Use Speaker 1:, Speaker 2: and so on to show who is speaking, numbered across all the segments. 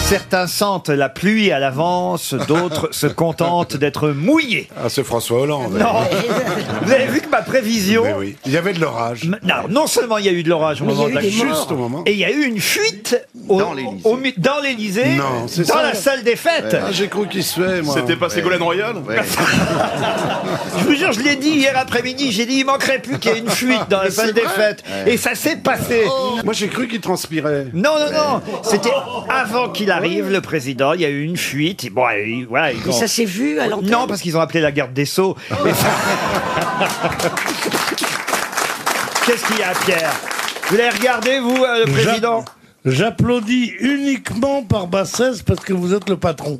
Speaker 1: Certains sentent la pluie à l'avance, d'autres se contentent d'être mouillés.
Speaker 2: Ah, c'est François Hollande.
Speaker 1: Non. Vous avez vu que ma prévision.
Speaker 2: Mais oui. Il y avait de l'orage.
Speaker 1: M- Non, non seulement il y a eu de l'orage au
Speaker 2: Mais
Speaker 1: moment
Speaker 2: il
Speaker 1: de
Speaker 2: y a
Speaker 1: la
Speaker 2: eu des
Speaker 1: chute,
Speaker 2: morts. Juste au moment.
Speaker 1: et il y a eu une fuite au-
Speaker 3: Dans l'Élysée.
Speaker 1: au mi- dans l'Élysée,
Speaker 2: Non,
Speaker 1: dans,
Speaker 2: c'est ça.
Speaker 1: la salle des fêtes.
Speaker 2: Ah, j'ai cru qu'il se fait, moi.
Speaker 4: C'était pas Ségolène Royal
Speaker 1: Je vous jure, je l'ai dit hier après-midi, j'ai dit il manquerait plus qu'il y ait une fuite dans la
Speaker 2: Mais
Speaker 1: salle
Speaker 2: c'est
Speaker 1: des
Speaker 2: vrai. Oh.
Speaker 1: fêtes. Et ça s'est passé.
Speaker 2: Moi, j'ai cru qu'il transpirait.
Speaker 1: Non, non, non. C'était avant qu'il arrive, le président. Il y a eu une fuite. Et Bon, et ils- voilà, ils ont-
Speaker 5: Et ça s'est vu à l'antenne Oh.
Speaker 1: Non, parce qu'ils ont appelé la garde des Sceaux. Mais ça- Qu'est-ce qu'il y a, Pierre Vous l'avez regardé, vous, euh, le
Speaker 6: J'a-
Speaker 1: président
Speaker 6: J'applaudis uniquement par bassesse parce que vous êtes le patron.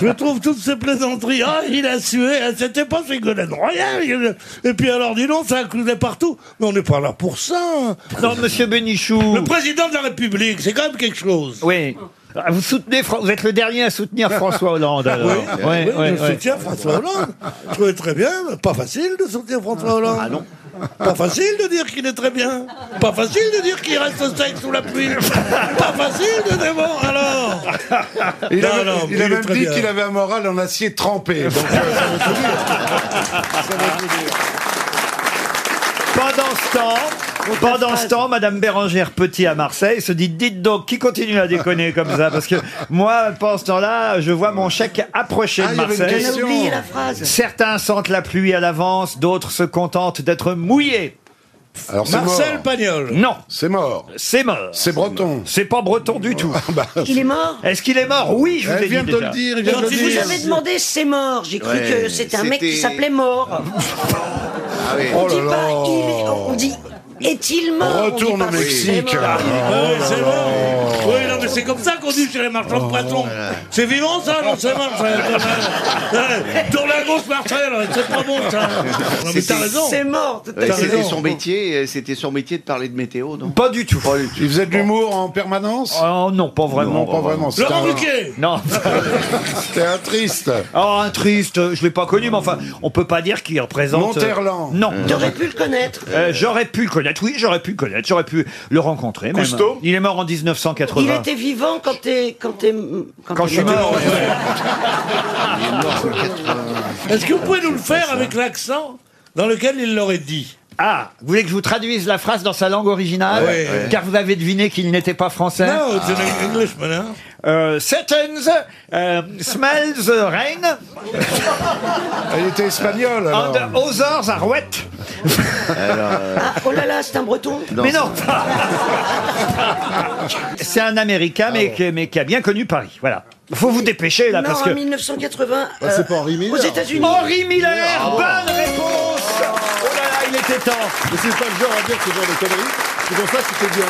Speaker 6: je trouve toutes ces plaisanteries. Ah, il a sué, ah, c'était pas Ségolène Royal. il- Et puis alors, dis donc, ça a coulé partout. Mais on n'est pas là pour
Speaker 2: Ah,
Speaker 6: ça.
Speaker 1: Non, monsieur Bénichou.
Speaker 6: Le président de la République, c'est quand même quelque chose.
Speaker 1: Oui. Ah, Vous soutenez, Fran- vous êtes le dernier à soutenir François Hollande. alors. Ouais,
Speaker 6: Oui,
Speaker 1: ouais,
Speaker 6: je
Speaker 1: ouais.
Speaker 6: soutiens François Hollande. Je trouvais très bien, mais pas facile de soutenir François Hollande. Ah non Pas facile de dire qu'il est très bien. Pas facile de dire qu'il reste sec sous la pluie. Pas facile de dire bon, alors.
Speaker 2: Il
Speaker 6: Non,
Speaker 2: avait,
Speaker 6: non,
Speaker 2: il
Speaker 6: il
Speaker 2: a
Speaker 6: est
Speaker 2: même
Speaker 6: très
Speaker 2: dit
Speaker 6: bien.
Speaker 2: qu'il avait un moral en acier trempé. Donc, euh, ça veut tout dire. Ça veut tout dire.
Speaker 1: Pendant ce temps, pendant ce temps, Madame Bérangère Petit à Marseille se dit dites donc qui continue à déconner comme ça parce que moi pendant ce temps-là je vois mon chèque approcher
Speaker 2: Ah,
Speaker 1: de
Speaker 2: il y avait une
Speaker 1: Marseille.
Speaker 2: question.
Speaker 5: oublié la phrase.
Speaker 1: Certains sentent la pluie à l'avance, d'autres se contentent d'être mouillés.
Speaker 2: Alors, c'est
Speaker 6: Marcel
Speaker 2: mort.
Speaker 6: Pagnol.
Speaker 1: Non,
Speaker 2: C'est mort.
Speaker 1: c'est mort.
Speaker 2: C'est breton. Ah, bah,
Speaker 1: C'est pas breton du tout.
Speaker 5: Il est mort
Speaker 1: Est-ce qu'il est mort Oui, je vous ai
Speaker 2: Elle
Speaker 1: dit
Speaker 2: vient de
Speaker 1: déjà.
Speaker 2: le dire, il vient de le
Speaker 6: Quand il
Speaker 5: Vous
Speaker 2: dire.
Speaker 5: avez demandé c'est mort. J'ai cru
Speaker 3: Ouais,
Speaker 5: que c'était un mec qui
Speaker 3: c'était-
Speaker 5: s'appelait mort.
Speaker 3: Ah oui.
Speaker 2: Oh
Speaker 5: On dit
Speaker 2: là
Speaker 5: pas
Speaker 2: là.
Speaker 5: il est- on dit est-il mort
Speaker 2: Retourne
Speaker 5: On
Speaker 2: au
Speaker 5: dit pas,
Speaker 2: Mexique. Oh
Speaker 5: c'est mort.
Speaker 6: Ah oui, c'est bon. Oui, non, mais c'est comme ça qu'on dit chez les marchands de poissons. C'est vivant, ça Non, c'est mort, ça. Dans la gauche, Marcel, c'est pas bon, ça. Non, mais t'as raison.
Speaker 5: C'est mort. tout à
Speaker 3: Ouais,
Speaker 5: fait.
Speaker 3: C'était
Speaker 6: raison.
Speaker 3: son métier, euh, c'était son métier de parler de météo, non
Speaker 1: Pas du tout.
Speaker 2: Il faisait de l'humour en permanence
Speaker 1: Oh non, pas vraiment.
Speaker 2: Non, pas vraiment. C'était
Speaker 6: Laurent
Speaker 2: un,
Speaker 6: Ruquier
Speaker 1: Non.
Speaker 2: c'était un triste.
Speaker 1: Alors Ah, un triste, je l'ai pas connu, mais enfin, on peut pas dire qu'il représente. euh,
Speaker 2: Monterland.
Speaker 1: Non.
Speaker 5: J'aurais pu le connaître.
Speaker 1: Euh, j'aurais pu le connaître, oui, j'aurais pu le connaître, j'aurais pu le rencontrer. même.
Speaker 4: Cousteau
Speaker 1: Il est mort en
Speaker 5: Il
Speaker 1: 1980.
Speaker 5: était vivant quand t'es quand t'es
Speaker 1: Quand
Speaker 5: t'es
Speaker 1: je suis mort,
Speaker 6: Est-ce que vous pouvez nous le faire avec l'accent dans lequel il l'aurait dit
Speaker 1: Ah, vous voulez que je vous traduise la phrase dans sa langue originale
Speaker 6: Ouais, ouais.
Speaker 1: Car vous avez deviné qu'il n'était pas français.
Speaker 6: No, it's an Englishman, hein
Speaker 1: Euh, Settens, euh, smells the rain,
Speaker 2: Ah, Il était espagnol,
Speaker 1: and
Speaker 2: alors.
Speaker 1: others are wet.
Speaker 5: Ah, oh là là, c'est un breton.
Speaker 3: Non,
Speaker 1: mais non C'est un Américain, mais, qui, mais qui a bien connu Paris, voilà. Faut vous dépêcher, là, parce
Speaker 5: Mort
Speaker 1: que...
Speaker 5: en 1980
Speaker 2: c'est
Speaker 5: euh,
Speaker 2: pas Henri Miller.
Speaker 5: aux États-Unis. Ah,
Speaker 1: Henri Miller, bonne réponse Oh là là, il était temps
Speaker 2: Mais c'est pas le genre à dire ce genre de conneries. C'est pour ça que c'était bien.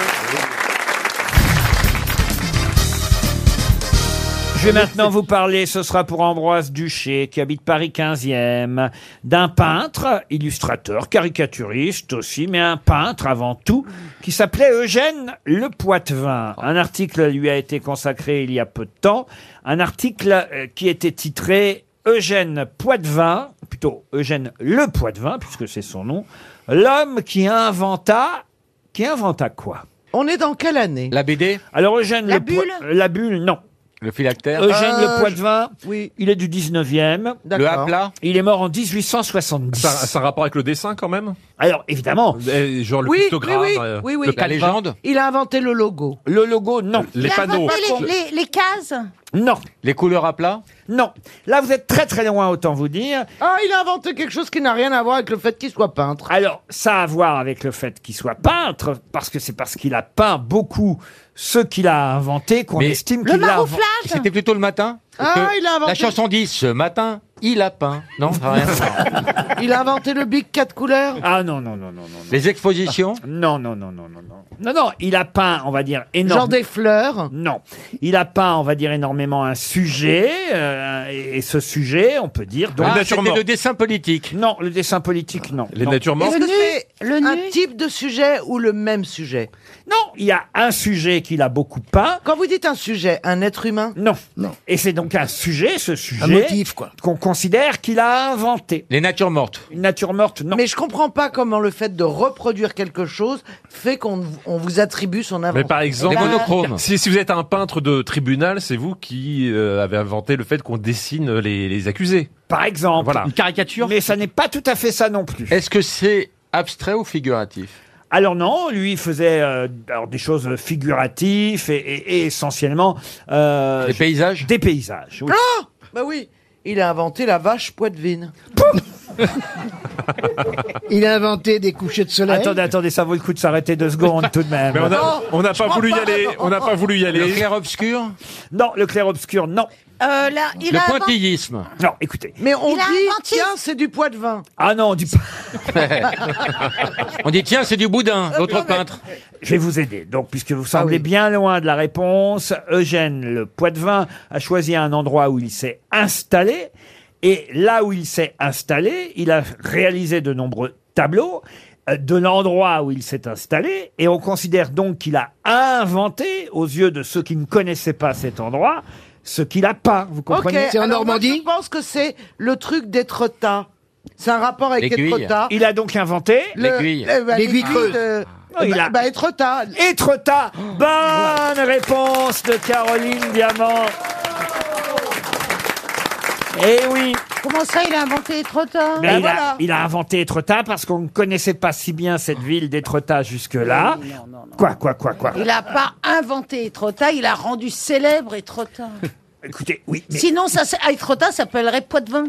Speaker 1: Je vais maintenant vous parler, ce sera pour Ambroise Duché, qui habite Paris 15e, d'un peintre, illustrateur, caricaturiste aussi, mais un peintre avant tout, qui s'appelait Eugène Le Poitevin. Un article lui a été consacré il y a peu de temps, un article euh, qui était titré Eugène Poitevin, plutôt Eugène Le Poitevin, puisque c'est son nom, l'homme qui inventa, qui inventa quoi
Speaker 7: On est dans quelle année
Speaker 8: La BD
Speaker 1: alors Eugène
Speaker 7: La
Speaker 1: Le Poi-
Speaker 7: bulle
Speaker 1: la bulle, non.
Speaker 8: Le phylactère
Speaker 1: Eugène
Speaker 7: Euh,
Speaker 1: Le Poitevin,
Speaker 7: Oui,
Speaker 1: il est du 19e.
Speaker 8: Le
Speaker 7: d'accord.
Speaker 8: hapla
Speaker 1: Il est mort en 1870.
Speaker 9: Ça, ça a un rapport avec le dessin quand même
Speaker 1: Alors évidemment,
Speaker 9: Eh, Genre le
Speaker 7: Oui,
Speaker 9: pictogramme,
Speaker 7: oui, oui,
Speaker 9: euh,
Speaker 7: oui, oui.
Speaker 8: Le La légende
Speaker 7: Il a inventé le logo.
Speaker 1: le logo, non,
Speaker 9: les panneaux.
Speaker 10: les, les cases
Speaker 1: non,
Speaker 8: Les couleurs à plat
Speaker 1: non. Là, vous êtes très très loin, autant vous dire.
Speaker 7: Ah, il a inventé quelque chose qui n'a rien à voir avec le fait qu'il soit peintre.
Speaker 1: Alors, ça a à voir avec le fait qu'il soit peintre, parce que c'est parce qu'il a peint beaucoup ce qu'il a inventé qu'on
Speaker 8: Mais
Speaker 1: estime
Speaker 10: Le
Speaker 1: qu'il a inventé.
Speaker 10: marouflage
Speaker 8: C'était plutôt le matin
Speaker 7: Ah,
Speaker 8: Parce que
Speaker 7: il a inventé-
Speaker 8: La chanson dit ce matin, il a peint. Non, rien.
Speaker 7: Il a inventé le big quatre couleurs.
Speaker 1: Ah non, non, non, non, non,
Speaker 8: Les expositions
Speaker 1: Ah, non, non, non, non, non, non. Non, non, il a peint, on va dire,
Speaker 7: Genre
Speaker 1: énormément.
Speaker 7: des fleurs.
Speaker 1: Non. Il a peint, on va dire, énormément un sujet, euh, et, et ce sujet, on peut dire... donc-
Speaker 8: Ah,
Speaker 9: natures
Speaker 8: C'était
Speaker 9: mortes.
Speaker 8: le dessin politique.
Speaker 1: Non, le dessin politique, non.
Speaker 9: Les
Speaker 1: Non.
Speaker 9: natures mortes
Speaker 7: Est-ce que c'est un type de sujet ou le même sujet
Speaker 1: Non, il y a un sujet qu'il a beaucoup peint.
Speaker 7: Quand vous dites un sujet, un être humain
Speaker 1: Non. Et c'est donc un sujet, ce sujet,
Speaker 11: motif, quoi.
Speaker 1: qu'on considère qu'il a inventé.
Speaker 12: Les natures mortes.
Speaker 1: Une nature morte, non.
Speaker 7: Mais je comprends pas comment le fait de reproduire quelque chose fait qu'on on vous attribue son
Speaker 6: Mais
Speaker 7: avance.
Speaker 6: par exemple, Bah,
Speaker 12: Des monochromes.
Speaker 6: si, si vous êtes un peintre de tribunal, c'est vous qui euh, avez inventé le fait qu'on dessine les, les accusés.
Speaker 1: Par exemple.
Speaker 6: Voilà.
Speaker 13: Une caricature
Speaker 1: Mais ça n'est pas tout à fait ça non plus.
Speaker 12: Est-ce que c'est abstrait ou figuratif
Speaker 1: Alors non, lui il faisait euh, alors des choses figuratives et, et- et essentiellement euh,
Speaker 12: Les paysages
Speaker 1: des paysages. oui.
Speaker 7: Bah oui, il a inventé la vache poitevine. il a inventé des couchers de soleil.
Speaker 1: attendez, attendez, ça vaut le coup de s'arrêter deux secondes tout de même.
Speaker 6: Mais on a-
Speaker 7: Non,
Speaker 6: on n'a pas
Speaker 7: crois
Speaker 6: voulu y
Speaker 7: pas,
Speaker 6: aller.
Speaker 7: non.
Speaker 6: On n'a pas voulu y
Speaker 12: Le
Speaker 6: aller.
Speaker 12: clair-obscur
Speaker 1: Non, le clair-obscur, non.
Speaker 10: Euh, là, il a
Speaker 12: Le
Speaker 10: inventé-
Speaker 12: pointillisme
Speaker 1: Non, écoutez.
Speaker 7: Mais on
Speaker 10: Il a
Speaker 7: dit,
Speaker 10: inventé-
Speaker 7: tiens, c'est du poids de vin.
Speaker 1: Ah non, du...
Speaker 12: On dit tiens, c'est du boudin, l'autre
Speaker 10: non, mais-
Speaker 12: peintre. Ah
Speaker 1: je vais vous aider. Donc, puisque vous semblez
Speaker 7: oui.
Speaker 1: bien loin de la réponse, Eugène Le Poitvin a choisi un endroit où il s'est installé. Et là où il s'est installé, il a réalisé de nombreux tableaux euh, de l'endroit où il s'est installé. Et on considère donc qu'il a inventé, aux yeux de ceux qui ne connaissaient pas cet endroit, ce qu'il a peint. Vous comprenez
Speaker 7: Ok, alors moi, Je pense que c'est le truc d'Étretat. C'est un rapport avec
Speaker 12: L'aiguille.
Speaker 7: Étretat.
Speaker 1: Il a donc inventé
Speaker 12: L'aiguille.
Speaker 7: Le- le- bah,
Speaker 11: L'aiguille creuse.
Speaker 7: de-
Speaker 1: Oh, il
Speaker 7: bah,
Speaker 1: a-
Speaker 7: bah, Étretat.
Speaker 1: Étretat. Bonne réponse de Caroline Diamant. Eh oui.
Speaker 10: Comment ça, il a inventé les trottins
Speaker 1: Mais
Speaker 7: Ben
Speaker 1: il, a,
Speaker 7: voilà.
Speaker 1: il a inventé Étretat parce qu'on ne connaissait pas si bien cette ville d'Étretat jusque-là. Quoi, quoi, quoi, quoi.
Speaker 10: Il n'a pas inventé Étretat, il a rendu célèbre Étretat.
Speaker 1: Écoutez, oui. mais
Speaker 10: Sinon, ça, c'est- Étretat s'appellerait Poitvin.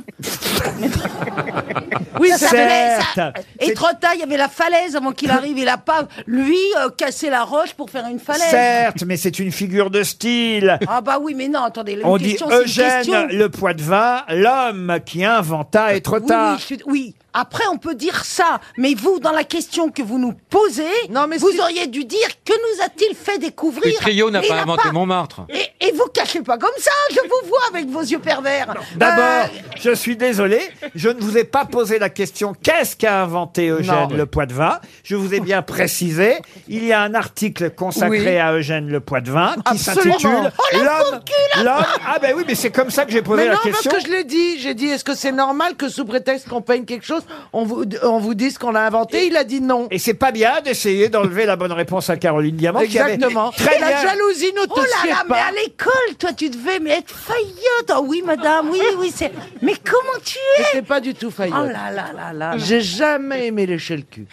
Speaker 1: oui,
Speaker 10: Ça s'appelait- ça-
Speaker 1: certes. C'est-
Speaker 10: Étretat, il y avait la falaise avant qu'il arrive. Il a pas, lui, euh, cassé la roche pour faire une falaise.
Speaker 1: Certes, mais c'est une figure de style.
Speaker 10: Ah bah oui, mais non, attendez, une
Speaker 1: On dit
Speaker 10: question, c'est une question.
Speaker 1: Eugène le Poitvin, l'homme qui inventa
Speaker 10: Oui,
Speaker 1: Étretat.
Speaker 10: oui, je suis- oui. après on peut dire ça, mais vous, dans la question que vous nous posez,
Speaker 7: Non, mais
Speaker 10: vous
Speaker 7: c'est-
Speaker 10: auriez dû dire que nous a-t-il fait découvrir
Speaker 12: Le trio n'a
Speaker 10: Mais il
Speaker 12: pas inventé Montmartre.
Speaker 10: Et, et vous cachez pas comme ça, je vous vois avec vos yeux pervers.
Speaker 1: D'abord,
Speaker 10: Euh,
Speaker 1: je suis désolé, je ne vous ai pas posé la question qu'est-ce qu'a inventé Eugène
Speaker 7: Non.
Speaker 1: Le Poitvin. Je vous ai bien précisé, il y a un article consacré
Speaker 7: Oui.
Speaker 1: à Eugène Le Poitvin qui
Speaker 7: Absolument.
Speaker 1: s'intitule
Speaker 7: Oh,
Speaker 1: L'homme. L'homme. Ah ben oui, mais c'est comme ça que j'ai posé
Speaker 7: Mais
Speaker 1: la
Speaker 7: non,
Speaker 1: question.
Speaker 7: parce que je l'ai dit. J'ai dit, est-ce que c'est normal que sous prétexte qu'on peigne quelque chose, on vous, on vous dise qu'on l'a inventé Il a dit non.
Speaker 1: Et c'est pas bien d'essayer d'enlever la bonne réponse à Caroline Diamant. qui avait
Speaker 7: Exactement.
Speaker 1: Très
Speaker 7: la
Speaker 1: bien.
Speaker 7: jalousie ne te
Speaker 10: Oh là
Speaker 7: sied
Speaker 10: là, mais
Speaker 7: pas.
Speaker 10: à l'école, toi, tu devais mais être faillotte. Oh oui, madame, oui, oui, c'est. Mais comment tu es
Speaker 7: J'étais pas du tout faillotte.
Speaker 10: Oh là là là là.
Speaker 7: J'ai jamais aimé lécher le cul.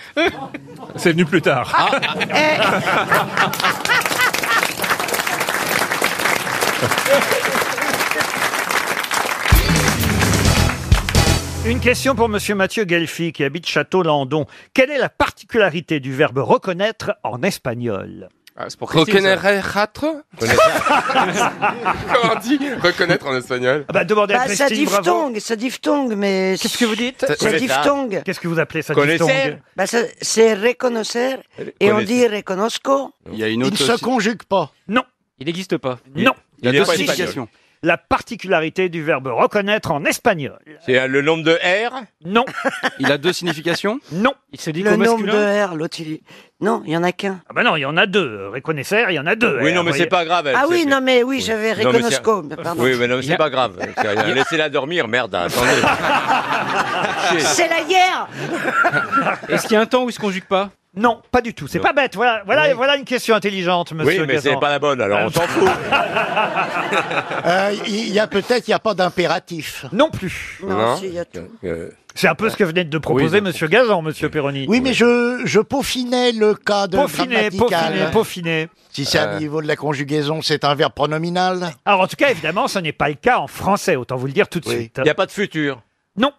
Speaker 6: C'est venu plus tard.
Speaker 14: Ah,
Speaker 2: Ah.
Speaker 14: eh,
Speaker 13: Une question pour Monsieur Mathieu Gelfi qui habite Château-Landon. Quelle est la particularité du verbe reconnaître en espagnol
Speaker 2: Ah, Reconnaître Comment on dit reconnaître en espagnol
Speaker 13: Ah bah, demandez à
Speaker 5: Bah, ça
Speaker 13: Christine Bravo.
Speaker 5: diphtongue, ça diphtongue, mais.
Speaker 13: Qu'est-ce que vous dites
Speaker 5: Ça diphtongue.
Speaker 13: Qu'est-ce que vous appelez ça
Speaker 2: Connaisseur.
Speaker 13: diphtongue
Speaker 5: Bah, ça- c'est reconnaître et on dit reconozco.
Speaker 2: Il y a une autre.
Speaker 15: conjugue pas.
Speaker 13: Il n'existe pas.
Speaker 1: Non,
Speaker 2: Il est pas
Speaker 13: aussi-
Speaker 2: espagnol.
Speaker 13: La particularité du verbe reconnaître en espagnol.
Speaker 2: C'est euh, le nombre de R.
Speaker 13: Non,
Speaker 15: Il a deux significations.
Speaker 13: non. Il se dit
Speaker 5: Le nombre de R, l'autre il dit- Non, il y en a qu'un.
Speaker 13: Ah bah non, il y en a deux. Reconnaisseur, il y en a deux.
Speaker 2: Oui,
Speaker 13: hein,
Speaker 2: non, mais
Speaker 13: voyez.
Speaker 2: c'est pas grave. elle,
Speaker 5: Ah
Speaker 2: bah,
Speaker 5: oui,
Speaker 2: c'est-
Speaker 5: non, mais oui, j'avais
Speaker 2: Non, mais c'est-
Speaker 5: reconozco. mais pardon.
Speaker 2: Oui, mais non, mais c'est pas grave. C'est rien. Laissez-la dormir, merde. Attendez.
Speaker 13: Ah,
Speaker 5: C'est la guerre
Speaker 13: Est-ce qu'il y a un temps où il se conjugue pas Non, pas du tout. C'est pas bête. Voilà, voilà, voilà une question intelligente,
Speaker 2: Oui,
Speaker 13: monsieur
Speaker 2: mais c'est
Speaker 13: Gazan.
Speaker 2: pas la bonne, alors on s'en fout.
Speaker 5: Euh,
Speaker 11: Il y a peut-être, il n'y a pas d'impératif.
Speaker 13: Non plus.
Speaker 5: Non,
Speaker 2: Non.
Speaker 5: si, il y a tout.
Speaker 2: Euh,
Speaker 13: C'est un peu ce que venait de proposer monsieur Gazan, monsieur Perroni.
Speaker 11: Oui, mais je, je peaufinais le cas de
Speaker 13: Peaufiné,
Speaker 11: grammatical.
Speaker 13: peaufiné, peaufiné.
Speaker 11: Si c'est
Speaker 2: Euh.
Speaker 11: à niveau de la conjugaison, c'est un verbe pronominal.
Speaker 13: Alors, en tout cas, évidemment, ce n'est pas le cas en français, autant vous le dire tout de
Speaker 11: Oui.
Speaker 13: suite.
Speaker 2: Il n'y a pas de futur.
Speaker 13: Non.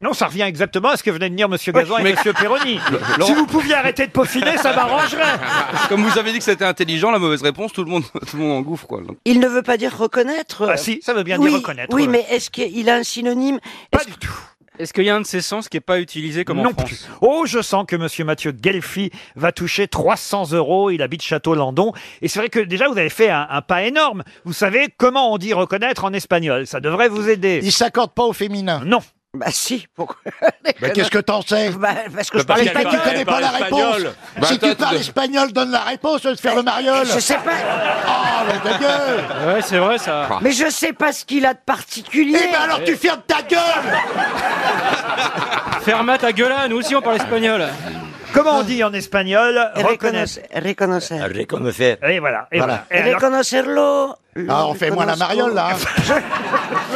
Speaker 13: Non, ça revient exactement à ce que venaient de dire Monsieur Gazan et Monsieur Perroni. si vous pouviez arrêter de peaufiner, ça m'arrangerait.
Speaker 2: Comme vous avez dit que c'était intelligent, la mauvaise réponse, tout le monde, tout le monde engouffre, quoi.
Speaker 5: Il ne veut pas dire reconnaître.
Speaker 13: Ah si, ça veut bien
Speaker 5: oui,
Speaker 13: dire reconnaître.
Speaker 5: Oui, mais est-ce qu'il a un synonyme
Speaker 13: Pas du tout.
Speaker 2: Est-ce qu'il y a un de ces sens qui n'est pas utilisé
Speaker 13: non plus. Oh, je sens que Monsieur Mathieu Gelfi va toucher 300 euros. Il habite Château-Landon. Et c'est vrai que déjà, vous avez fait un, un pas énorme. Vous savez comment on dit reconnaître en espagnol. Ça devrait vous aider.
Speaker 11: Il s'accorde pas au féminin.
Speaker 13: Non.
Speaker 5: Bah si, pourquoi
Speaker 16: Mais qu'est-ce que t'en sais
Speaker 5: Bah, Parce que je parle
Speaker 16: Parce que tu
Speaker 5: espagnol. Bah,
Speaker 16: connais pas la réponse. Si
Speaker 2: Bah,
Speaker 16: tu parles espagnol, donne la réponse, je vais te faire le mariole.
Speaker 5: Euh, Je sais pas.
Speaker 16: Oh, mais ta gueule
Speaker 17: Ouais, c'est vrai ça.
Speaker 5: Mais je sais pas ce qu'il a de particulier.
Speaker 16: Eh ben alors, tu fermes ta gueule
Speaker 17: Ferma ta gueule, hein, nous aussi on parle espagnol.
Speaker 1: Comment on dit en espagnol reconnaître
Speaker 5: Reconocer. Reconocer.
Speaker 18: Euh,
Speaker 1: Reconocer. Et voilà. Et voilà. Et alors,
Speaker 5: Reconocerlo.
Speaker 16: Ah, on fait moins la mariole, là. hein.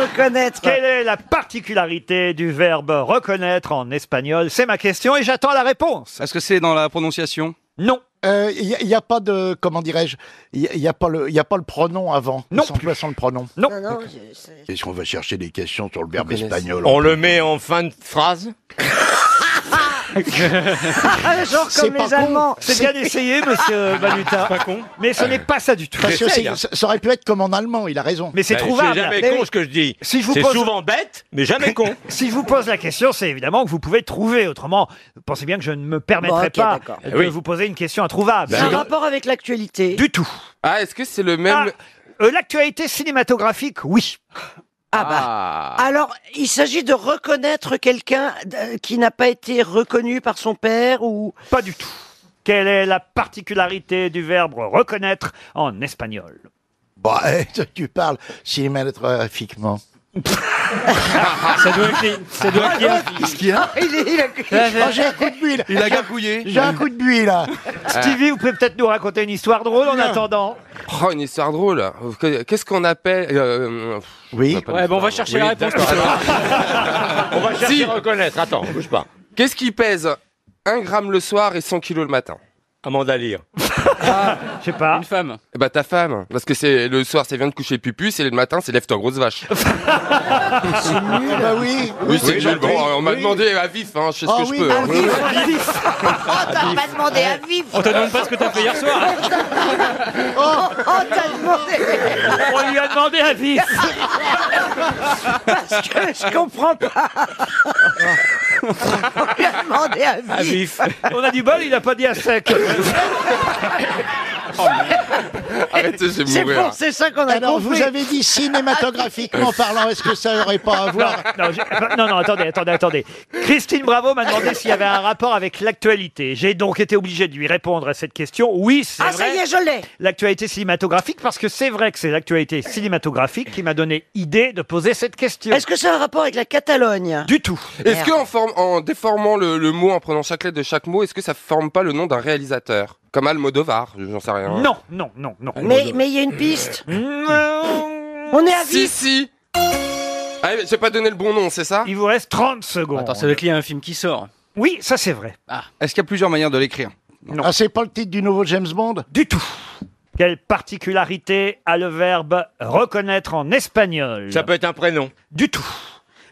Speaker 5: Reconnaître.
Speaker 1: quelle est la particularité du verbe reconnaître en espagnol C'est ma question et j'attends la réponse.
Speaker 13: Est-ce que c'est dans la prononciation
Speaker 1: Non.
Speaker 16: Il n'y Euh, a, pas de, comment dirais-je, il n'y a, pas le- y a pas le pronom avant. Non. Sans, sans le pronom.
Speaker 1: Non.
Speaker 16: Est-ce qu'on va chercher des questions sur le verbe espagnol
Speaker 18: On le met en fin de phrase
Speaker 5: Ah, Genre
Speaker 16: C'est
Speaker 5: comme
Speaker 16: pas
Speaker 5: les
Speaker 16: con.
Speaker 5: Allemands.
Speaker 1: C'est bien essayé, monsieur Baluta.
Speaker 18: Ah, Pas con. Ah,
Speaker 1: Mais ce n'est pas ça du tout.
Speaker 16: Parce que
Speaker 18: J'essaye,
Speaker 16: c'est-
Speaker 18: hein.
Speaker 16: ça ça aurait pu être comme en allemand, il a raison.
Speaker 1: Mais c'est
Speaker 18: Bah,
Speaker 1: trouvable.
Speaker 18: C'est jamais
Speaker 1: Mais
Speaker 18: con
Speaker 1: oui.
Speaker 18: ce que je dis.
Speaker 1: Si je vous
Speaker 18: c'est
Speaker 1: pose-
Speaker 18: souvent bête, mais jamais con.
Speaker 1: Si je vous pose la question, c'est évidemment que vous pouvez trouver. Autrement, pensez bien que je ne me permettrai
Speaker 5: Bon, ok,
Speaker 1: pas
Speaker 5: d'accord.
Speaker 1: de
Speaker 18: Eh oui. Ben,
Speaker 1: vous poser une question introuvable.
Speaker 5: C'est un rapport avec l'actualité.
Speaker 1: Du tout.
Speaker 17: Ah, est-ce que c'est le même.
Speaker 1: Ah, euh, L'actualité cinématographique, oui.
Speaker 5: Ah bah. Alors, il s'agit de reconnaître quelqu'un euh, qui n'a pas été reconnu par son père ou.
Speaker 1: Pas du tout. Quelle est la particularité du verbe reconnaître en espagnol
Speaker 16: Bah, eh, tu parles cinématographiquement.
Speaker 18: ça doit être. Ça doit
Speaker 16: Qu'est-ce qu'il y a
Speaker 5: Ah, Il est- il a-
Speaker 2: Ah,
Speaker 16: Oh, J'ai un coup de bulle
Speaker 13: Il a gargouillé.
Speaker 16: J'ai un coup de bulle, là
Speaker 2: Ah.
Speaker 1: Stevie, vous pouvez peut-être nous raconter une histoire drôle en attendant
Speaker 13: Oh, une histoire drôle. Qu'est-ce qu'on appelle. euh, pff,
Speaker 16: Oui.
Speaker 13: on n'a pas
Speaker 18: Ouais, bon, on va
Speaker 13: d'histoire.
Speaker 18: chercher
Speaker 13: Oui,
Speaker 18: la réponse.
Speaker 13: d'accord.
Speaker 18: On va chercher
Speaker 13: Si.
Speaker 18: à reconnaître. Attends, bouge pas.
Speaker 13: Qu'est-ce qui pèse 1 gramme le soir et 100 kilos le matin
Speaker 18: Amanda Lear.
Speaker 1: Ah, Je sais pas.
Speaker 17: Une femme.
Speaker 13: Eh bah ta femme, parce que c'est le soir c'est viens de coucher pupus et le matin c'est lève-toi grosse vache.
Speaker 16: Ah bah oui
Speaker 13: Oui c'est
Speaker 16: j'ai
Speaker 13: nul, bon,
Speaker 16: compris.
Speaker 13: on m'a
Speaker 16: Oui.
Speaker 13: demandé à vif, hein, je fais ce
Speaker 16: Ah
Speaker 13: que
Speaker 16: oui,
Speaker 13: je peux.
Speaker 16: ah
Speaker 13: hein.
Speaker 16: oui.
Speaker 10: Oh, t'as pas demandé à vivre
Speaker 17: On te demande pas ce que t'as fait hier soir.
Speaker 10: Oh,
Speaker 14: eh,
Speaker 10: oh, t'as demandé
Speaker 1: On lui a demandé à vif
Speaker 5: Parce que je comprends pas. On lui a demandé à
Speaker 18: À
Speaker 5: vivre.
Speaker 18: vif.
Speaker 1: On a du bol, il n'a pas dit à sec.
Speaker 13: Arrêtez, je vais
Speaker 5: C'est
Speaker 13: mourir.
Speaker 2: hein.
Speaker 18: hein.
Speaker 5: pour c'est ça qu'on a
Speaker 16: Alors, vous
Speaker 5: compris.
Speaker 16: avez dit cinématographiquement parlant, est-ce que ça aurait pas à voir
Speaker 1: Non, je- non, non, attendez, attendez, attendez. Christine Bravo m'a demandé s'il y avait un rapport avec l'actualité. J'ai donc été obligé de lui répondre à cette question. Oui, c'est
Speaker 5: Ah,
Speaker 1: vrai.
Speaker 5: ça y est, je l'ai.
Speaker 1: L'actualité cinématographique, parce que c'est vrai que c'est l'actualité cinématographique qui m'a donné idée de poser cette question.
Speaker 5: Est-ce que c'est un rapport avec la Catalogne
Speaker 1: Du tout.
Speaker 13: Est-ce que en, form- en déformant le, le mot, en prenant chaque lettre de chaque mot, est-ce que ça forme pas le nom d'un réalisateur Comme Almodovar, j'en sais rien.
Speaker 1: Non, non, non, non.
Speaker 5: Mais mais il y a une piste. On est à
Speaker 13: Si,
Speaker 5: vif.
Speaker 13: si ah, mais J'ai pas donné le bon nom, c'est ça
Speaker 1: Il vous reste 30 secondes.
Speaker 17: Attends, ça doit être lié à un film qui sort. Ah.
Speaker 1: Oui, ça c'est vrai.
Speaker 13: Est-ce qu'il y a plusieurs manières de l'écrire
Speaker 16: Ah, c'est pas le titre du nouveau James Bond
Speaker 1: Du tout. Quelle particularité a le verbe reconnaître en espagnol
Speaker 18: Ça peut être un prénom.
Speaker 1: Du tout.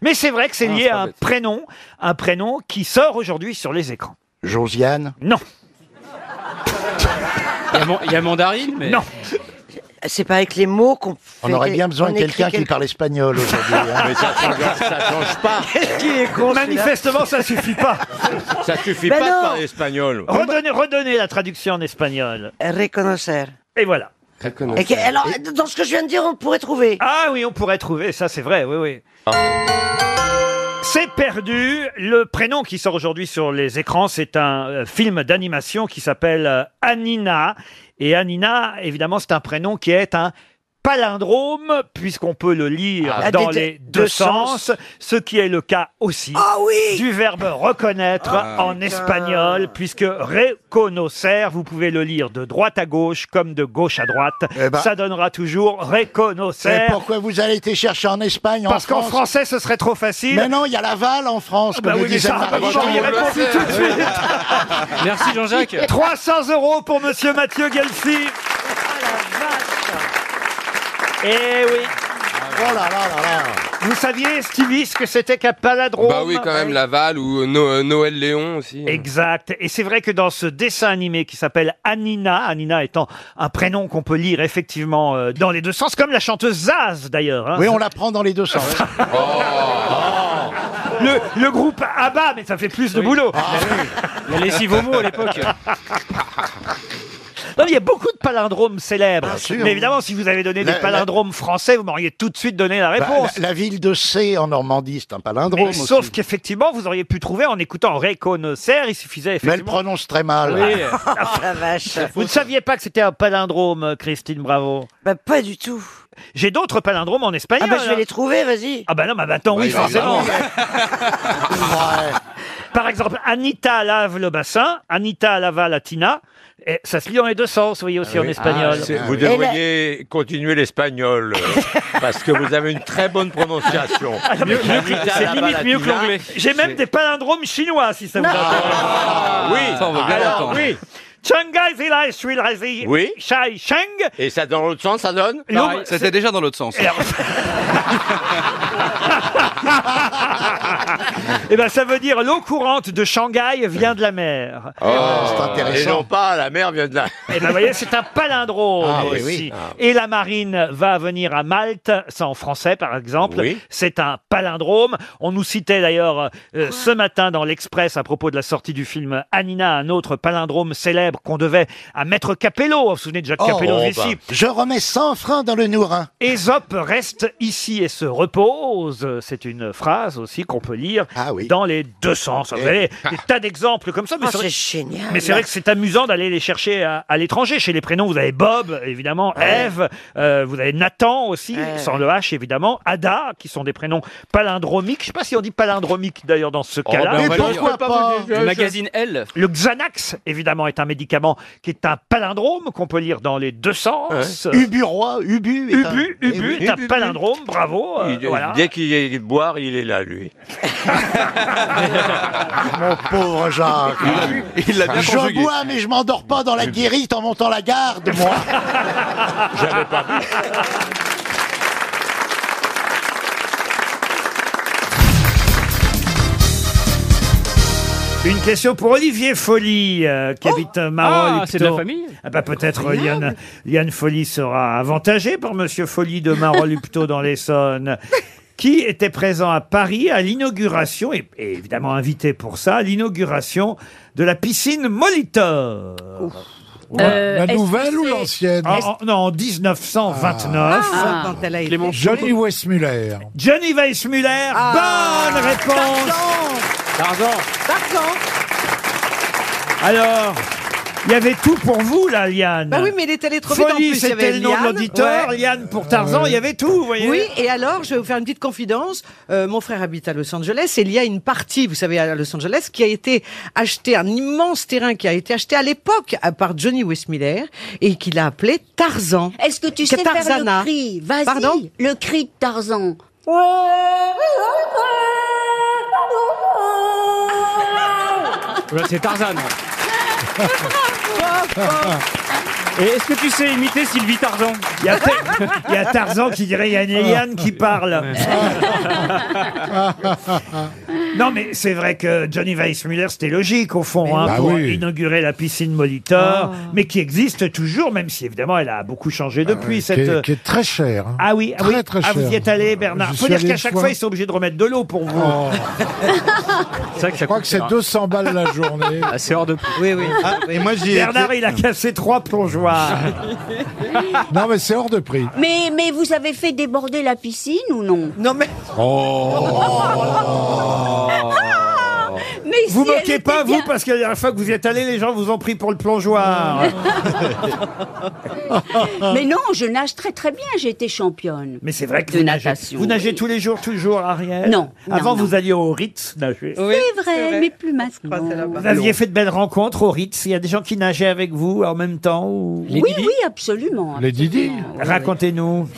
Speaker 1: Mais c'est vrai que c'est
Speaker 13: Ah,
Speaker 1: lié
Speaker 13: c'est pas
Speaker 1: à un
Speaker 13: bête.
Speaker 1: prénom, un prénom qui sort aujourd'hui sur les écrans.
Speaker 16: Josiane
Speaker 1: Non,
Speaker 17: Il y a mon- Il y, a Mandarine, mais.
Speaker 1: non.
Speaker 5: C'est pas avec les mots qu'on.
Speaker 16: On
Speaker 5: fait-
Speaker 16: aurait bien besoin
Speaker 5: on
Speaker 16: de quelqu'un
Speaker 5: écrit
Speaker 16: qui
Speaker 5: quelque-
Speaker 16: parle espagnol aujourd'hui. hein.
Speaker 18: Mais ça change, ça change pas.
Speaker 5: Qui est con celui-là
Speaker 1: Manifestement, ça suffit pas.
Speaker 18: Ça suffit
Speaker 5: Ben
Speaker 18: pas
Speaker 5: non.
Speaker 18: de parler espagnol.
Speaker 1: Redonnez, redonnez la traduction en espagnol.
Speaker 5: Reconocer.
Speaker 1: Et voilà.
Speaker 5: Et que- alors, dans ce que je viens de dire, on pourrait trouver.
Speaker 1: Ah oui, on pourrait trouver, ça c'est vrai, oui, oui. C'est perdu. Le prénom qui sort aujourd'hui sur les écrans, c'est un euh, film d'animation qui s'appelle euh, Anina. Et Anina, évidemment, c'est un prénom qui est un palindrome, puisqu'on peut le lire
Speaker 5: Ah,
Speaker 1: dans
Speaker 5: des- des-
Speaker 1: les deux
Speaker 5: deux
Speaker 1: sens, ce qui est le cas aussi
Speaker 5: Ah oui
Speaker 1: du verbe reconnaître en
Speaker 16: Euh.
Speaker 1: espagnol, puisque reconocer, vous pouvez le lire de droite à gauche comme de gauche à droite.
Speaker 16: Eh ben.
Speaker 1: Ça donnera toujours
Speaker 16: Mais
Speaker 1: reconocer.
Speaker 2: Eh,
Speaker 16: pourquoi vous allez été chercher en Espagne
Speaker 1: Parce qu'en
Speaker 16: en France
Speaker 1: français, ce serait trop facile.
Speaker 16: Mais non, il y a Laval en France,
Speaker 1: Ah bah
Speaker 16: comme
Speaker 1: oui,
Speaker 16: le
Speaker 1: mais
Speaker 16: disait
Speaker 1: ça,
Speaker 16: Marie
Speaker 1: vous
Speaker 16: Jean.
Speaker 1: m'auriez répondu tout de suite.
Speaker 17: Merci Jean-Jacques.
Speaker 1: 300 euros pour Monsieur Mathieu Gelfi.
Speaker 16: Ah,
Speaker 1: Eh oui.
Speaker 16: Oh là là là là
Speaker 1: Vous saviez, Stevie, ce que c'était qu'un paladrome
Speaker 13: Bah oui, quand même, Laval ou No- euh, Noël Léon aussi.
Speaker 1: Exact. Et c'est vrai que dans ce dessin animé qui s'appelle Anina, Anina étant un prénom qu'on peut lire effectivement euh, dans les deux sens, comme la chanteuse Zaz d'ailleurs. hein.
Speaker 16: Oui, on la prend dans les deux sens.
Speaker 1: le, le groupe ABBA, mais ça fait plus de boulot.
Speaker 17: Il y a les six mots à l'époque.
Speaker 1: Non, mais il y a beaucoup de palindromes célèbres.
Speaker 6: sûr.
Speaker 1: Mais évidemment, si vous avez donné
Speaker 6: La-
Speaker 1: des
Speaker 6: la-
Speaker 1: palindromes français, vous m'auriez tout de suite donné la
Speaker 6: Bah,
Speaker 1: réponse.
Speaker 6: la, la ville de C en Normandie, c'est un palindrome.
Speaker 1: Mais
Speaker 6: aussi.
Speaker 1: sauf qu'effectivement, vous auriez pu trouver en écoutant Réconnocer, il suffisait
Speaker 6: Mais elle
Speaker 1: effectivement.
Speaker 6: prononce très mal.
Speaker 1: Oui.
Speaker 5: Oh, la vache.
Speaker 1: Vous ne saviez pas que c'était un palindrome, Christine Bravo
Speaker 5: Bah,
Speaker 1: Pas du tout. J'ai d'autres palindromes en espagnol.
Speaker 5: Ah bah, je vais
Speaker 1: hein.
Speaker 5: les trouver, vas-y.
Speaker 1: Ah bah non, bah attends, oui,
Speaker 5: il va
Speaker 1: forcément. Par exemple, Anita lave le bassin, Anita lava la tina. Et ça se lit dans les deux sens, vous voyez aussi en espagnol.
Speaker 2: Ah C'est-
Speaker 6: Ah
Speaker 2: vous
Speaker 1: ben-
Speaker 2: devriez continuer l'espagnol euh, parce que vous avez une très bonne prononciation.
Speaker 1: Mieux- mieux que-
Speaker 2: Anita
Speaker 1: Ah, c'est limite mieux que
Speaker 2: Lavalatina,
Speaker 1: l'anglais. J'ai même des palindromes chinois, si ça vous intéresse.
Speaker 2: Oui, Ça, on veut bien
Speaker 1: Alors,
Speaker 2: l'entendre.
Speaker 1: oui. Shanghai Village Will Raise-
Speaker 2: Oui.
Speaker 1: Shai Sheng.
Speaker 2: Et ça, dans l'autre sens, ça donne
Speaker 1: Non, Pareil.
Speaker 10: Ah, C'était déjà dans l'autre sens.
Speaker 1: Eh ben, ça veut dire l'eau courante de Shanghai vient de la mer.
Speaker 6: Ah,
Speaker 2: Oh, Et non pas, la mer vient de là.
Speaker 1: Eh ben, vous voyez, c'est un palindrome
Speaker 2: Ah, oui,
Speaker 1: aussi.
Speaker 2: oui. Ah.
Speaker 1: Et la marine va venir à Malte, ça en français par exemple.
Speaker 2: Oui.
Speaker 1: C'est un palindrome. On nous citait d'ailleurs euh, ce matin dans l'Express à propos de la sortie du film Anina, un autre palindrome célèbre qu'on devait à Maître Capello. Vous vous souvenez de Jacques
Speaker 6: Oh,
Speaker 1: Capello
Speaker 6: oh,
Speaker 1: ici
Speaker 6: bah. Je remets 100 francs dans le Nourin.
Speaker 1: Ésope reste ici et se repose. euh, C'est une phrase aussi qu'on peut lire
Speaker 10: Ah
Speaker 1: dans les deux sens. Vous
Speaker 5: Eh.
Speaker 1: avez des tas d'exemples comme ça.
Speaker 5: Oh,
Speaker 1: vrai-
Speaker 5: c'est génial.
Speaker 1: Mais c'est vrai que c'est amusant d'aller les chercher à, à l'étranger. Chez les prénoms, vous avez Bob, évidemment,
Speaker 10: Ah
Speaker 1: Eve, euh, vous avez Nathan aussi,
Speaker 5: Ah Ouais.
Speaker 1: sans le H, évidemment, Ada, qui sont des prénoms palindromiques. Je sais pas si on dit palindromique d'ailleurs dans ce
Speaker 10: ben,
Speaker 1: cas-là.
Speaker 10: on va Mais le dire. pourquoi pas Le magazine Elle.
Speaker 1: Le Xanax, évidemment, est un médicament qui est un palindrome qu'on peut lire dans les deux sens.
Speaker 6: Uburoi, Ubu roi, Ubu. est un-
Speaker 1: Ubu, Ubu
Speaker 6: Eh
Speaker 1: est un
Speaker 6: oui.
Speaker 1: palindrome, bravo. euh,
Speaker 2: Il-
Speaker 1: voilà.
Speaker 2: Dès qu'il est boire, il est là, lui.
Speaker 6: Mon
Speaker 16: Ah.
Speaker 6: pauvre Jacques.
Speaker 1: Ah,
Speaker 2: Il l'a bien
Speaker 6: je
Speaker 2: conjugué.
Speaker 6: bois, mais je m'endors pas dans la guérite en montant la garde, moi.
Speaker 2: J'avais pas vu.
Speaker 1: Une question pour Olivier Folly, euh, qui habite Marolles.
Speaker 10: Ah, c'est de la famille
Speaker 1: ah bah Peut-être Liane, Liane Folly sera avantagée par Monsieur Folly de Marolles-Hupto dans l'Essonne. Qui était présent à Paris à l'inauguration, et, et évidemment invité pour ça, à l'inauguration de la piscine Molitor. Ah,
Speaker 16: Euh, La est-ce nouvelle que ou c'est- l'ancienne
Speaker 1: En- en- Non, en 1929.
Speaker 16: Ah.
Speaker 7: Quand elle a été-
Speaker 16: Johnny Westmuller.
Speaker 1: Johnny Weissmuller,
Speaker 16: Ah,
Speaker 1: bonne réponse Tarzan
Speaker 7: Tarzan.
Speaker 1: Alors, il y avait tout pour vous, là, Liane.
Speaker 7: Bah oui, mais il est allé trop vite en
Speaker 1: Folie,
Speaker 7: plus. Il y
Speaker 1: c'était
Speaker 7: avait
Speaker 1: le nom de
Speaker 7: Liane.
Speaker 1: l'auditeur.
Speaker 7: Ouais.
Speaker 1: Liane pour Tarzan, il y avait tout, vous voyez.
Speaker 7: Oui, et alors, je vais vous faire une petite confidence. Euh, mon frère habite à Los Angeles et il y a une partie, vous savez, à Los Angeles, qui a été achetée, un immense terrain qui a été acheté à l'époque à- par Johnny Westmiller et qu'il a appelé Tarzan.
Speaker 17: Est-ce que tu sais faire le
Speaker 7: Tarzana.
Speaker 17: cri Vas-y,
Speaker 7: Pardon
Speaker 17: le cri de Tarzan.
Speaker 10: C'est Tarzan. Et est-ce que tu sais imiter Sylvie Tarzan
Speaker 1: Il y, a peut- il y a Tarzan qui dirait, il y a une Liane qui parle. non, mais c'est vrai que Johnny Weissmuller, c'était logique, au fond, hein,
Speaker 16: Bah
Speaker 1: pour
Speaker 16: oui.
Speaker 1: inaugurer la piscine Molitor,
Speaker 17: Ah.
Speaker 1: mais qui existe toujours, même si, évidemment, elle a beaucoup changé depuis.
Speaker 16: Ah Qui
Speaker 1: cette... euh,
Speaker 16: est, qui est très cher. hein.
Speaker 1: Ah oui, ah
Speaker 16: très
Speaker 1: oui.
Speaker 16: très
Speaker 1: Ah,
Speaker 16: cher.
Speaker 1: vous y êtes allé, Bernard.
Speaker 16: Je
Speaker 1: Faut
Speaker 16: suis
Speaker 1: dire
Speaker 16: allé
Speaker 1: qu'à
Speaker 16: une
Speaker 1: chaque
Speaker 16: fois.
Speaker 1: fois, ils sont obligés de remettre de l'eau pour vous.
Speaker 16: Je crois que c'est 200 balles la journée.
Speaker 10: Ah,
Speaker 16: Ah,
Speaker 10: C'est hors de prix.
Speaker 7: Oui, oui.
Speaker 1: Bernard, il a cassé trois plongeoires.
Speaker 16: Non, mais c'est hors de prix.
Speaker 17: Mais, mais vous avez fait déborder la piscine ou non
Speaker 7: Non, mais.
Speaker 10: Oh.
Speaker 17: Mais
Speaker 1: vous
Speaker 17: si elle
Speaker 1: moquez
Speaker 17: était
Speaker 1: pas,
Speaker 17: bien-
Speaker 1: vous, parce que la dernière fois que vous y êtes allé, les gens vous ont pris pour le plongeoir.
Speaker 17: Ah. Mais non, je nage très très bien, j'ai été championne.
Speaker 1: Mais c'est vrai que
Speaker 17: De
Speaker 1: vous nagez,
Speaker 17: natation,
Speaker 1: vous nagez
Speaker 17: oui.
Speaker 1: tous les jours, toujours, Ariel
Speaker 17: Non, non,
Speaker 1: Avant,
Speaker 17: non.
Speaker 1: vous alliez au Ritz nager.
Speaker 17: C'est vrai, mais plus maintenant.
Speaker 1: Vous aviez fait de belles rencontres au Ritz. Il y a des gens qui nageaient avec vous en même temps ou...
Speaker 17: Oui, oui, absolument.
Speaker 1: Didi Racontez-nous.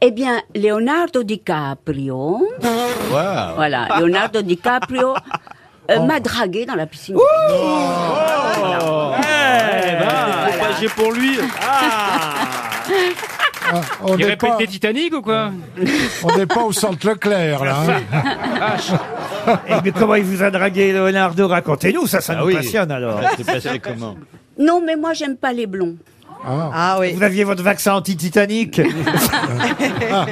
Speaker 17: Eh bien, Leonardo DiCaprio.
Speaker 1: Ah.
Speaker 17: Voilà, Leonardo DiCaprio euh,
Speaker 1: Oh.
Speaker 17: m'a dragué dans la piscine.
Speaker 1: Eh ben.
Speaker 10: J'ai pour lui.
Speaker 16: Ah. on
Speaker 10: Il
Speaker 16: n'est
Speaker 10: répète
Speaker 16: pas-
Speaker 10: des Titanic ou quoi
Speaker 16: On n'est pas au centre Leclerc, là. hein.
Speaker 1: Eh, mais comment il vous a dragué, Leonardo Racontez-nous, ça,
Speaker 11: Ah
Speaker 1: ça nous passionne alors.
Speaker 19: Ça s'est passé comment
Speaker 17: Non, mais moi, j'aime pas les blonds. Ah
Speaker 1: Vous aviez votre vaccin anti-Titanic Ah.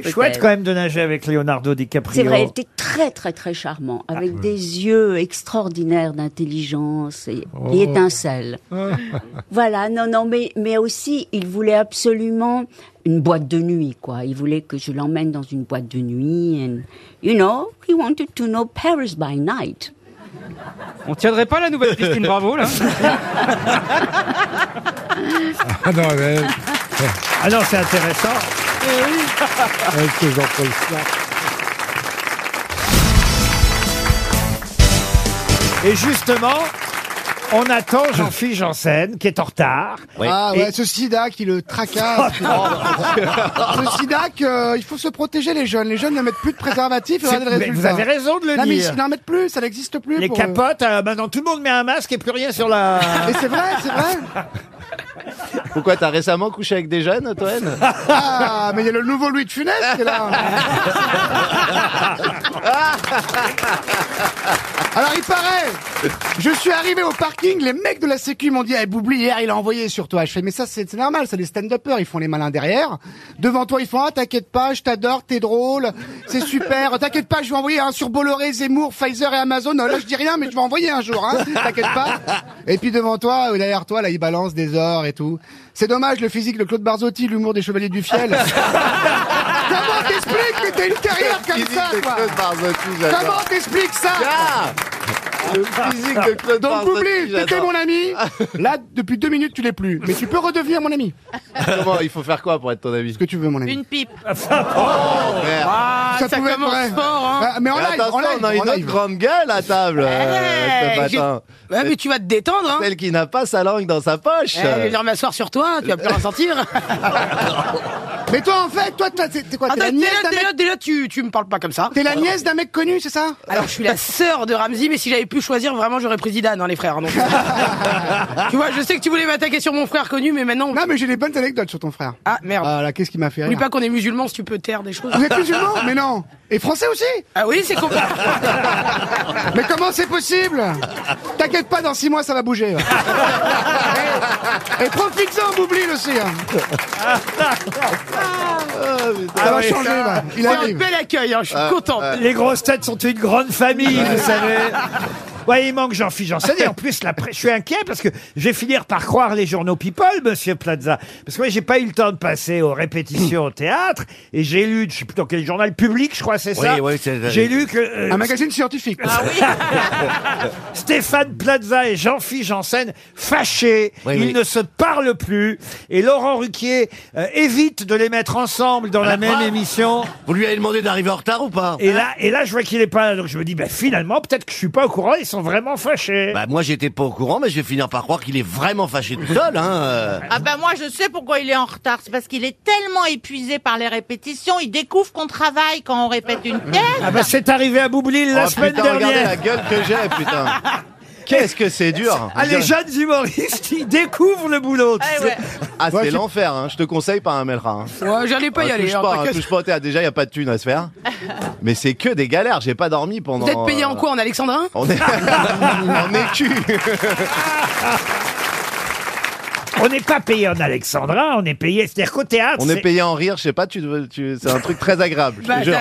Speaker 1: C'est chouette
Speaker 17: peut-être.
Speaker 1: quand même de nager avec Leonardo DiCaprio.
Speaker 17: C'est vrai, il était très très très charmant,
Speaker 1: Ah,
Speaker 17: avec des yeux extraordinaires d'intelligence et,
Speaker 1: Oh.
Speaker 17: et étincelles. voilà, non, non, mais, mais aussi, il voulait absolument une boîte de nuit, quoi. Il voulait que je l'emmène dans une boîte de nuit. And, you know, he wanted to know Paris by night.
Speaker 20: On tiendrait pas la nouvelle Christine Bravo, là
Speaker 1: Ah non, Ah c'est intéressant. Et justement, on attend Jean-Philippe Janssen, qui est en retard.
Speaker 21: Ah
Speaker 1: Et- Oh,
Speaker 21: ouais, ce sida qui le tracasse. ce sida que, euh, il faut se protéger les jeunes. Les jeunes ne mettent plus de préservatif et
Speaker 1: C'est-
Speaker 21: regardez le
Speaker 1: mais vous
Speaker 21: résultat.
Speaker 1: avez raison de le
Speaker 21: non, mais
Speaker 1: dire.
Speaker 21: ils n'en mettent plus, ça n'existe plus.
Speaker 1: Les
Speaker 21: pour eux.
Speaker 1: capotes, euh, maintenant tout le monde met un masque et plus rien sur la...
Speaker 21: Et c'est vrai, c'est vrai.
Speaker 11: Pourquoi t'as récemment couché avec des jeunes, Toen
Speaker 21: Ah, mais il y a le nouveau Louis de Funès qui est là. Alors il paraît, je suis arrivé au parking, les mecs de la sécu m'ont dit hey, Boubli hier il a envoyé sur toi. Je fais mais ça c'est c'est normal, c'est des stand-uppers, ils font les malins derrière. Devant toi ils font ah t'inquiète pas, je t'adore, t'es drôle, c'est super. T'inquiète pas, je vais envoyer un sur Bolloré, Zemmour, Pfizer et Amazon. Là je dis rien mais je vais envoyer un jour, hein. t'inquiète pas. Et puis devant toi, euh, derrière toi là ils balancent des ors et tout. C'est dommage le physique de Claude Barzotti, l'humour des Chevaliers du Fiel. Comment t'expliques que t'as une carrière comme
Speaker 11: Physique
Speaker 21: ça
Speaker 11: de
Speaker 21: quoi
Speaker 11: Claude Barzotti, j'adore.
Speaker 21: Comment t'expliques ça
Speaker 11: Ah Le physique de Claude
Speaker 21: Donc
Speaker 11: Barzotti,
Speaker 21: oublie, t'étais
Speaker 11: j'adore.
Speaker 21: mon ami. Là, depuis deux minutes, tu l'es plus. Mais tu peux redevenir mon ami.
Speaker 11: Comment il faut faire quoi pour être ton ami Ce
Speaker 21: que tu veux, mon ami.
Speaker 11: Une
Speaker 21: pipe.
Speaker 11: merde.
Speaker 21: Ah, ça pouvait être vrai.
Speaker 7: hein.
Speaker 21: Ah, mais en live,
Speaker 11: attention,
Speaker 21: en live,
Speaker 11: on a une
Speaker 21: en
Speaker 11: autre
Speaker 21: live.
Speaker 11: grande gueule à table euh,
Speaker 7: Eh,
Speaker 11: ce matin.
Speaker 7: Ouais, mais tu vas te détendre, hein.
Speaker 11: Celle qui n'a pas sa langue dans sa poche.
Speaker 7: Eh, mais je vais m'asseoir sur toi, tu vas plus rien sentir.
Speaker 21: Mais toi, en fait, toi, t'as- t'es t'es quoi T'es
Speaker 7: Attends,
Speaker 21: la
Speaker 7: Ah, t'es
Speaker 21: nièce
Speaker 7: là,
Speaker 21: d'un
Speaker 7: t'es
Speaker 21: mec
Speaker 7: là, t'es là, tu, tu me parles pas comme ça.
Speaker 21: T'es la nièce d'un mec connu, c'est ça
Speaker 7: Alors, je suis la sœur de Ramsey, mais si j'avais pu choisir, vraiment, j'aurais pris Zidane, hein, les frères. donc. tu vois, je sais que tu voulais m'attaquer sur mon frère connu, mais maintenant.
Speaker 21: Non, mais j'ai des bonnes anecdotes sur ton frère.
Speaker 7: Ah, merde.
Speaker 21: Ah là, qu'est-ce qui m'a fait
Speaker 7: N'oublie
Speaker 21: rire
Speaker 7: pas qu'on est musulmans, si tu peux taire des choses.
Speaker 21: Vous êtes musulman Mais non Et français aussi
Speaker 7: Ah oui, c'est compl-
Speaker 21: Mais comment c'est possible T'inquiète pas, dans six mois, ça va bouger. Et, et profites-en, Boubli, aussi. hein.
Speaker 7: Ah,
Speaker 21: Ça va changer, là. Il
Speaker 7: C'est un
Speaker 21: arrive. Ah,
Speaker 7: bel accueil, hein, je suis content.
Speaker 1: Les grosses têtes sont une grande famille, vous savez. Ouais, il manque Jean-Philippe Janssen. Et en plus, la presse- je suis inquiet parce que je vais finir par croire les journaux People, monsieur Plaza. Parce que moi, j'ai pas eu le temps de passer aux répétitions au théâtre. Et j'ai lu, je sais plus dans quel journal public, je crois, c'est
Speaker 2: Oui,
Speaker 1: ça.
Speaker 2: oui, c'est-
Speaker 1: J'ai lu que. euh,
Speaker 21: Un magazine scientifique. Ah oui
Speaker 1: Stéphane Plaza et Jean-Philippe Janssen fâchés.
Speaker 2: Oui,
Speaker 1: ils
Speaker 2: oui.
Speaker 1: ne se parlent plus. Et Laurent Ruquier euh, évite de les mettre ensemble dans la même émission.
Speaker 2: ah. Vous lui avez demandé d'arriver en retard ou pas
Speaker 1: Et là, et là, je vois qu'il est pas là, donc je me dis, bah, finalement, peut-être que je suis pas au courant, ils sont vraiment fâchés.
Speaker 2: Bah moi j'étais pas au courant, mais je vais finir par croire qu'il est vraiment fâché tout seul. Hein. euh.
Speaker 10: Ah bah moi je sais pourquoi il est en retard, c'est parce qu'il est tellement épuisé par les répétitions, il découvre qu'on travaille quand on répète une pièce.
Speaker 1: Ah bah c'est arrivé à Boublil la
Speaker 11: Oh,
Speaker 1: semaine
Speaker 11: putain,
Speaker 1: dernière.
Speaker 11: regardez la gueule que j'ai, putain. Qu'est-ce que c'est dur
Speaker 1: Ah, les jeunes humoristes, ils découvrent le boulot. tu sais.
Speaker 11: Ah,
Speaker 1: Moi,
Speaker 11: c'est
Speaker 1: qui-
Speaker 11: l'enfer, hein. je te conseille pas un Melra. hein.
Speaker 7: Ouais, j'allais pas y
Speaker 11: Euh,
Speaker 7: aller,
Speaker 11: Touche
Speaker 7: hein,
Speaker 11: pas, hein,
Speaker 7: t'inquiète.
Speaker 11: touche pas au théâtre. déjà il n'y a pas de thunes à se faire. Mais c'est que des galères, j'ai pas dormi pendant.
Speaker 7: Vous êtes payé en
Speaker 11: euh,
Speaker 7: quoi En alexandrin
Speaker 11: On est en écu.
Speaker 1: On n'est pas payé en alexandrin, on est payé, c'est-à-dire qu'au théâtre.
Speaker 11: On est
Speaker 1: c'est-
Speaker 11: payé en rire, je sais pas, tu, tu- c'est un truc très agréable. je te jure.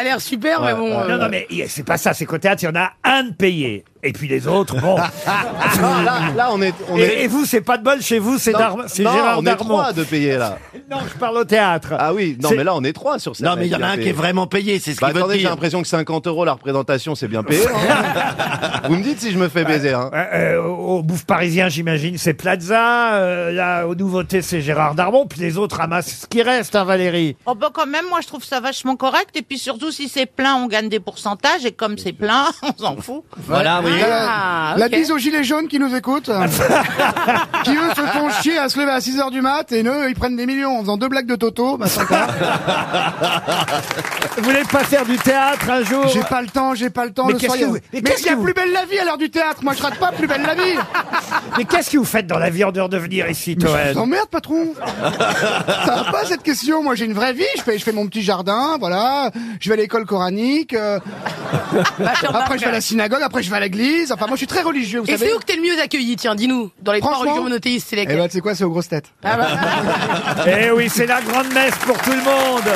Speaker 11: Ouais, ouais.
Speaker 1: Non, non, mais y- c'est pas ça, c'est qu'au théâtre, il y en a un de payé. Et puis les autres, bon.
Speaker 11: Non, là- là, on est. on
Speaker 1: et,
Speaker 11: est-
Speaker 1: et vous, c'est pas de bol chez vous, c'est
Speaker 11: Non,
Speaker 1: Darma- c'est
Speaker 11: non,
Speaker 1: Gérard
Speaker 11: on est
Speaker 1: Darmon.
Speaker 11: trois de payer là.
Speaker 1: Non, je parle au théâtre.
Speaker 11: Ah oui, non
Speaker 1: C'est-
Speaker 11: mais là on est trois sur ça.
Speaker 2: Non, mais il y en a un qui est vraiment payé, c'est ce
Speaker 11: bah,
Speaker 2: qu'il veut
Speaker 11: attendez, j'ai
Speaker 2: dire.
Speaker 11: l'impression que 50 euros la représentation, c'est bien payé. hein. Vous me dites si je me fais baiser. Hein.
Speaker 1: Euh, au au Bouffe Parisien, j'imagine, c'est Plaza. euh, là, aux Nouveautés, c'est Gérard Darmon. Puis les autres ramassent ce qui reste, hein, Valérie.
Speaker 10: Oh bah quand même moi je trouve ça vachement correct et puis surtout si c'est plein on gagne des pourcentages et comme c'est plein on s'en fout.
Speaker 2: Voilà, oui.
Speaker 10: Ah,
Speaker 21: La
Speaker 10: ok.
Speaker 21: bise aux gilets jaunes qui nous écoutent, euh, qui eux se font chier à se lever à 6h du mat et eux ils prennent des millions en faisant deux blagues de Toto. Bah, sympa.
Speaker 1: Vous voulez pas faire du théâtre un jour
Speaker 21: J'ai pas le temps, j'ai pas le temps.
Speaker 1: Mais
Speaker 21: le
Speaker 1: qu'est-ce
Speaker 21: soir,
Speaker 1: que
Speaker 21: il y a-
Speaker 1: vous-
Speaker 21: Mais
Speaker 1: mais qu'est-ce
Speaker 21: il y a
Speaker 1: que vous-
Speaker 21: plus belle la vie à l'heure du théâtre. Moi je rate pas plus belle la vie.
Speaker 1: Mais qu'est-ce que vous faites dans la vie en dehors de venir ici,
Speaker 21: Je vous
Speaker 1: Toen
Speaker 21: emmerde, patron. Ça va pas cette question. Moi, j'ai une vraie vie. Je fais, je fais mon petit jardin, voilà. Je vais à l'école coranique. euh, Après, je vais à la synagogue. Après, je vais à l'église. Enfin, moi, je suis très religieux. Vous
Speaker 7: Et
Speaker 21: savez.
Speaker 7: c'est où que t'es le mieux accueilli Tiens, dis-nous. Dans les trois
Speaker 21: Franchement
Speaker 7: religions monothéistes, c'est
Speaker 21: Eh
Speaker 7: lesquelles
Speaker 1: bah.
Speaker 21: ben, tu sais quoi, c'est aux grosses têtes.
Speaker 1: Eh oui, c'est la grande messe pour tout le monde.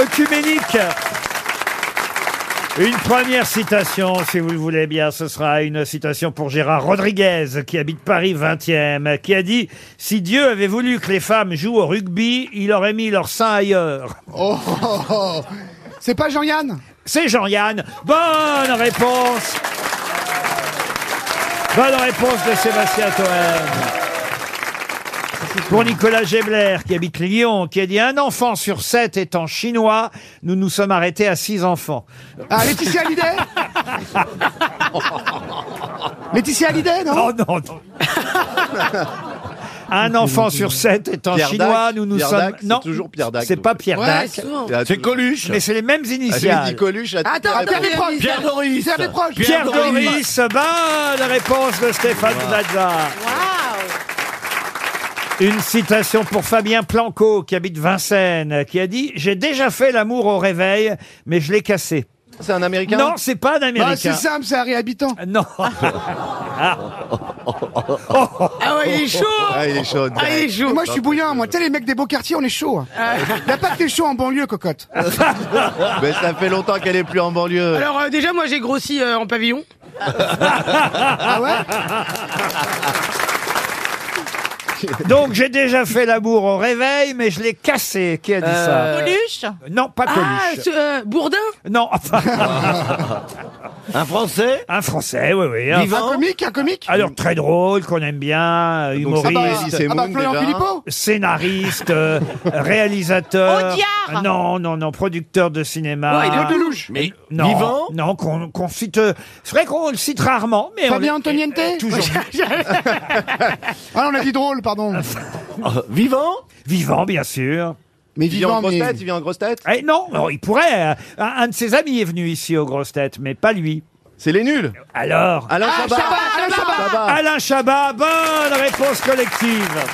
Speaker 1: œcuménique. Une première citation, si vous le voulez bien, ce sera une citation pour Gérard Rodriguez, qui habite Paris 20e, qui a dit « Si Dieu avait voulu que les femmes jouent au rugby, il aurait mis leur sein ailleurs.
Speaker 21: Oh, oh, oh. C'est pas Jean-Yann »
Speaker 1: C'est Jean-Yann. Bonne réponse Bonne réponse de Sébastien Toen. Pour Nicolas Gebler, qui habite Lyon, qui a dit un enfant sur sept étant chinois, nous nous sommes arrêtés à six enfants.
Speaker 21: Ah, Laetitia Hallyday Laetitia Hallyday, non
Speaker 1: Oh non, non. Un enfant sur sept étant
Speaker 12: Pierre
Speaker 1: chinois,
Speaker 12: Dac,
Speaker 1: nous nous
Speaker 12: Pierre
Speaker 1: sommes.
Speaker 12: Dac, c'est
Speaker 1: non,
Speaker 12: toujours Pierre Dac,
Speaker 1: C'est
Speaker 12: donc.
Speaker 1: pas Pierre
Speaker 12: Ouais,
Speaker 1: Dac.
Speaker 12: souvent.
Speaker 11: Ah,
Speaker 12: C'est toujours- Coluche.
Speaker 1: Mais c'est les mêmes
Speaker 12: Ah, j'ai
Speaker 1: initiales.
Speaker 12: dit Coluche, à-
Speaker 21: Attends,
Speaker 12: à-
Speaker 21: Pierre Desproges.
Speaker 12: Pierre Doris.
Speaker 21: Pierre Desproges.
Speaker 1: Pierre Doris, bonne réponse de Stéphane Plaza. Une citation pour Fabien Planco, qui habite Vincennes, qui a dit J'ai déjà fait l'amour au réveil, mais je l'ai cassé.
Speaker 12: C'est un Américain
Speaker 1: Non, c'est pas hein. un Américain.
Speaker 21: Bah, c'est simple, c'est un réhabitant.
Speaker 1: Non.
Speaker 21: Ah ouais, il est chaud
Speaker 12: Ah, il est chaud.
Speaker 21: Ah, il est chaud. Moi, je suis bouillant, moi. Tu sais, les mecs des beaux quartiers, on est chaud. Y'a pas que t'es chaud en banlieue, cocotte.
Speaker 12: Mais ça fait longtemps qu'elle est plus en banlieue.
Speaker 10: Alors euh, déjà, moi j'ai grossi euh, en pavillon.
Speaker 21: ah ouais
Speaker 1: Donc j'ai déjà fait l'amour au réveil, mais je l'ai cassé. Qui a dit
Speaker 22: Euh,
Speaker 1: ça
Speaker 22: Coluche
Speaker 1: Non, pas
Speaker 10: Ah,
Speaker 1: Coluche.
Speaker 10: ce, euh, Bourdin
Speaker 1: Non, enfin.
Speaker 12: Un Français
Speaker 1: Un Français, oui, oui. Un-
Speaker 21: Un comique, un comique
Speaker 1: Alors très drôle, qu'on aime bien, euh,
Speaker 12: Donc,
Speaker 1: humoriste,
Speaker 12: c'est
Speaker 21: Ah bah, Florian Philippot
Speaker 1: scénariste, euh, réalisateur. Ah,
Speaker 22: Audiard
Speaker 1: Non, non, non, producteur de cinéma.
Speaker 21: Ouais, Claude Lelouch.
Speaker 1: Mais non,
Speaker 12: vivant
Speaker 1: Non, qu'on qu'on cite. euh, C'est vrai qu'on le cite rarement, mais
Speaker 21: Fabien
Speaker 1: on eh,
Speaker 21: Antoniente
Speaker 1: toujours.
Speaker 21: Ah, on a dit drôle, pardon.
Speaker 12: Ah, Vivant
Speaker 1: vivant, bien sûr.
Speaker 21: Mais
Speaker 12: Il vient en
Speaker 21: vivant,
Speaker 12: grosse
Speaker 21: mais...
Speaker 12: tête, il vient en grosse tête.
Speaker 2: Ah,
Speaker 1: Eh, non, non, il pourrait. euh, Un, un de ses amis est venu ici aux grosses têtes, mais pas lui.
Speaker 12: C'est les nuls.
Speaker 1: Alors
Speaker 12: Alain
Speaker 21: Ah,
Speaker 12: Chabat.
Speaker 21: Chabat, Alain Chabat.
Speaker 1: Alain Chabat, bonne réponse collective.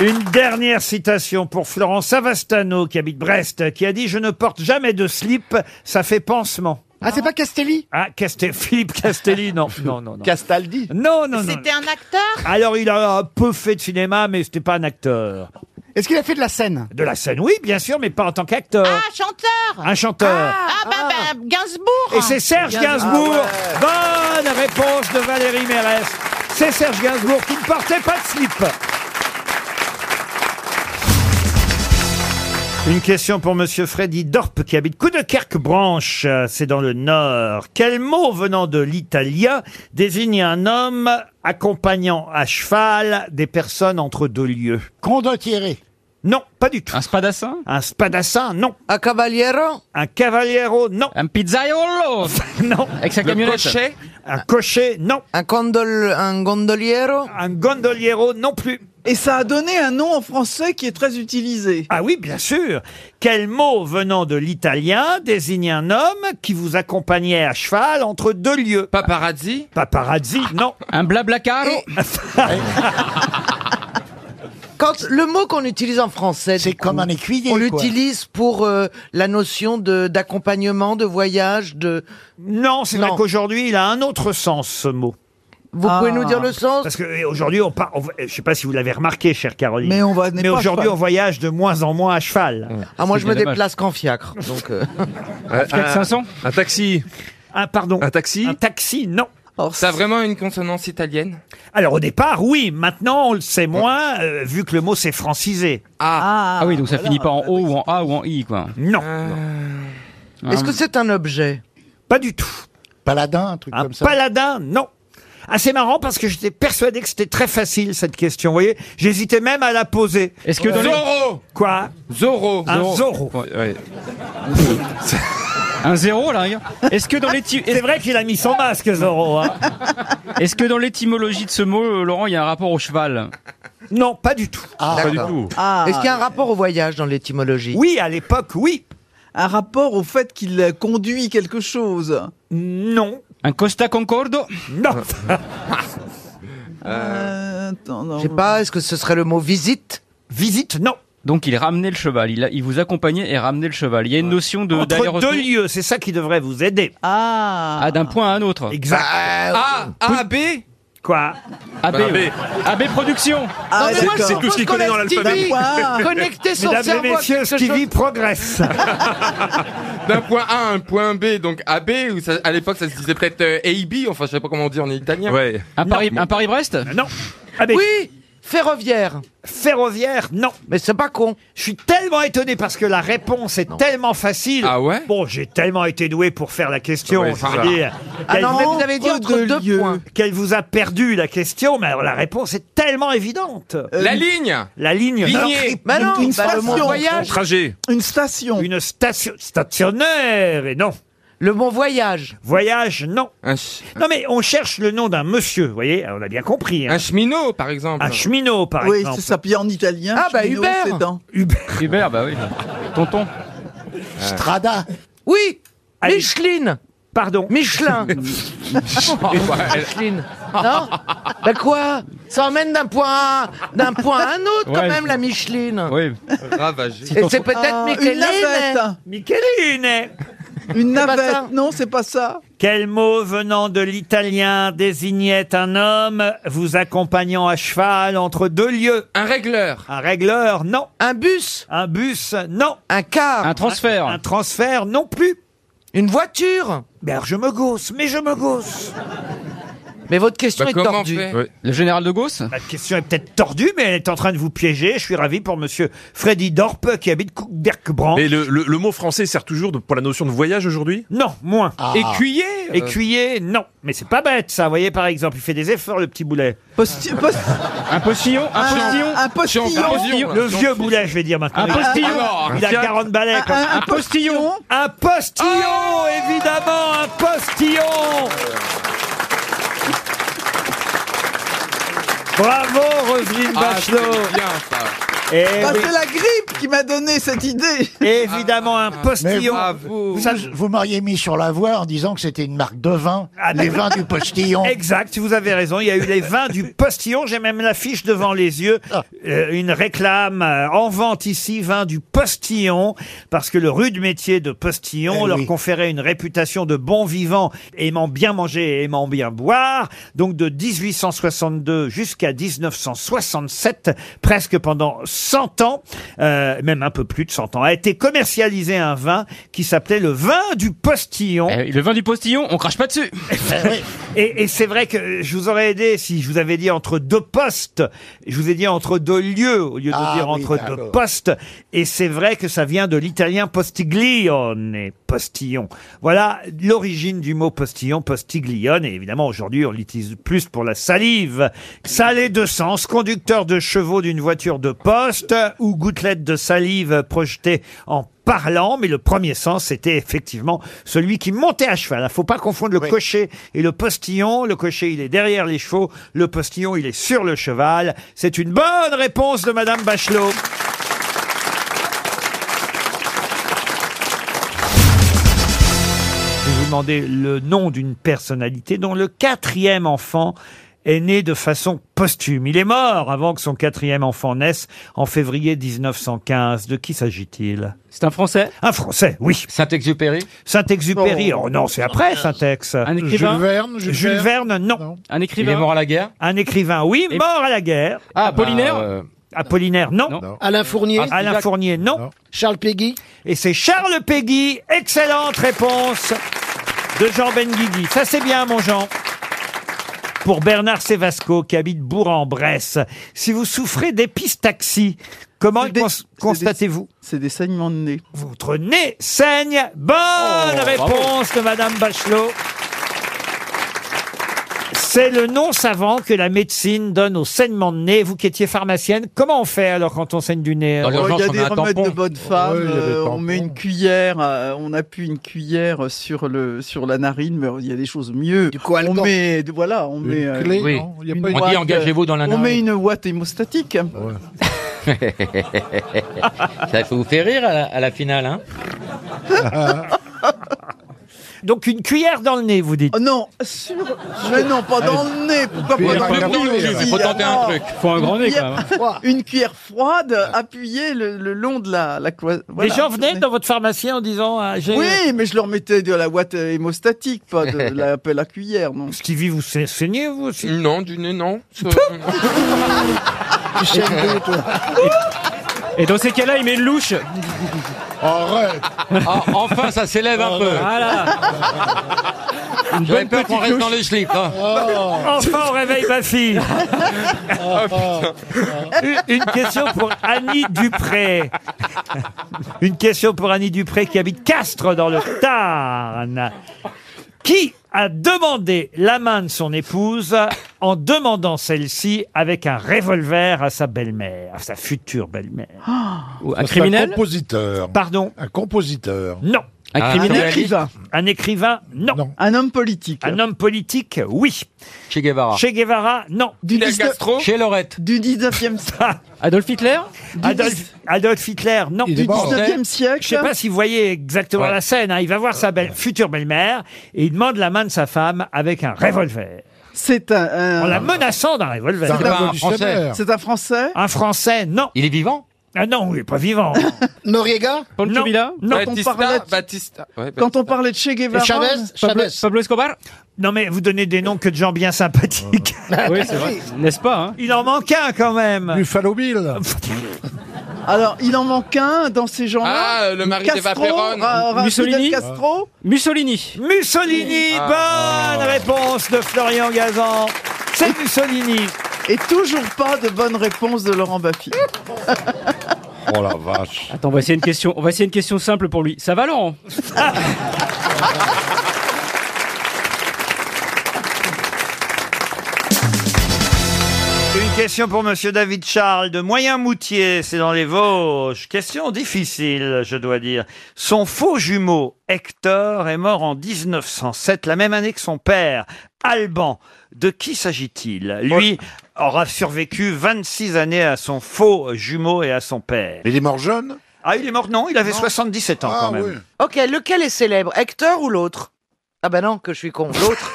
Speaker 1: Une dernière citation pour Florent Savastano, qui habite Brest, qui a dit « Je ne porte jamais de slip, ça fait pansement
Speaker 21: Ah, c'est pas Castelli ».
Speaker 1: Ah, Castel- Philippe Castelli, non, non, non. non.
Speaker 12: Castaldi.
Speaker 1: Non, non, Ah, non.
Speaker 22: C'était un acteur
Speaker 1: Alors, il a un peu fait de cinéma, mais c'était pas un acteur.
Speaker 21: Est-ce qu'il a fait de la scène
Speaker 1: De la scène, oui, bien sûr, mais pas en tant qu'acteur.
Speaker 22: Ah, chanteur
Speaker 1: euh, un chanteur.
Speaker 22: Ah, bah, bah, Gainsbourg
Speaker 1: Et c'est Serge Gainsbourg.
Speaker 7: Ah
Speaker 1: Bonne réponse de Valérie Mérès. C'est Serge Gainsbourg qui ne portait pas de slip. Une question pour Monsieur Freddy Dorp qui habite Coudekerque-Branche, euh, c'est dans le Nord. Quel mot venant de l'italien désigne un homme accompagnant à cheval des personnes entre deux lieux
Speaker 18: Condottieri.
Speaker 1: Non, pas du tout.
Speaker 18: Un spadassin
Speaker 1: Un spadassin, non.
Speaker 5: Un cavaliero
Speaker 1: Un cavaliero, non.
Speaker 18: Un pizzaiolo
Speaker 1: Non.
Speaker 18: Avec sa
Speaker 23: Le
Speaker 18: camionnette
Speaker 23: cocher
Speaker 1: Un cocher, non.
Speaker 5: un, gondol, un gondoliero
Speaker 1: Un gondoliero, non plus.
Speaker 24: Et ça a donné un nom en français qui est très utilisé.
Speaker 1: Ah oui, bien sûr. Quel mot venant de l'italien désigne un homme qui vous accompagnait à cheval entre deux lieux
Speaker 25: Paparazzi
Speaker 1: Paparazzi, non.
Speaker 18: Un blablacaro
Speaker 5: Quand le mot qu'on utilise en français, c'est
Speaker 16: comme un écuyer,
Speaker 5: On
Speaker 16: quoi.
Speaker 5: l'utilise pour euh, la notion de d'accompagnement, de voyage, de.
Speaker 1: Non, c'est vrai
Speaker 5: Non.
Speaker 1: qu'aujourd'hui, il a un autre sens, ce mot.
Speaker 5: Vous
Speaker 24: Ah.
Speaker 5: pouvez nous dire le sens
Speaker 1: Parce qu'aujourd'hui, on part. on va- je sais pas si vous l'avez remarqué, chère Caroline.
Speaker 24: Mais on va- n'est
Speaker 1: Mais
Speaker 24: pas à
Speaker 1: aujourd'hui,
Speaker 24: cheval.
Speaker 1: on voyage de moins en moins à cheval.
Speaker 5: Ah moi je me
Speaker 25: dommage.
Speaker 5: déplace qu'en fiacre, donc. euh,
Speaker 26: Un-
Speaker 18: 500
Speaker 26: Un taxi.
Speaker 1: Ah, pardon.
Speaker 26: Un taxi.
Speaker 1: Un taxi, non.
Speaker 16: Oh,
Speaker 13: Ça a vraiment une consonance italienne
Speaker 1: Alors, au départ, oui. Maintenant, on le sait moins, euh, vu que le mot s'est francisé.
Speaker 18: ah, oui, donc ça finit pas en O ou en A ou en I, quoi. Ah.
Speaker 1: Non,
Speaker 18: Hein.
Speaker 5: Est-ce que c'est un objet
Speaker 1: pas du tout.
Speaker 16: Paladin, un truc
Speaker 1: Un
Speaker 16: comme ça.
Speaker 1: paladin, non. Ah, c'est marrant parce que j'étais persuadé que c'était très facile cette question, vous voyez. J'hésitais même à la poser.
Speaker 18: Est-ce que dans les-
Speaker 23: Zorro
Speaker 1: Quoi
Speaker 23: Zorro
Speaker 1: Un zorro.
Speaker 26: Ouais, ouais.
Speaker 18: Un zéro, là, regarde. Est-ce que dans l'éty-
Speaker 1: C'est vrai qu'il a mis son masque, Zorro. hein.
Speaker 18: est-ce que dans l'étymologie de ce mot, euh, Laurent, il y a un rapport au cheval
Speaker 1: Non, pas du tout.
Speaker 2: Ah,
Speaker 26: Pas du tout.
Speaker 5: Ah, Est-ce qu'il y a un rapport au voyage dans l'étymologie
Speaker 1: Oui, à l'époque, oui.
Speaker 24: Un rapport au fait qu'il conduit quelque chose.
Speaker 1: Non.
Speaker 18: Un Costa Concordo
Speaker 1: Non.
Speaker 24: Euh, attends, non.
Speaker 5: Je sais pas. Est-ce que ce serait le mot visite
Speaker 1: Visite, non.
Speaker 18: Donc il ramenait le cheval, il, a- il vous accompagnait et ramenait le cheval. Il y a une notion de
Speaker 1: Entre
Speaker 18: d'aller-retour.
Speaker 1: deux lieux, c'est ça qui devrait vous aider.
Speaker 24: Ah.
Speaker 18: Ah, d'un point à un autre.
Speaker 1: Exact.
Speaker 13: A, A, B
Speaker 1: Quoi
Speaker 17: AB.
Speaker 26: Bah,
Speaker 17: AB. AB Productions.
Speaker 1: Ah,
Speaker 17: Non, mais moi, je
Speaker 1: c'est tout
Speaker 17: suppose
Speaker 1: ce qu'il
Speaker 17: qu'on
Speaker 1: connaît
Speaker 17: laisse
Speaker 1: dans l'alphabet.
Speaker 17: Stevie connecter son
Speaker 1: Mesdames
Speaker 17: cerveau
Speaker 1: et
Speaker 17: à
Speaker 1: messieurs,
Speaker 17: quelque
Speaker 1: Stevie
Speaker 17: chose.
Speaker 1: progresse.
Speaker 13: D'un point A à un point B, donc AB, où ça- à l'époque ça se disait peut-être euh, AB, enfin je sais pas comment on dit en italien.
Speaker 26: Ouais.
Speaker 13: Un
Speaker 17: Paris-Brest
Speaker 1: Euh, Non.
Speaker 13: Oui
Speaker 1: Ferroviaire. Ferroviaire, non.
Speaker 11: Mais c'est pas con.
Speaker 1: Je suis tellement étonné parce que la réponse est tellement facile. Ah ouais Bon, j'ai tellement été doué pour faire la question.
Speaker 18: Ouais,
Speaker 1: je
Speaker 18: c'est
Speaker 1: veux
Speaker 18: ça.
Speaker 1: dire.
Speaker 18: Ah
Speaker 1: Qu'elle-
Speaker 18: non, mais vous avez dit entre deux points.
Speaker 1: Qu'elle vous a perdu la question, mais alors la réponse est tellement évidente.
Speaker 13: La ligne
Speaker 1: La ligne.
Speaker 13: Lignée. Mais non,
Speaker 1: Une
Speaker 13: bah, le
Speaker 1: station.
Speaker 13: Bon Voyage.
Speaker 1: trajet. Une station. Une station. Stationnaire, et non. Le bon voyage. Voyage, non. Non, mais on cherche le nom d'un monsieur, vous voyez, on a bien compris. Un
Speaker 13: cheminot, par exemple.
Speaker 1: Un cheminot, par
Speaker 24: oui,
Speaker 1: exemple.
Speaker 24: c'est ça. Puis en italien.
Speaker 1: Ah, bah,
Speaker 24: Chino,
Speaker 1: Hubert.
Speaker 24: c'est dans-
Speaker 1: Hubert.
Speaker 26: Hubert, bah oui. Tonton.
Speaker 24: Strada.
Speaker 7: Euh.
Speaker 1: Oui Micheline Pardon
Speaker 24: Michelin.
Speaker 26: Oh,
Speaker 10: Micheline. Non Bah
Speaker 7: Ben
Speaker 10: quoi Ça emmène d'un point à un- d'un point à un autre quand
Speaker 13: Ouais.
Speaker 10: même la Micheline.
Speaker 13: Oui.
Speaker 10: Et c'est peut-être Micheline.
Speaker 1: Micheline
Speaker 24: Une navette. Non, c'est pas ça.
Speaker 1: Quel mot venant de l'italien désignait un homme vous accompagnant à cheval entre deux lieux Un régleur. Un régleur, non. Un bus. Un bus, non. Un car. Un transfert. Un, transfert, non plus. Une voiture. Ben alors je me gausse, mais je me gausse. Mais votre question
Speaker 17: Bah, est comment tordue. on fait Oui.
Speaker 1: Le général de Gauss La question est peut-être tordue, mais elle est en train de vous piéger. Je suis ravi pour monsieur Freddy Dorpe qui habite Berkbrand.
Speaker 26: Et le, le- le mot français sert toujours de- pour la notion de voyage aujourd'hui
Speaker 1: Non, moins.
Speaker 26: Écuyer euh.
Speaker 1: Écuyer, non. Mais c'est pas bête, ça. Vous voyez, par exemple, il fait des efforts, le petit boulet. un postillon
Speaker 24: un Un- postillon. Ah, un postillon. Un postillon.
Speaker 1: Le vieux boulet, je vais dire maintenant.
Speaker 24: Un
Speaker 1: Il-
Speaker 24: postillon.
Speaker 1: Il a 40 balais.
Speaker 24: Un- un- un
Speaker 1: postillon. Un postillon, évidemment, un postillon Bravo, Roselyne
Speaker 24: Ah,
Speaker 1: Bachelot
Speaker 24: c'est bien,
Speaker 1: Eh
Speaker 24: Bah,
Speaker 1: oui.
Speaker 24: C'est la grippe qui m'a donné cette idée.
Speaker 1: Évidemment, un postillon.
Speaker 16: Ah, vous vous, m'auriez mis sur la voie en disant que c'était une marque de vin,
Speaker 2: Ah,
Speaker 16: les vins du postillon.
Speaker 1: Ah, Exact, vous avez raison. Il y a eu les vins du postillon. J'ai même l'affiche devant les yeux.
Speaker 16: Ah.
Speaker 1: Euh, une réclame euh, en vente ici, vin du postillon. Parce que le rude métier de postillon
Speaker 16: Eh
Speaker 1: leur conférait une réputation de bon vivant, aimant bien manger et aimant bien boire. Donc de 1862 jusqu'à 1967, presque pendant 100 ans, euh, même un peu plus de 100 ans, a été commercialisé un vin qui s'appelait le vin du postillon.
Speaker 17: Eh
Speaker 1: Eh ben
Speaker 17: Le vin du postillon, on crache pas dessus.
Speaker 1: Et, et c'est vrai que je vous aurais aidé si je vous avais dit entre deux postes. Je vous ai dit entre deux lieux au lieu de
Speaker 16: Ah
Speaker 1: dire
Speaker 16: oui,
Speaker 1: entre deux
Speaker 16: d'accord.
Speaker 1: postes. Et c'est vrai que ça vient de l'italien postiglione, postillon. Voilà l'origine du mot postillon, postiglione. Et évidemment, aujourd'hui, on l'utilise plus pour la salive. Salé de sens, conducteur de chevaux d'une voiture de poste ou gouttelette de salive projetée en parlant, mais le premier sens, c'était effectivement celui qui montait à cheval. Il faut pas confondre le cocher et le postillon. Le cocher, il est derrière les chevaux. Le postillon, il est sur le cheval. C'est une bonne réponse de Madame Bachelot. Je vais vous demander le nom d'une personnalité dont le quatrième enfant est né de façon posthume. Il est mort avant que son quatrième enfant naisse en février 1915. De qui s'agit-il C'est un Français Un Français, oui. Saint-Exupéry Saint-Exupéry,
Speaker 17: Oh. Ah.
Speaker 1: oh, non, c'est après Saint-Ex.
Speaker 17: Un écrivain Jules Verne, Jules
Speaker 1: Jules
Speaker 17: Verne.
Speaker 1: Verne, non.
Speaker 17: Un écrivain Il est mort à
Speaker 1: la guerre Un écrivain, oui,
Speaker 17: Et-
Speaker 1: mort à la guerre.
Speaker 17: Ah, Apollinaire bah, euh,
Speaker 1: Apollinaire, non.
Speaker 21: Alain Fournier
Speaker 2: Ah,
Speaker 1: Alain Fournier, non.
Speaker 21: Charles Péguy
Speaker 1: Et c'est Charles Péguy. Excellente réponse de Jean Benguigui. Ça, c'est bien, mon Jean. Pour Bernard Sévasco, qui habite Bourg-en-Bresse, si vous souffrez d'épistaxie, comment cons- constatez-vous
Speaker 24: C'est des saignements de nez. Oh,
Speaker 1: Votre nez saigne. Bonne réponse de Madame Bachelot. C'est le nom savant que la médecine donne au saignement de nez. Vous qui étiez pharmacienne, comment on fait alors quand on saigne du nez
Speaker 25: Euh,
Speaker 24: Oh, Il y a des remèdes de bonne femme. euh, on met une cuillère, euh, on appuie une cuillère sur le sur la narine, mais il y a des choses mieux. on met, voilà, on met. euh,
Speaker 25: clé, Oui. non Il y a pas une- euh, On dit
Speaker 24: ouate,
Speaker 25: engagez-vous dans la
Speaker 24: On
Speaker 25: narine.
Speaker 24: met une ouate hémostatique.
Speaker 25: Ça vous fait rire à la, à la finale, hein
Speaker 2: Donc une cuillère dans le nez, vous dites
Speaker 25: Non, sur... Mais non, pas dans le nez. Pourquoi
Speaker 2: Cuillère
Speaker 25: pas
Speaker 2: dans le
Speaker 25: dans
Speaker 2: nez,
Speaker 25: le nez
Speaker 2: là. Faut tenter un
Speaker 25: Non.
Speaker 2: truc. Faut un grand nez, quand même. hein.
Speaker 25: Une cuillère froide- Une cuillère froide appuyée le, le long de la, la cloison.
Speaker 2: Les gens venaient dans votre pharmacie en disant ah, j'ai-
Speaker 25: Oui, mais je leur mettais de la ouate hémostatique, pas de la pelle à cuillère. Non.
Speaker 2: Stevie, vous saignez, vous aussi
Speaker 12: Non, du nez, non.
Speaker 25: Tu
Speaker 12: saignes d'où,
Speaker 25: toi
Speaker 13: Et dans ces cas-là, il met une louche.
Speaker 11: Arrête
Speaker 6: Ah, enfin, ça s'élève un peu. J'avais peur qu'on reste dans les slips. hein.
Speaker 2: Enfin, on réveille ma fille. Oh,
Speaker 16: Ah,
Speaker 2: Une- Une question pour Annie Dupré. Une question pour Annie Dupré qui habite Castres dans le Tarn. Qui a demandé la main de son épouse en demandant celle-ci avec un revolver à sa belle-mère, à sa future belle-mère
Speaker 11: Ça, c'est Un compositeur.
Speaker 2: Pardon
Speaker 11: Un compositeur.
Speaker 2: Non.
Speaker 11: Un Ah, criminel
Speaker 2: Un
Speaker 11: un
Speaker 2: écrivain
Speaker 11: écrivain.
Speaker 2: Un écrivain, non.
Speaker 25: Un homme politique
Speaker 2: Un homme politique, oui.
Speaker 6: Che Guevara.
Speaker 2: Che Guevara, non.
Speaker 6: Du Fidel 19 Castro
Speaker 2: Chez
Speaker 6: Lorette.
Speaker 25: Du 19e
Speaker 2: siècle.
Speaker 13: Adolf Hitler
Speaker 2: Adolf, Adolf Hitler, non.
Speaker 13: Il est Du mort. 19e siècle.
Speaker 2: Je sais pas si vous voyez exactement
Speaker 13: Ouais.
Speaker 2: la scène. hein. Il va voir sa belle, future belle-mère et il demande la main de sa femme avec un revolver.
Speaker 25: C'est un,
Speaker 2: En la menaçant d'un revolver.
Speaker 25: C'est un Français. C'est un Français
Speaker 2: Un Français, non.
Speaker 6: Il est vivant
Speaker 2: Ah non, il est pas vivant.
Speaker 13: Ah,
Speaker 25: Noriega
Speaker 2: Paul Non. Kabila Non.
Speaker 25: Quand on
Speaker 2: Batista,
Speaker 25: parlait de-
Speaker 2: Batista. Ouais, Batista.
Speaker 25: Quand on parlait de Che Guevara...
Speaker 2: Pablo Escobar Non mais vous donnez des noms que de gens bien sympathiques.
Speaker 25: Ah Oui, c'est vrai.
Speaker 2: N'est-ce pas hein Il en manque un quand même.
Speaker 11: Buffalo Bill.
Speaker 25: Alors, il en manque un dans ces gens-là.
Speaker 12: Ah, le mari d'Eva
Speaker 25: Castro,
Speaker 12: Perón.
Speaker 25: Ra- Ra-
Speaker 12: Mussolini.
Speaker 25: Fidel Castro.
Speaker 1: Ah.
Speaker 13: Mussolini.
Speaker 2: Mussolini,
Speaker 25: Ah.
Speaker 2: bonne réponse de Florian Gazan. C'est Mussolini.
Speaker 25: Et toujours pas de bonne réponse de Laurent Baffy.
Speaker 11: Oh la vache.
Speaker 13: Attends, on va essayer une question. On va essayer une question simple pour lui. Ça va, Laurent
Speaker 1: Une question pour Monsieur David Charles de Moyen-Moutier, c'est dans les Vosges. Question difficile, je dois dire. Son faux jumeau, Hector, est mort en 1907, la même année que son père, Alban. De qui s'agit-il Lui aura survécu 26 années à son faux jumeau et à son père. Il est mort jeune Ah, il est mort, non, Ah il avait 77 ans quand même.
Speaker 7: Ok, lequel est célèbre Hector ou l'autre Ah bah non, que je suis con. L'autre.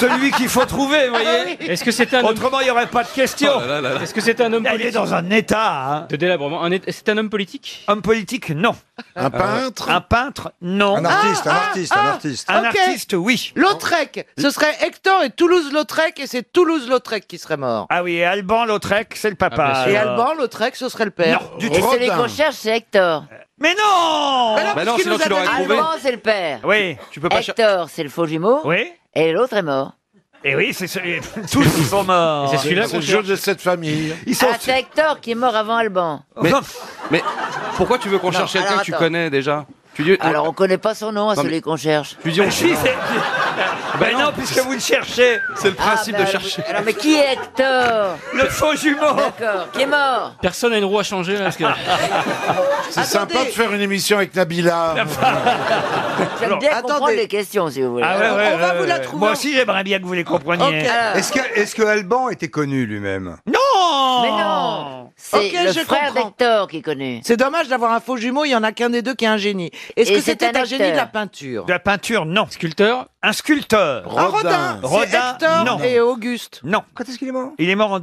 Speaker 1: Celui qu'il faut trouver, vous voyez.
Speaker 13: Ah Est-ce que c'est un homme-
Speaker 1: Autrement, il n'y aurait pas de question.
Speaker 13: Est-ce que c'est un homme politique
Speaker 1: Il est dans un état. hein.
Speaker 13: de délabrement Un é- C'est un homme politique
Speaker 1: Homme politique, non.
Speaker 13: Un
Speaker 1: peintre Un peintre, non.
Speaker 13: Un artiste, un Ah, artiste, un ah, artiste.
Speaker 1: Un
Speaker 7: ok.
Speaker 1: artiste, oui.
Speaker 7: Lautrec. Ce serait Hector et Toulouse-Lautrec et c'est Toulouse-Lautrec qui serait mort. Ah,
Speaker 1: Ah oui, et Alban Lautrec, c'est le papa.
Speaker 7: et
Speaker 1: alors.
Speaker 7: Alban Lautrec, ce serait le père.
Speaker 1: Non, du Et tout. celui qu'on cherche,
Speaker 7: c'est Hector.
Speaker 1: Mais non
Speaker 7: Mais non,
Speaker 12: Bah
Speaker 7: parce qu'il nous a donné-
Speaker 26: Alban, c'est le père.
Speaker 1: Oui, tu peux pas cher-
Speaker 26: Hector, c'est le faux jumeau.
Speaker 1: Oui.
Speaker 26: Et l'autre est mort.
Speaker 1: Et Eh oui, c'est celui- tous sont morts.
Speaker 11: C'est celui-là qu'on cherche.
Speaker 1: de cette famille. Ils sont
Speaker 26: Ah, c'est Hector qui est mort avant Alban.
Speaker 1: Mais-
Speaker 12: Mais pourquoi tu veux qu'on
Speaker 26: Non,
Speaker 12: cherche quelqu'un
Speaker 26: alors,
Speaker 12: que tu
Speaker 26: attends.
Speaker 12: connais déjà tu dis,
Speaker 26: Alors, on connaît pas son nom à
Speaker 12: Non,
Speaker 26: celui
Speaker 12: mais-
Speaker 26: qu'on cherche.
Speaker 12: Tu dis, on-
Speaker 1: Si, c'est- Ben non, puisque vous le cherchez. C'est le
Speaker 26: Ah,
Speaker 13: ben,
Speaker 26: bah, Alors, mais qui est Hector
Speaker 1: Le faux jumeau
Speaker 26: D'accord, qui est mort
Speaker 13: Personne n'a une roue à changer là. Parce que...
Speaker 11: C'est sympa de faire une émission avec Nabila.
Speaker 2: Ah,
Speaker 26: J'aime bien comprendre les questions, si vous voulez. Alors, on va vous la trouver.
Speaker 1: Moi aussi, j'aimerais bien que vous les compreniez.
Speaker 26: Ok. Alors-
Speaker 27: Est-ce que, est-ce que Alban était connu lui-même
Speaker 1: Non
Speaker 26: Mais non C'est
Speaker 7: Ok,
Speaker 26: le
Speaker 7: je
Speaker 26: frère
Speaker 7: comprends.
Speaker 26: d'Hector qui est connu.
Speaker 7: C'est dommage d'avoir un faux jumeau, il y en a qu'un des deux qui est un génie. Est-ce
Speaker 26: Et
Speaker 7: que
Speaker 26: c'est
Speaker 7: c'était
Speaker 26: un
Speaker 7: un, génie de la
Speaker 26: acteur.
Speaker 7: peinture
Speaker 1: De la peinture, non.
Speaker 13: Sculpteur
Speaker 1: Un sculpteur.
Speaker 7: Un Rodin. C'est Hector
Speaker 1: non.
Speaker 7: et Auguste.
Speaker 1: Non.
Speaker 7: Quand est-ce qu'il est mort
Speaker 1: Il est mort en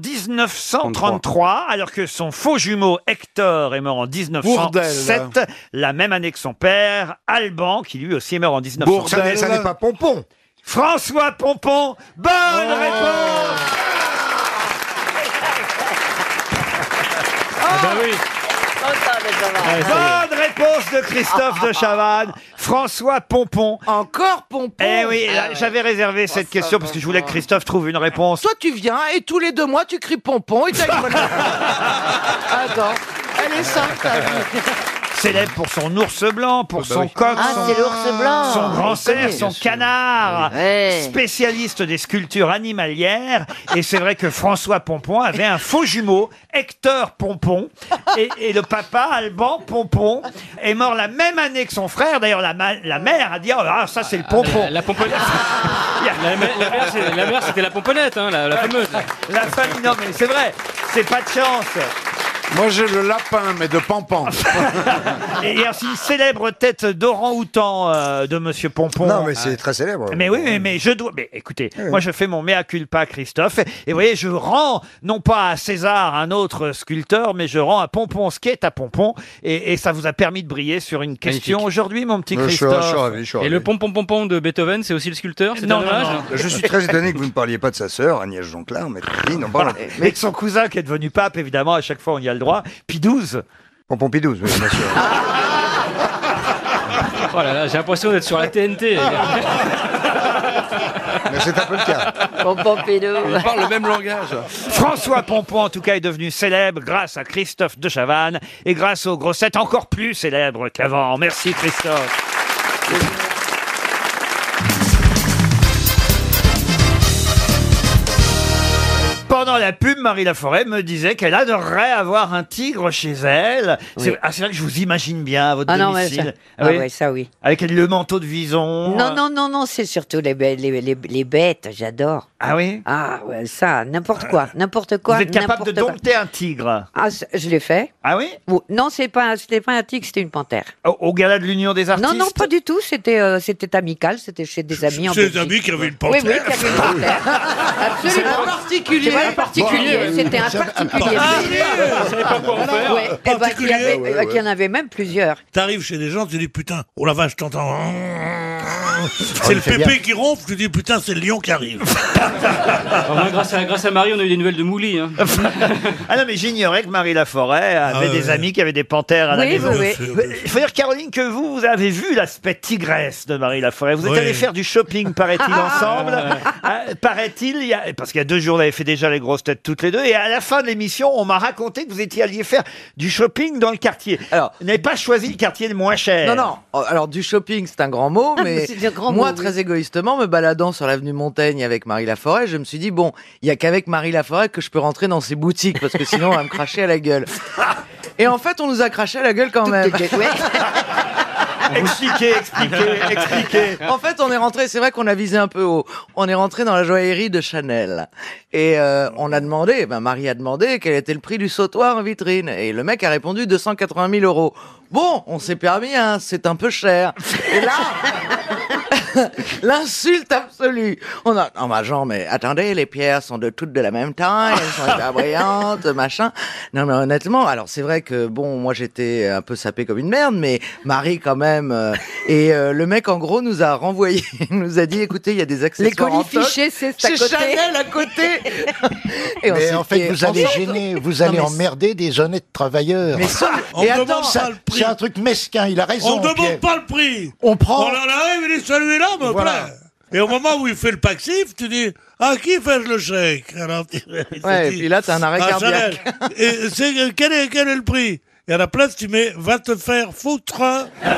Speaker 1: 1933, alors que son faux jumeau Hector est mort en 1907,
Speaker 11: Bourdel.
Speaker 1: la même année que son père, Alban, qui lui aussi est mort en 1907.
Speaker 11: Bourdel. Ça n'est- ça n'est pas
Speaker 1: Pompon François Pompon Bonne
Speaker 28: Oh.
Speaker 1: réponse
Speaker 7: Ah ben
Speaker 1: Ah, Bonne réponse de Christophe de Chavannes, François Pompon.
Speaker 7: Encore Pompon
Speaker 1: Eh oui, là,
Speaker 7: Ah ouais.
Speaker 1: j'avais réservé cette question parce que je voulais que Christophe trouve une réponse.
Speaker 7: Toi, tu viens et tous les deux mois, tu cries Pompon et t'as une bonne Attends, elle est simple, ta vie.
Speaker 1: Célèbre pour son ours blanc, pour son
Speaker 26: oui.
Speaker 1: coq,
Speaker 26: Ah,
Speaker 1: son-
Speaker 26: c'est l'ours blanc.
Speaker 1: son grand
Speaker 26: Oui,
Speaker 1: cerf,
Speaker 26: bien
Speaker 1: son
Speaker 26: sûr.
Speaker 1: canard,
Speaker 26: Ouais.
Speaker 1: spécialiste des sculptures animalières. et c'est vrai que François Pompon avait un faux jumeau, Hector Pompon, et, et le papa, Alban Pompon, est mort la même année que son frère. D'ailleurs, la, ma- la mère a dit oh, ah, ça c'est le Pompon.
Speaker 13: La pomponnette. la, ma- la mère, c'est- la mère, c'était la pomponnette, hein, la, la fameuse.
Speaker 1: La famille, non mais c'est vrai, c'est pas de chance.
Speaker 28: Moi, j'ai le lapin, mais de Pampan.
Speaker 1: Et il y a aussi une célèbre tête d'orang-outan euh, de Monsieur Pompon.
Speaker 28: Non, mais c'est très célèbre.
Speaker 1: Mais oui, mais, mais je dois. Mais écoutez, moi je fais mon mea culpa, Christophe. Et vous voyez, je rends non pas à César, un autre sculpteur, mais je rends à Pompon ce qui est à Pompon. Et, et ça vous a permis de briller sur une question aujourd'hui, mon petit
Speaker 28: Je suis- je suis
Speaker 1: Christophe.
Speaker 28: ravi, je suis ravi.
Speaker 17: Et
Speaker 1: Et
Speaker 17: le pompon pompon de Beethoven, c'est aussi le sculpteur C'est
Speaker 1: Non,
Speaker 17: un
Speaker 1: non,
Speaker 17: hommage
Speaker 1: non.
Speaker 28: Je suis très étonné que vous ne parliez pas de sa sœur, Agnès Jonclar, mais oui, non,
Speaker 1: Voilà.
Speaker 28: pardon.
Speaker 1: Et de son cousin qui est devenu pape, évidemment, à chaque fois on y a le droit. Pie 12.
Speaker 28: Pompon Pie 12, oui, bien sûr.
Speaker 17: Oh là là, j'ai l'impression d'être sur la TNT.
Speaker 1: Ah.
Speaker 28: Mais c'est un peu le cas.
Speaker 17: On parle le même langage.
Speaker 1: François Pompon, en tout cas, est devenu célèbre grâce à Christophe de Chavannes et grâce aux grossettes encore plus célèbres qu'avant. Merci Christophe. Pendant la pub, Marie Laforêt me disait qu'elle adorerait avoir un tigre chez elle. C'est
Speaker 29: Oui.
Speaker 1: ah, c'est vrai que je vous imagine bien à votre
Speaker 29: Ah non, mais
Speaker 1: domicile.
Speaker 29: ça- ah ouais, ça oui.
Speaker 1: Avec le manteau de vison. euh.
Speaker 29: Non, non, non, non, c'est surtout les, bê- les, les- les bêtes, j'adore.
Speaker 1: Ah oui Euh,
Speaker 29: Ah, ouais, ça, n'importe quoi, n'importe quoi.
Speaker 1: Vous êtes capable de
Speaker 29: n'importe quoi.
Speaker 1: dompter un tigre
Speaker 29: Ah, c- je l'ai fait.
Speaker 1: Ah oui
Speaker 29: Non, c'est pas, c'était pas un tigre, c'était une panthère.
Speaker 1: Au, au gala de l'Union des artistes
Speaker 29: Non, non, pas du tout, c'était, euh, c'était amical, c'était chez des amis en
Speaker 6: C'est
Speaker 29: Belgique.
Speaker 6: des amis qui avaient une
Speaker 29: Oui,
Speaker 6: panthère.
Speaker 29: oui, qui avait une panthère.
Speaker 10: C'est
Speaker 29: Absolument.
Speaker 10: un particulier.
Speaker 29: C'est pas un particulier,
Speaker 10: Bon,
Speaker 29: c'était un
Speaker 6: euh,
Speaker 10: c'est un
Speaker 29: particulier. Ah,
Speaker 6: particulier. Je savais pas quoi en faire.
Speaker 29: Ouais, eh ben, qu'il y avait-
Speaker 6: Particulier, ouais,
Speaker 29: qu'il y en avait même plusieurs.
Speaker 6: T'arrives chez les gens, tu dis putain, oh la vache, t'entends.
Speaker 29: Oh,
Speaker 16: Ah,
Speaker 6: C'est le
Speaker 29: il fait
Speaker 6: pépé
Speaker 29: bien.
Speaker 6: qui ronfle, tu dis putain, c'est le lion qui arrive.
Speaker 17: Au moins, grâce, à, grâce à Marie, on a eu des nouvelles de Mouli. hein.
Speaker 1: Ah non, mais j'ignorais que Marie Laforêt avait
Speaker 17: Ah
Speaker 1: des
Speaker 17: ouais.
Speaker 1: amis qui avaient des panthères à la
Speaker 29: Oui,
Speaker 1: maison.
Speaker 29: oui, oui.
Speaker 1: Il faut dire, Caroline, que vous, vous avez vu l'aspect tigresse de Marie Laforêt. Vous êtes
Speaker 6: Oui.
Speaker 1: allés faire du shopping, paraît-il, ensemble. Ah, paraît-il, il y a- parce qu'il y a deux jours, on avait fait déjà les grosses têtes toutes les deux. Et à la fin de l'émission, on m'a raconté que vous étiez allés faire du shopping dans le quartier. Alors, vous n'avez pas choisi le quartier le moins
Speaker 7: Non,
Speaker 1: cher.
Speaker 7: non. Oh, Alors, du shopping, c'est un grand mot,
Speaker 29: Ah, mais
Speaker 7: mais
Speaker 29: c'est un grand
Speaker 7: moi,
Speaker 29: mot, oui.
Speaker 7: très égoïstement, me baladant sur l'avenue Montaigne avec Marie Laforêt, je me suis dit, bon, il n'y a qu'avec Marie Laforêt que je peux rentrer dans ces boutiques, parce que sinon, on va me cracher à la gueule. Et en fait, on nous a craché à la gueule quand même.
Speaker 1: Expliquez, expliquez, expliquez.
Speaker 7: En fait, on est rentré, c'est vrai qu'on a visé un peu haut. On est rentré dans la joaillerie de Chanel. Et euh, on a demandé, ben Marie a demandé quel était le prix du sautoir en vitrine. Et le mec a répondu 280 000 euros. Bon, on s'est permis, hein, c'est un peu cher. Et là, l'insulte absolue. On a, non, bah, genre, mais attendez, les pierres sont de toutes de la même taille, elles sont hyper brillantes, machin. Non, mais honnêtement, alors c'est vrai que bon, moi j'étais un peu sapé comme une merde, mais Marie quand même. euh, et euh, le mec, en gros, nous a renvoyé, nous a dit, écoutez, il y a des
Speaker 29: Les
Speaker 7: accessoires. en
Speaker 29: colis
Speaker 7: stock
Speaker 29: fichés, c'est à
Speaker 7: chez
Speaker 29: côté.
Speaker 7: Chanel à côté. Et on
Speaker 16: Mais
Speaker 7: s'est
Speaker 16: en fait,
Speaker 7: fait
Speaker 16: vous allez
Speaker 7: ensemble.
Speaker 16: gêner, vous
Speaker 7: Non,
Speaker 16: allez
Speaker 7: mais-
Speaker 16: emmerder des honnêtes travailleurs.
Speaker 7: Mais ça- On Et demande attends, pas
Speaker 16: Ça-
Speaker 7: le
Speaker 16: c'est un truc mesquin. Il a
Speaker 6: On
Speaker 16: raison.
Speaker 6: demande
Speaker 16: Pierre.
Speaker 6: pas le prix.
Speaker 16: On prend.
Speaker 6: On en arrive, il est celui-là, me
Speaker 16: Voilà.
Speaker 6: plaît. Et au moment où il fait le passif, tu dis à qui fais-je le chèque Alors, tu- tu
Speaker 7: Ouais, et
Speaker 6: dis,
Speaker 7: puis là, t'as un arrêt
Speaker 6: à
Speaker 7: cardiaque.
Speaker 6: Chanel. Et c'est, euh, quel, est, quel est le prix Et à la place, tu mets va te faire foutre. Comme ça.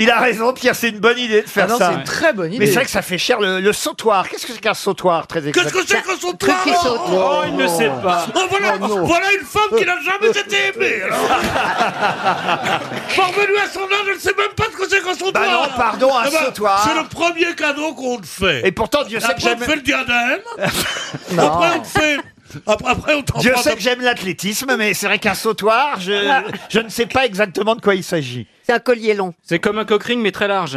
Speaker 1: Il a raison, Pierre, c'est une bonne idée de faire
Speaker 7: Ah non,
Speaker 1: ça.
Speaker 7: c'est une très bonne
Speaker 1: Mais
Speaker 7: idée.
Speaker 1: c'est vrai que ça fait cher le, le sautoir. Qu'est-ce que c'est qu'un sautoir très exact
Speaker 6: Qu'est-ce que c'est qu'un sautoir
Speaker 1: Oh, il ne sait pas.
Speaker 6: Oh, voilà,
Speaker 1: Oh, non.
Speaker 6: voilà une femme qui n'a jamais été aimée. alors. Parvenue à son âge, elle ne sait même pas ce que c'est qu'un sautoir.
Speaker 1: Bah non, pardon, un
Speaker 6: Eh ben,
Speaker 1: sautoir.
Speaker 6: C'est le premier cadeau qu'on te fait.
Speaker 1: Et pourtant, Dieu sait que
Speaker 6: Après,
Speaker 1: j'aime.
Speaker 6: on te fait le diadème.
Speaker 1: Non.
Speaker 6: Après, on te fait... Après, après, on t'en
Speaker 1: Dieu
Speaker 6: prend
Speaker 1: sait
Speaker 6: ta-
Speaker 1: que j'aime l'athlétisme, mais c'est vrai qu'un sautoir,
Speaker 6: Ah.
Speaker 1: je, je ne sais pas exactement de quoi il s'agit.
Speaker 29: C'est un collier long.
Speaker 17: C'est comme un cockring, mais très large.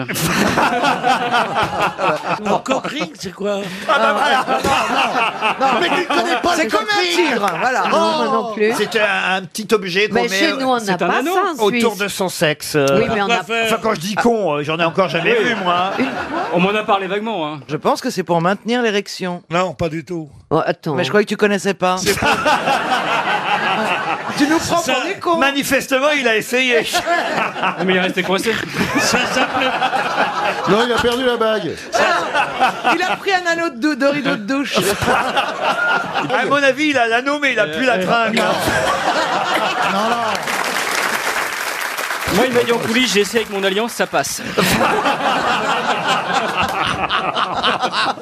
Speaker 6: Un cockring, c'est quoi
Speaker 29: Ah,
Speaker 6: Ah,
Speaker 7: Non, mais tu connais pas
Speaker 6: C'est
Speaker 7: le
Speaker 6: comme un
Speaker 7: coquille.
Speaker 6: tigre, voilà.
Speaker 29: Non, moi non plus.
Speaker 1: C'est un, un petit objet qu'on
Speaker 29: Mais
Speaker 1: met
Speaker 29: chez nous, on
Speaker 1: c'est
Speaker 29: n'a
Speaker 1: un
Speaker 29: pas
Speaker 1: anneau
Speaker 29: ça en
Speaker 1: autour
Speaker 29: Suisse.
Speaker 1: de son sexe. euh.
Speaker 29: Oui, mais on a-
Speaker 1: Enfin, quand je dis con, euh, j'en ai encore jamais vu, moi.
Speaker 17: On m'en a parlé vaguement. Hein.
Speaker 7: Je pense que c'est pour maintenir l'érection.
Speaker 6: Non, pas du tout.
Speaker 29: Oh, attends.
Speaker 7: Mais je croyais que tu connaissais pas.
Speaker 6: Tu nous prends pour des cons.
Speaker 1: Manifestement, il a essayé. euh.
Speaker 17: Mais il est resté coincé.
Speaker 6: Ça s'appelait.
Speaker 16: Non, il a perdu la bague.
Speaker 7: Ah, Il a pris un anneau de, dou- de rideau de douche.
Speaker 1: À mon avis, il a l'anneau, mais il a plus la tringle. hein.
Speaker 17: Moi, il m'a dit en coulisses, j'ai essayé avec mon alliance, ça passe.
Speaker 6: Ah.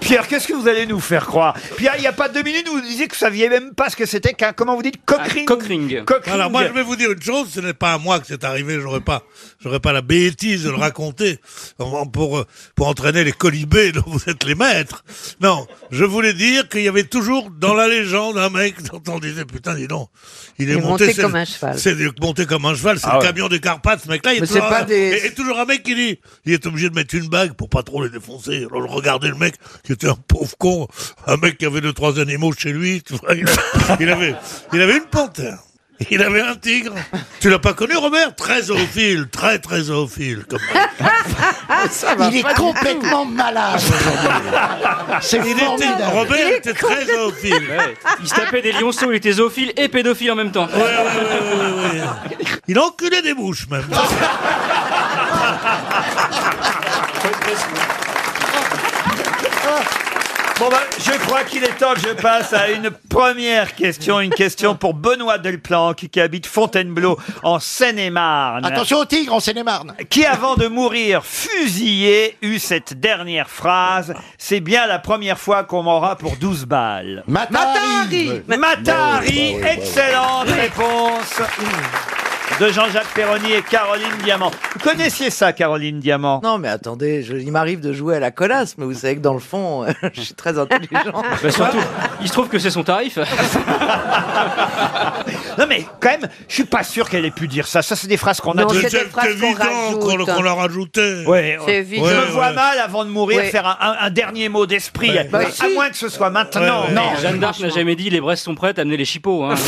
Speaker 1: Pierre, qu'est-ce que vous allez nous faire croire Pierre, il n'y a pas deux minutes, vous disiez que vous saviez même pas ce que c'était qu'un, comment vous dites, cockring. cockring.
Speaker 6: Ah, Alors moi, je vais vous dire une chose, ce n'est pas à moi que c'est arrivé, j'aurais pas, j'aurais pas la bêtise de le raconter en- pour, euh, pour entraîner les colibés dont vous êtes les maîtres. Non, je voulais dire qu'il y avait toujours dans la légende un mec dont on disait, putain, dis donc, il est,
Speaker 30: Il est monté
Speaker 6: c'est
Speaker 30: comme
Speaker 6: le-
Speaker 30: un cheval.
Speaker 6: C'est le- monté comme un cheval, c'est
Speaker 30: Ah
Speaker 6: le
Speaker 30: ouais.
Speaker 6: camion des Carpates, ce mec-là, il est
Speaker 30: Mais c'est
Speaker 6: toujours,
Speaker 30: pas
Speaker 6: un-
Speaker 30: des-
Speaker 6: et- et toujours un mec qui dit, il est obligé de mettre une bague pour pas trop les défoncer. Alors, regardez le mec, qui était un pauvre con, un mec qui avait deux, trois animaux chez lui, tu vois, il avait, il avait, il avait une panthère. Il avait un tigre. Tu l'as pas connu, Robert Très zoophile, très très zoophile. Comme...
Speaker 16: Il est complètement malade.
Speaker 6: C'est il était-
Speaker 17: formidable.
Speaker 6: Robert était très zoophile.
Speaker 17: Il se tapait des lionceaux, il était zoophile et pédophile en même temps.
Speaker 6: Il enculait des bouches même.
Speaker 1: Ah. Bon ben, je crois qu'il est temps que je passe à une première question, une question pour Benoît Delplanque qui habite Fontainebleau en Seine-et-Marne.
Speaker 16: Attention au tigre en Seine-et-Marne.
Speaker 1: Qui avant de mourir fusillé eut cette dernière phrase C'est bien la première fois qu'on m'aura pour 12 balles.
Speaker 18: Matari.
Speaker 1: Matari,
Speaker 18: Bah oui, bah oui, bah oui.
Speaker 1: excellente réponse de Jean-Jacques Perroni et Caroline Diamant. Vous connaissiez ça, Caroline Diamant
Speaker 7: Non, mais attendez, je- il m'arrive de jouer à la connasse, mais vous savez que dans le fond, euh, je suis très intelligent.
Speaker 17: Bah, surtout, il se trouve que c'est son tarif.
Speaker 1: Non mais quand même, je suis pas sûr qu'elle ait pu dire ça. Ça, c'est des phrases qu'on a.
Speaker 6: Non, c'est des C'est phrases qu'on évident qu'on- rajoute. qu'on l'a rajouté.
Speaker 1: Ouais,
Speaker 6: C'est
Speaker 1: ouais.
Speaker 6: évident.
Speaker 1: Je
Speaker 6: Ouais,
Speaker 1: me vois
Speaker 6: ouais.
Speaker 1: mal avant de mourir
Speaker 6: Ouais.
Speaker 1: faire un, un- un dernier mot d'esprit.
Speaker 17: Ouais. Bah,
Speaker 1: à
Speaker 17: si.
Speaker 1: moins que ce soit maintenant. Non,
Speaker 17: Jeanne d'Arc n'a jamais dit les braises sont prêtes, amenez les chipots. hein.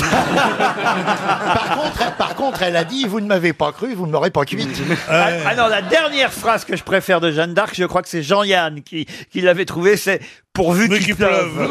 Speaker 16: Par contre, elle a dit, vous ne m'avez pas cru, vous ne m'aurez pas cuite.
Speaker 1: Ah, ah non, la dernière phrase que je préfère de Jeanne d'Arc, je crois que c'est Jean-Yann qui, qui l'avait trouvée, c'est pourvu qu'il pleuve.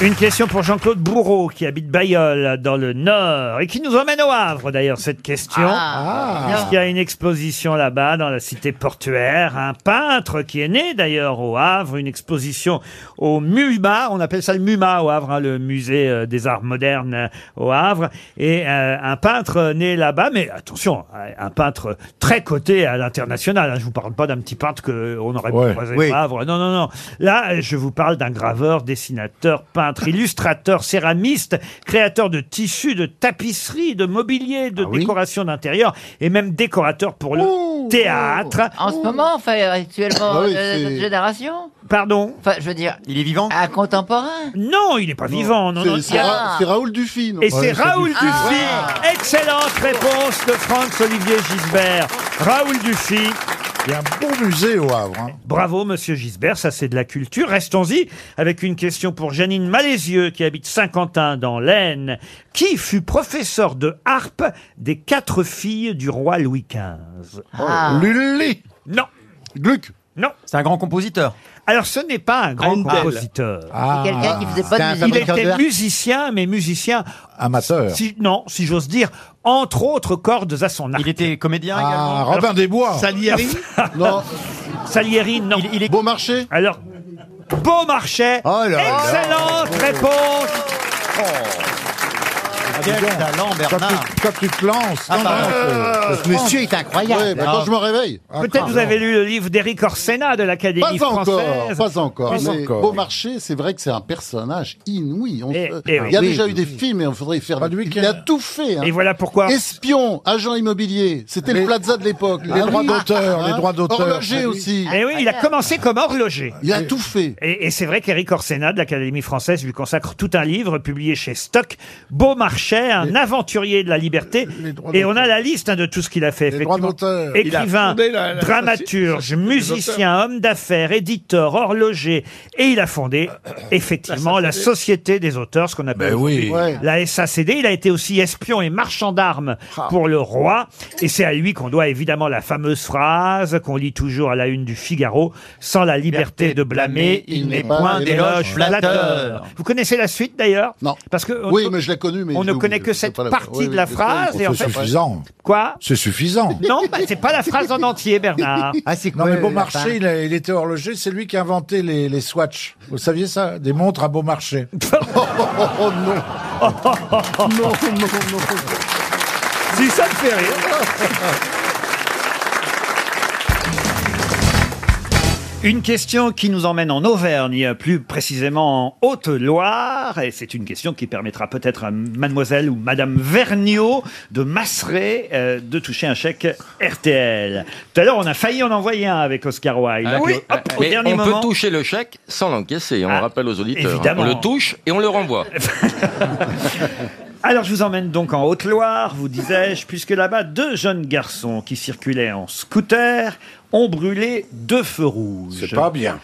Speaker 1: Une question pour Jean-Claude Bourreau qui habite Bayeul dans le Nord et qui nous emmène au Havre d'ailleurs cette question.
Speaker 18: Ah.
Speaker 1: Parce qu'il y a une exposition là-bas dans la cité portuaire, un peintre qui est né d'ailleurs au Havre, une exposition au MUMA, on appelle ça le MUMA au Havre, hein, le musée euh, des arts modernes euh, au Havre, et euh, un peintre né là-bas, mais attention, euh, un peintre très coté à l'international, hein, je vous parle pas d'un petit peintre qu'on aurait pu croiser
Speaker 16: oui.
Speaker 1: au Havre, non, non, non, là je vous parle d'un graveur, dessinateur, peintre, illustrateur, céramiste, créateur de tissus, de tapisseries, de mobilier,
Speaker 12: Ah
Speaker 1: de décoration d'intérieur, et même décorateur pour le théâtre.
Speaker 12: En ce moment, enfin, actuellement,
Speaker 1: Ah oui,
Speaker 12: euh,
Speaker 1: c'est-
Speaker 12: notre génération
Speaker 1: Pardon
Speaker 12: Enfin, je veux dire,
Speaker 1: Il est vivant
Speaker 12: un contemporain
Speaker 1: Non, il n'est pas vivant. Non, non.
Speaker 12: c'est Ra- Ah. c'est Raoul
Speaker 16: Dufy.
Speaker 1: Et c'est Raoul Dufy. Excellente réponse de Franck Olivier Gisbert. Raoul Dufy.
Speaker 16: Il y a un bon musée au Havre.
Speaker 1: Bravo, monsieur Gisbert, ça c'est de la culture. Restons-y avec une question pour Janine Malézieux, qui habite Saint-Quentin dans l'Aisne. Qui fut professeur de harpe des quatre filles du roi Louis XV
Speaker 18: Ah.
Speaker 1: Lully Non. Gluck Non. C'est un grand compositeur. Alors ce n'est pas un grand
Speaker 18: Handel.
Speaker 1: compositeur.
Speaker 18: Ah. C'est quelqu'un qui faisait pas de C'est un musique.
Speaker 1: Il
Speaker 18: fabricant de
Speaker 1: était
Speaker 18: harpe.
Speaker 1: musicien, mais musicien amateur. Si, non, si j'ose dire, entre autres cordes à son arc. Il était comédien
Speaker 16: également Ah, Robin des Bois. Salieri
Speaker 1: Non. Salieri, non. Il, est... Beaumarchais Alors, Beaumarchais.
Speaker 16: Oh
Speaker 1: Excellente réponse
Speaker 2: Ah,
Speaker 18: Quel talent, Bernard.
Speaker 16: Quand tu te lances.
Speaker 18: Ah, pardon. Ce monsieur est incroyable.
Speaker 16: Ouais, bah, quand
Speaker 18: Alors.
Speaker 16: je me réveille.
Speaker 1: Peut-être vous avez lu le livre d'Éric Orsena de l'Académie
Speaker 16: Pas
Speaker 1: française.
Speaker 16: encore, pas encore.
Speaker 1: Pas
Speaker 16: Mais
Speaker 1: encore.
Speaker 16: Beaumarchais, c'est vrai que c'est un personnage inouï. On se-
Speaker 1: et
Speaker 16: il y a
Speaker 1: oui.
Speaker 16: déjà eu des films et on faudrait y faire. des- il a tout fait. hein.
Speaker 1: Et voilà pourquoi-
Speaker 16: Espion, agent immobilier, c'était le
Speaker 18: Les-
Speaker 16: Plaza de l'époque.
Speaker 18: les
Speaker 16: Ah
Speaker 18: droits
Speaker 16: oui.
Speaker 18: d'auteur, les droits d'auteur.
Speaker 16: Horloger aussi.
Speaker 1: Et oui, il a commencé comme horloger.
Speaker 16: Il a tout fait.
Speaker 1: Et, et c'est vrai qu'Éric Orsena de l'Académie française lui consacre tout un livre publié chez Stock, Beaumarchais, un aventurier de la liberté. Et on a la liste hein, de tout ce qu'il a fait. effectivement.
Speaker 16: d'auteur. Il a
Speaker 1: Écrivain,
Speaker 16: fondé la- la-
Speaker 1: dramaturge,
Speaker 16: la- la-
Speaker 1: musicien, homme d'affaires, éditeur, horloger. Et il a fondé, effectivement, la Société des auteurs, ce qu'on appelle
Speaker 16: Ben
Speaker 1: aujourd'hui
Speaker 16: oui. Ouais.
Speaker 1: la SACD. Il a été aussi espion et marchand d'armes
Speaker 16: Ah.
Speaker 1: pour le roi. Et c'est à lui qu'on doit évidemment la fameuse phrase qu'on lit toujours à la une du Figaro. Sans la liberté de blâmer, il n'est point d'éloge flatteur. Vous connaissez la suite d'ailleurs Non. Parce que
Speaker 16: Oui, mais je l'ai connu, mais
Speaker 1: on
Speaker 16: je
Speaker 1: ne
Speaker 16: l'ai
Speaker 31: connaît que cette partie de la phrase. et en
Speaker 2: C'est
Speaker 31: fait-
Speaker 2: suffisant.
Speaker 31: Quoi
Speaker 2: C'est suffisant.
Speaker 31: Non, bah, c'est pas la phrase en entier, Bernard.
Speaker 1: Ah,
Speaker 2: non, mais Beaumarchais, il, a- il était horloger, c'est lui qui a inventé les, les Swatch. Vous saviez ça Des montres à Beaumarchais. oh, non
Speaker 32: non, non, non.
Speaker 1: Si ça me fait rire. Une question qui nous emmène en Auvergne, plus précisément en Haute-Loire, et c'est une question qui permettra peut-être à mademoiselle ou madame Vergniaud de masserer, euh, de toucher un chèque RTL. Tout à l'heure, on a failli en envoyer un avec Oscar Wilde.
Speaker 13: Ah,
Speaker 1: Puis,
Speaker 13: mais-
Speaker 1: hop, au
Speaker 13: mais
Speaker 1: dernier
Speaker 13: on
Speaker 1: moment,
Speaker 13: peut toucher le chèque sans l'encaisser, hein, on rappelle aux auditeurs.
Speaker 1: évidemment.
Speaker 13: On le touche et on le renvoie.
Speaker 1: Alors je vous emmène donc en Haute-Loire, vous disais-je, puisque là-bas, deux jeunes garçons qui circulaient en scooter ont brûlé deux feux rouges. C'est
Speaker 2: pas bien.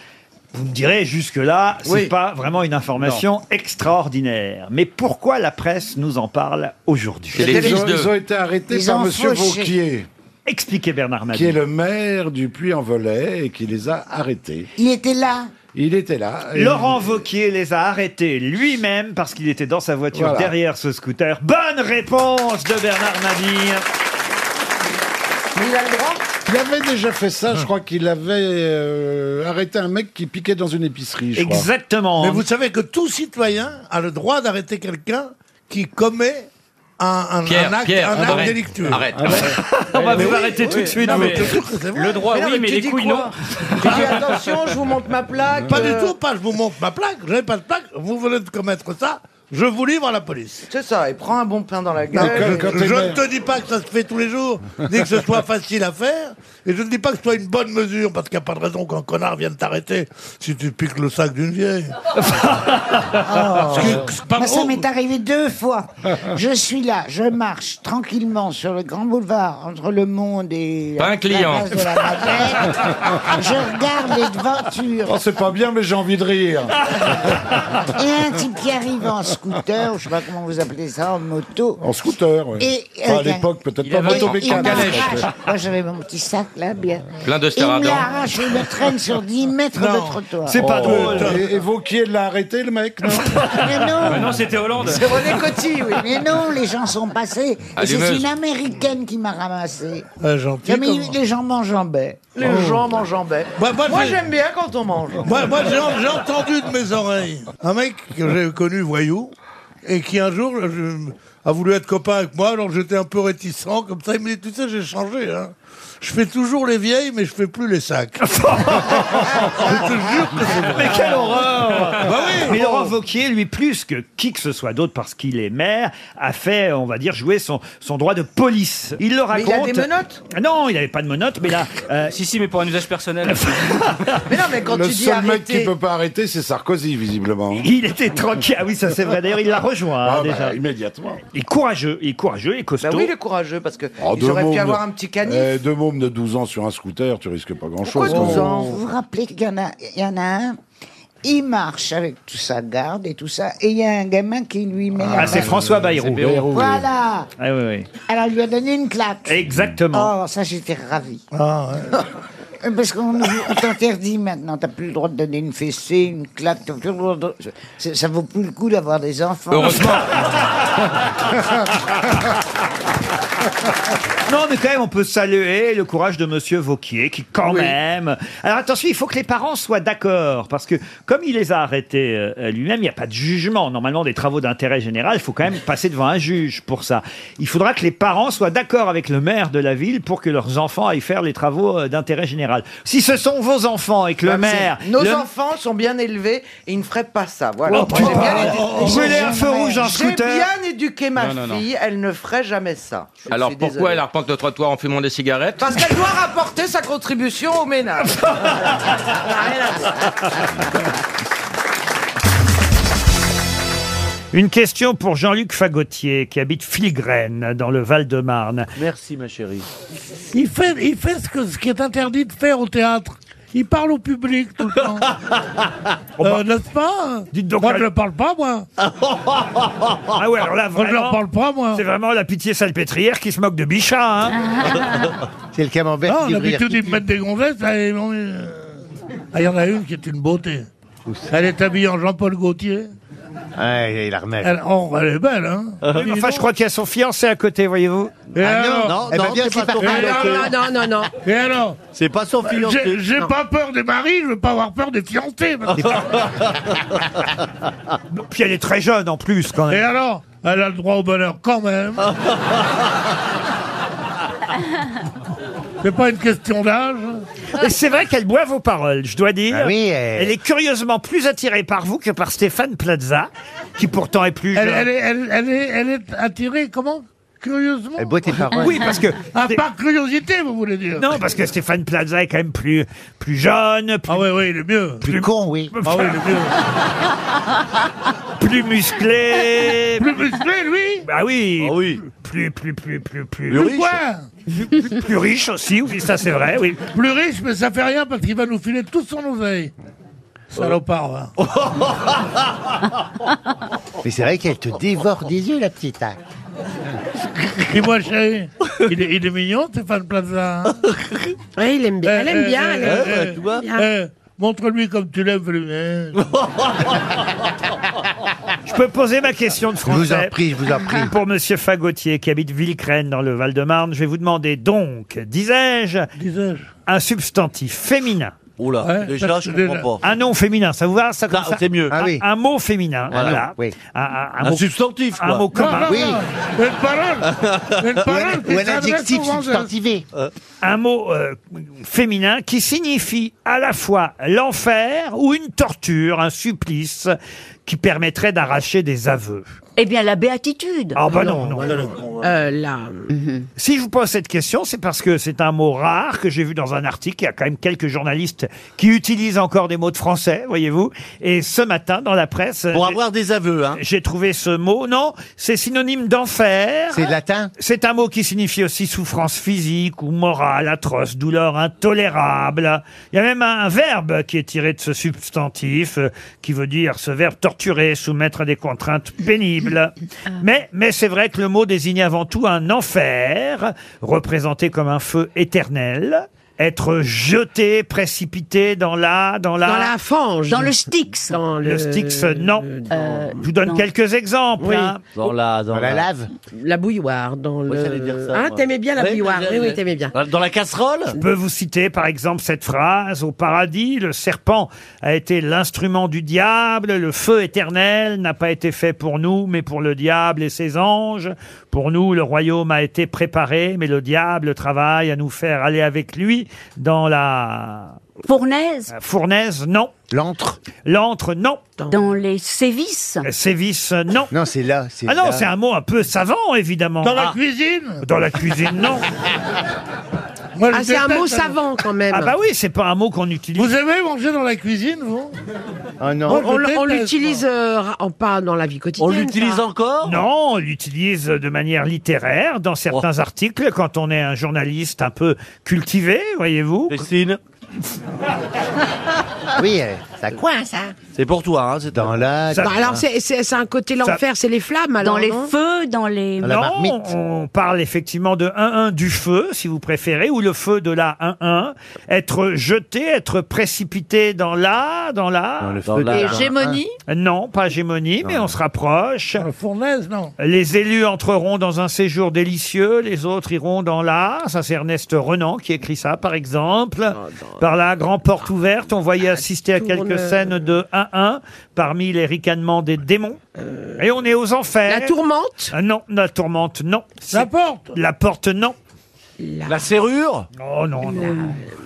Speaker 1: Vous me direz, jusque-là, c'est
Speaker 2: Oui.
Speaker 1: pas vraiment une information extraordinaire. Mais pourquoi la presse nous en parle aujourd'hui
Speaker 2: Ils ont, ils ont été arrêtés par M. Vauquier,
Speaker 1: Expliquez Bernard Mabie.
Speaker 2: qui est le maire du Puy-en-Velay et qui les a arrêtés.
Speaker 14: Il était là.
Speaker 2: Il était là. et-
Speaker 1: Laurent Vauquier les a arrêtés lui-même parce qu'il était dans sa voiture
Speaker 2: Voilà.
Speaker 1: derrière ce scooter. Bonne réponse de Bernard Mabille.
Speaker 2: il avait déjà fait ça, je crois qu'il avait euh, arrêté un mec qui piquait dans une épicerie. je crois.
Speaker 6: Mais vous savez que tout citoyen a le droit d'arrêter quelqu'un qui commet un, un-
Speaker 2: Pierre,
Speaker 6: un acte,
Speaker 2: Pierre,
Speaker 6: un acte
Speaker 2: arrête.
Speaker 6: délictueux. Ah
Speaker 2: Arrête, arrête.
Speaker 6: On va
Speaker 2: Mais
Speaker 6: vous
Speaker 2: oui,
Speaker 6: arrêter
Speaker 2: oui.
Speaker 6: tout de suite.
Speaker 2: Non,
Speaker 6: vous.
Speaker 2: mais-
Speaker 6: Le droit, Mais non, oui, mais mais tu les dis couilles, quoi non.
Speaker 14: Tu dis attention, je vous montre ma plaque.
Speaker 6: Pas
Speaker 14: euh,
Speaker 6: du tout, pas je vous montre ma plaque, je n'ai pas de plaque, vous venez de commettre ça, je vous livre à la police.
Speaker 7: C'est ça, et prends un bon pain dans la
Speaker 6: Je
Speaker 7: gueule.
Speaker 6: je ne te dis pas que ça se fait tous les jours, ni que ce soit facile à faire, et je ne dis pas que ce soit une bonne mesure, parce qu'il n'y a pas de raison qu'un connard vienne t'arrêter si tu piques le sac d'une vieille.
Speaker 14: Moi, Oh.
Speaker 6: Parce que c'est pas
Speaker 14: Ah. Bah, ça
Speaker 6: haut.
Speaker 14: m'est arrivé deux fois. Je suis là, je marche tranquillement sur le grand boulevard entre le monde et
Speaker 2: Pas un client.
Speaker 14: la place de la Madeleine. je regarde les devantures.
Speaker 2: Oh, c'est pas bien, mais j'ai envie de rire.
Speaker 14: Et un type qui arrive en scooter, ou je sais pas comment vous appelez ça, en moto.
Speaker 2: En scooter, oui.
Speaker 14: Et,
Speaker 2: Enfin, à
Speaker 14: euh,
Speaker 2: l'époque, peut-être
Speaker 14: il
Speaker 2: pas
Speaker 14: avait- il
Speaker 2: motomécanique.
Speaker 14: m'arrache. Moi, j'avais mon petit sac là, bien.
Speaker 2: Plein de
Speaker 14: Il me
Speaker 2: stéradans.
Speaker 14: l'arrache et il me traîne sur 10 mètres de trottoir.
Speaker 2: Oh, Et, et Vauquier l'a arrêté, le mec, non
Speaker 14: Mais non.
Speaker 2: Bah non, c'était Hollande.
Speaker 14: C'est René Coty, oui. Mais non, les gens sont passés. Et c'est
Speaker 6: Allumeuse.
Speaker 14: une américaine qui m'a ramassé.
Speaker 6: Ah, gentil,
Speaker 14: J'ai mis
Speaker 6: comment.
Speaker 14: les gens m'enjambaient.
Speaker 6: Les Oh. gens
Speaker 14: m'enjambaient.
Speaker 6: Moi, moi, Moi, j'ai- j'aime
Speaker 14: bien quand on mange.
Speaker 6: Moi, moi, j'ai j'ai entendu de mes oreilles un mec que j'ai connu voyou et qui un jour je- a voulu être copain avec moi, alors j'étais un peu réticent comme ça. Il me dit Tu sais, j'ai changé. Hein. Je fais toujours les vieilles, mais je fais plus les sacs. je te jure que c'est vrai.
Speaker 1: Mais quelle horreur
Speaker 6: Bah oui
Speaker 1: Mais Laurent Wauquiez, lui, plus que qui que ce soit d'autre, parce qu'il est maire, a fait, on va dire, jouer son, son droit de police. Il
Speaker 14: Mais
Speaker 1: le raconte.
Speaker 14: il a des menottes
Speaker 1: Non, il n'avait pas de menottes, mais là... euh, Si, si, mais pour un usage personnel.
Speaker 14: Mais non, mais
Speaker 2: le seul mec qui peut pas arrêter, c'est Sarkozy, visiblement.
Speaker 1: Il était tranquille. Ah oui, ça c'est vrai. D'ailleurs, il l'a rejoint hein,
Speaker 2: Ah, bah,
Speaker 1: déjà.
Speaker 2: immédiatement.
Speaker 1: Il est courageux, il est courageux, il est costaud.
Speaker 7: Bah oui, il est courageux parce que
Speaker 2: Oh,
Speaker 7: il
Speaker 2: deux
Speaker 7: aurait pu
Speaker 2: mômes-
Speaker 7: avoir un petit canif.
Speaker 2: Eh, deux mômes de 12 ans sur un scooter, tu risques pas grand-chose.
Speaker 14: Pourquoi
Speaker 2: quand
Speaker 14: douze
Speaker 2: même.
Speaker 14: ans Vous vous rappelez qu'il y en a, il y en a un il marche avec tout ça, garde et tout ça, et il y a un gamin qui lui met la
Speaker 1: Ah, c'est
Speaker 14: main.
Speaker 1: François Bayrou.
Speaker 14: oui. Voilà.
Speaker 1: Ah oui, oui.
Speaker 14: Alors, il lui a donné une claque.
Speaker 1: Exactement.
Speaker 14: Oh, ça, j'étais ravi.
Speaker 6: Ah,
Speaker 14: Euh, Parce qu'on nous- on t'interdit maintenant, t'as plus le droit de donner une fessée, une claque, t'as plus le droit de- c'est- Ça vaut plus le coup d'avoir des enfants.
Speaker 1: Heureusement. Non, mais quand même, on peut saluer le courage de Monsieur Vauquier, qui quand même. Alors attention, il faut que les parents soient d'accord, parce que comme il les a arrêtés euh, lui-même, il n'y a pas de jugement. Normalement, des travaux d'intérêt général, il faut quand même passer devant un juge pour ça. Il faudra que les parents soient d'accord avec le maire de la ville pour que leurs enfants aillent faire les travaux euh, d'intérêt général. Si ce sont vos enfants et que le
Speaker 7: Bah, c'est-
Speaker 1: maire,
Speaker 7: Nos
Speaker 1: le-
Speaker 7: enfants sont bien élevés et ils ne feraient pas ça. Voilà.
Speaker 1: Oh,
Speaker 7: Moi, j'ai
Speaker 1: putain.
Speaker 7: bien éduqué-
Speaker 1: Oh, oh, oh. Brûler un feu rouge en
Speaker 7: J'ai
Speaker 1: scooter.
Speaker 7: bien éduqué ma
Speaker 13: Non, non, non.
Speaker 7: fille. Elle ne ferait jamais ça. Je
Speaker 13: Alors
Speaker 7: suis
Speaker 13: pourquoi
Speaker 7: désolé.
Speaker 13: elle arpente le trottoir en fumant des cigarettes
Speaker 7: Parce qu'elle doit rapporter sa contribution au ménage. Voilà. On a rien à dire.
Speaker 1: Une question pour Jean-Luc Fagotier, qui habite Fligraine, dans le Val-de-Marne.
Speaker 16: Merci, ma chérie.
Speaker 6: Il fait, il fait ce, que, ce qui est interdit de faire au théâtre. Il parle au public tout le temps.
Speaker 1: Oh, bah.
Speaker 6: Euh, N'est-ce pas Moi, je ne parle pas, moi.
Speaker 1: Ah ouais, alors là,
Speaker 6: Moi, je leur parle pas, moi.
Speaker 1: C'est vraiment la pitié salpêtrière qui se moque de Bichat, hein
Speaker 16: C'est le camembert
Speaker 6: Non,
Speaker 16: qui
Speaker 6: d'habitude, ils me mettent des gonzesses. là, et bon, euh, ah, Il y en a une qui est une beauté. Elle est habillée en Jean-Paul Gaultier.
Speaker 11: Ouais, il la remet.
Speaker 6: Elle, oh, elle est belle, hein
Speaker 1: Oui, mais enfin, je crois qu'il y a son fiancé à côté, voyez-vous.
Speaker 6: Ah non,
Speaker 1: Eh
Speaker 6: non,
Speaker 1: ben,
Speaker 6: non, c'est pas son fiancé.
Speaker 1: non, non, non.
Speaker 6: Et alors
Speaker 11: C'est pas son
Speaker 6: Bah,
Speaker 11: fiancé.
Speaker 6: j'ai- J'ai
Speaker 11: Non.
Speaker 6: pas peur des maris, je veux pas avoir peur des fiancés.
Speaker 1: Puis elle est très jeune en plus, quand
Speaker 6: Et
Speaker 1: même.
Speaker 6: alors Elle a le droit au bonheur quand même. C'est pas une question d'âge.
Speaker 1: Et c'est vrai qu'elle boit vos paroles, je dois dire.
Speaker 6: Ah oui,
Speaker 1: elle...
Speaker 6: elle-
Speaker 1: est curieusement plus attirée par vous que par Stéphane Plaza, qui pourtant est plus
Speaker 6: Elle,
Speaker 1: jeune.
Speaker 6: elle est, elle- elle est- elle est attirée, comment Curieusement.
Speaker 1: Elle boit tes paroles. Oui, parce que-
Speaker 6: Ah, par curiosité, vous voulez dire
Speaker 1: Non, parce que Stéphane Plaza est quand même plus, plus jeune. Plus, ah oui, oui, il est mieux. Plus, con, oui.
Speaker 6: Ah oui, le vieux.
Speaker 1: plus musclé.
Speaker 6: Plus musclé, lui
Speaker 1: Bah oui.
Speaker 11: Ah
Speaker 1: Plus, plus, plus, plus, plus.
Speaker 6: Plus quoi
Speaker 1: Plus, plus riche aussi, oui, ça c'est vrai, oui.
Speaker 6: Plus riche, mais ça fait rien parce qu'il va nous filer tout son oseille. Salopard, hein. va.
Speaker 16: Oh.
Speaker 11: Mais c'est vrai qu'elle te dévore des yeux, la petite. hein.
Speaker 6: Dis-moi, chérie, il est, il est mignon, Stéphane Plaza. hein. Eh, oui, il aime
Speaker 10: bien. Elle aime bien, elle aime bien. Bien.
Speaker 6: Montre-lui comme tu l'aimes, lui.
Speaker 1: Je peux poser ma question de français.
Speaker 6: vous en prie, je vous en prie.
Speaker 1: Pour Monsieur Fagotier, qui habite Villecrène, dans le Val-de-Marne, je vais vous demander donc, disais-je, un substantif féminin.
Speaker 11: Oula,
Speaker 1: Ouais,
Speaker 11: déjà,
Speaker 1: parce-
Speaker 11: je comprends pas.
Speaker 1: Un nom féminin, ça vous va ça, comme
Speaker 11: Ah,
Speaker 1: ça
Speaker 11: c'est mieux.
Speaker 1: Un,
Speaker 11: Ah oui.
Speaker 1: un mot féminin,
Speaker 11: Voilà.
Speaker 1: voilà.
Speaker 11: Oui.
Speaker 1: Un,
Speaker 11: Un
Speaker 1: mot-
Speaker 11: substantif, quoi.
Speaker 1: Un mot commun.
Speaker 11: Non, non, Oui. non.
Speaker 6: Une parole
Speaker 11: Une parole qui s'adresse
Speaker 6: adjectif aux vendeurs. substantivé.
Speaker 1: Un mot euh, féminin qui signifie à la fois l'enfer ou une torture, un supplice qui permettrait d'arracher des aveux.
Speaker 26: Eh bien, la béatitude.
Speaker 1: Ah
Speaker 20: Oh,
Speaker 1: bah non, non.
Speaker 26: Euh, la...
Speaker 1: Si je vous pose cette question, c'est parce que c'est un mot rare que j'ai vu dans un article. Il y a quand même quelques journalistes qui utilisent encore des mots de français, voyez-vous. Et ce matin, dans la presse... Pour avoir des aveux, hein. J'ai trouvé ce mot. Non, c'est synonyme d'enfer. C'est latin C'est un mot qui signifie aussi souffrance physique ou morale, atroce, douleur intolérable. Il y a même un, un verbe qui est tiré de ce substantif, euh, qui veut dire ce verbe torturer, soumettre à des contraintes pénibles.
Speaker 26: Ah.
Speaker 1: Mais, mais c'est vrai que le mot désigne avant tout un enfer, représenté comme un feu éternel. Être jeté, précipité dans la, dans la,
Speaker 26: Dans la fange. Dans le Styx. Dans
Speaker 1: le, Styx, non.
Speaker 26: Euh,
Speaker 1: Je vous donne
Speaker 26: dans-
Speaker 1: quelques exemples.
Speaker 26: Oui.
Speaker 1: hein.
Speaker 11: Dans la, dans la lave.
Speaker 26: La bouilloire. Dans le...
Speaker 11: j'allais dire ça,
Speaker 26: hein,
Speaker 11: moi.
Speaker 26: t'aimais bien la
Speaker 11: Oui,
Speaker 26: bouilloire.
Speaker 11: j'allais-
Speaker 26: Oui, oui, t'aimais bien.
Speaker 11: Dans, dans la casserole
Speaker 1: Je peux vous citer par exemple cette phrase Au paradis, le serpent a été l'instrument du diable, le feu éternel n'a pas été fait pour nous, mais pour le diable et ses anges. Pour nous, le royaume a été préparé, mais le diable travaille à nous faire aller avec lui dans la.
Speaker 26: Fournaise.
Speaker 1: Euh, Fournaise, non. L'antre L'antre, non.
Speaker 26: Dans les sévices.
Speaker 1: Euh, Sévice, euh, non. Non, c'est là. Ah non,
Speaker 11: là.
Speaker 1: c'est un mot un peu savant, évidemment.
Speaker 26: Dans la
Speaker 1: Ah.
Speaker 6: cuisine
Speaker 1: Dans la cuisine, non.
Speaker 6: Moi, je
Speaker 26: Ah, c'est un
Speaker 6: déteste
Speaker 26: mot
Speaker 6: ça.
Speaker 26: savant quand même.
Speaker 1: Ah bah oui, c'est pas un mot qu'on utilise.
Speaker 6: Vous aimez manger dans la cuisine, vous
Speaker 11: Ah
Speaker 26: On-
Speaker 1: Moi, je
Speaker 26: on l- on
Speaker 1: déteste,
Speaker 26: l'utilise euh, ra- en- pas dans la vie quotidienne. ça.
Speaker 11: encore
Speaker 1: Non, on l'utilise de manière littéraire dans certains articles quand on est un journaliste un peu cultivé, voyez-vous. Christine
Speaker 11: Oui, euh, ça
Speaker 26: Quoi ça
Speaker 11: C'est pour toi, hein, c'est dans la.
Speaker 26: Bah, Alors c'est- c'est c'est un côté l'enfer, c'est les flammes. Alors,
Speaker 1: les
Speaker 26: feux, dans les.
Speaker 1: Non, on parle effectivement de 1-1 du feu, si vous préférez, ou le feu de la 1-1. Être jeté, être précipité dans la, dans la...
Speaker 11: Dans le feu Dans de la la- hégémonie
Speaker 1: Non, pas hégémonie, mais on se rapproche.
Speaker 6: Fournaise, non.
Speaker 1: Les élus entreront dans un séjour délicieux, les autres iront dans la... Ça, c'est Ernest Renan qui écrit ça, par exemple. Par la grande porte ouverte, on
Speaker 26: Ah,
Speaker 1: voyait assister à
Speaker 26: tourne-
Speaker 1: quelques scènes de 1-1 parmi les ricanements des démons. Et on est aux enfers.
Speaker 26: Euh, La tourmente
Speaker 1: Ah Non, la tourmente, non. La porte La porte, non. La, serrure Oh non, non.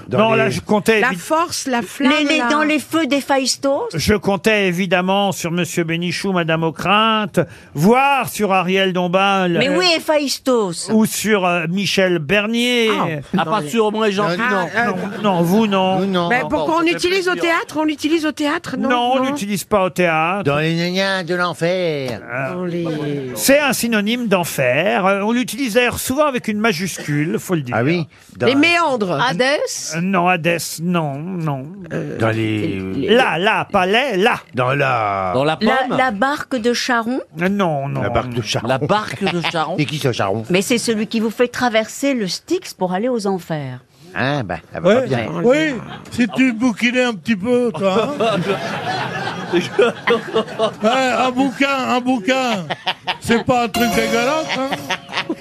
Speaker 1: non. non, là, je comptais...
Speaker 26: La
Speaker 1: évi-
Speaker 26: force, la flamme.
Speaker 21: Les- les-
Speaker 26: la-
Speaker 21: dans les feux des Phaistos
Speaker 1: Je comptais évidemment sur Monsieur Bénichou, Madame O'Crinte, voire sur Ariel Dombal.
Speaker 21: Mais
Speaker 1: euh,
Speaker 21: oui, Héphaïstos.
Speaker 1: Ou sur euh, Michel Bernier.
Speaker 26: Ah, dans les- Ah, euh,
Speaker 1: non, non, vous non.
Speaker 10: Bah,
Speaker 26: Ben, pourquoi on l'utilise au théâtre On l'utilise au théâtre Non,
Speaker 1: Non, on l'utilise pas au théâtre. Dans les gnagnins de l'enfer. C'est un synonyme d'enfer. Euh, On l'utilise d'ailleurs souvent avec une majuscule, faut le dire. Ah oui.
Speaker 26: Les méandres.
Speaker 1: Non, Hadès, non, non.
Speaker 2: Euh,
Speaker 11: Dans les.
Speaker 1: Là, là, pas les, là.
Speaker 11: Dans la. Dans la
Speaker 21: La, la barque de Charon.
Speaker 1: Ah Non, non.
Speaker 11: La barque de Charon. La
Speaker 21: barque de Charon.
Speaker 11: C'est qui ce Charon
Speaker 21: Mais c'est celui qui vous fait traverser le Styx pour aller aux enfers.
Speaker 1: Ah,
Speaker 11: Hein, bah, ça va
Speaker 22: Ouais.
Speaker 11: pas bien.
Speaker 22: Oui, si tu bouquinais un petit peu, toi. hein.
Speaker 33: Eh, un bouquin, un bouquin. C'est pas un truc dégueulasse. Hein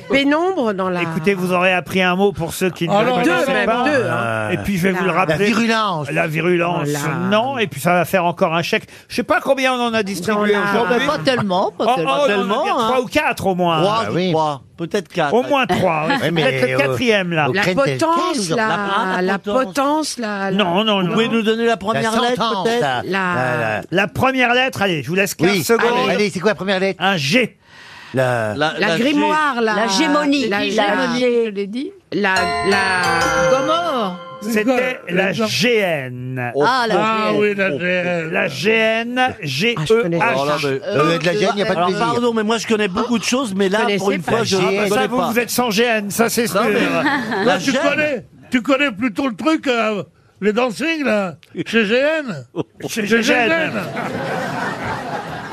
Speaker 10: Pénombre dans la.
Speaker 1: Écoutez, vous aurez appris un mot pour ceux qui ne
Speaker 10: Ah
Speaker 1: le
Speaker 10: non,
Speaker 1: connaissent
Speaker 10: deux, même,
Speaker 1: pas.
Speaker 10: deux, hein.
Speaker 1: Et puis je vais
Speaker 10: La-
Speaker 1: vous le rappeler.
Speaker 10: la virulence. Oh
Speaker 1: La virulence.
Speaker 10: Voilà.
Speaker 1: Non. Et puis ça va faire encore un chèque. Je sais pas combien on en a distribué
Speaker 10: la-
Speaker 1: aujourd'hui.
Speaker 10: Pas tellement, pas
Speaker 1: Oh, oh,
Speaker 10: tellement.
Speaker 1: on en a bien
Speaker 10: Tellement,
Speaker 1: trois
Speaker 10: hein.
Speaker 1: ou quatre au moins.
Speaker 10: Trois, je
Speaker 1: Peut-être quatre. Au moins trois. oui.
Speaker 10: Ouais, mais,
Speaker 1: Peut-être le
Speaker 10: euh,
Speaker 1: quatrième là.
Speaker 10: La potence, la, la, potence, la. la-
Speaker 1: Non, non, non.
Speaker 10: Vous pouvez nous
Speaker 1: donner la
Speaker 10: première La lettre, sentence, peut-être la- la-
Speaker 1: la... première lettre, allez, je vous laisse 15
Speaker 10: Oui,
Speaker 1: secondes.
Speaker 10: allez. Allez,
Speaker 1: c'est quoi la première lettre Un G. La,
Speaker 10: La, grimoire, la.
Speaker 17: La gémonie.
Speaker 10: La
Speaker 17: La
Speaker 10: gémonie.
Speaker 17: gé-
Speaker 10: Je l'ai dit. La. La. Gomorre.
Speaker 1: C'était la GN.
Speaker 10: Ah, la Ah GN. oui,
Speaker 1: la Ah, GN. La GN,
Speaker 16: E Euh, de la gêne, y a pas de
Speaker 1: Alors,
Speaker 16: plaisir.
Speaker 1: pardon,
Speaker 16: mais moi je connais beaucoup de choses, mais
Speaker 1: là, pour une fois, je ne connais pas. GN, ça c'est
Speaker 16: sûr.
Speaker 6: Là,
Speaker 16: La
Speaker 6: tu,
Speaker 16: gêne.
Speaker 6: connais, tu connais plutôt le truc, euh, les dancing, là, chez GN.
Speaker 1: Chez GN.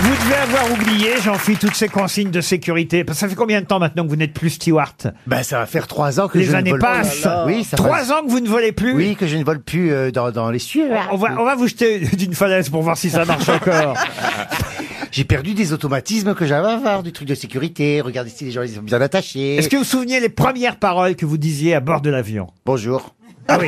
Speaker 1: Vous devez avoir oublié, j'en fis toutes ces consignes de sécurité. Parce que ça fait combien de temps maintenant que vous n'êtes plus steward
Speaker 16: Ben, ça va faire trois ans que
Speaker 1: Les
Speaker 16: je
Speaker 1: années
Speaker 16: ne vole
Speaker 1: passent.
Speaker 16: plus. Oh Oui, ça
Speaker 1: Trois ans que vous ne volez plus.
Speaker 16: Oui, que je ne vole plus euh, dans, dans les cieux.
Speaker 1: on va, on va vous jeter d'une falaise pour voir si ça marche encore.
Speaker 16: J'ai perdu des automatismes que j'avais avant, du truc de sécurité. Regardez si les gens ils sont bien attachés.
Speaker 1: Est-ce que vous vous souvenez les premières paroles que vous disiez à bord de l'avion
Speaker 16: Bonjour.
Speaker 1: Ah oui.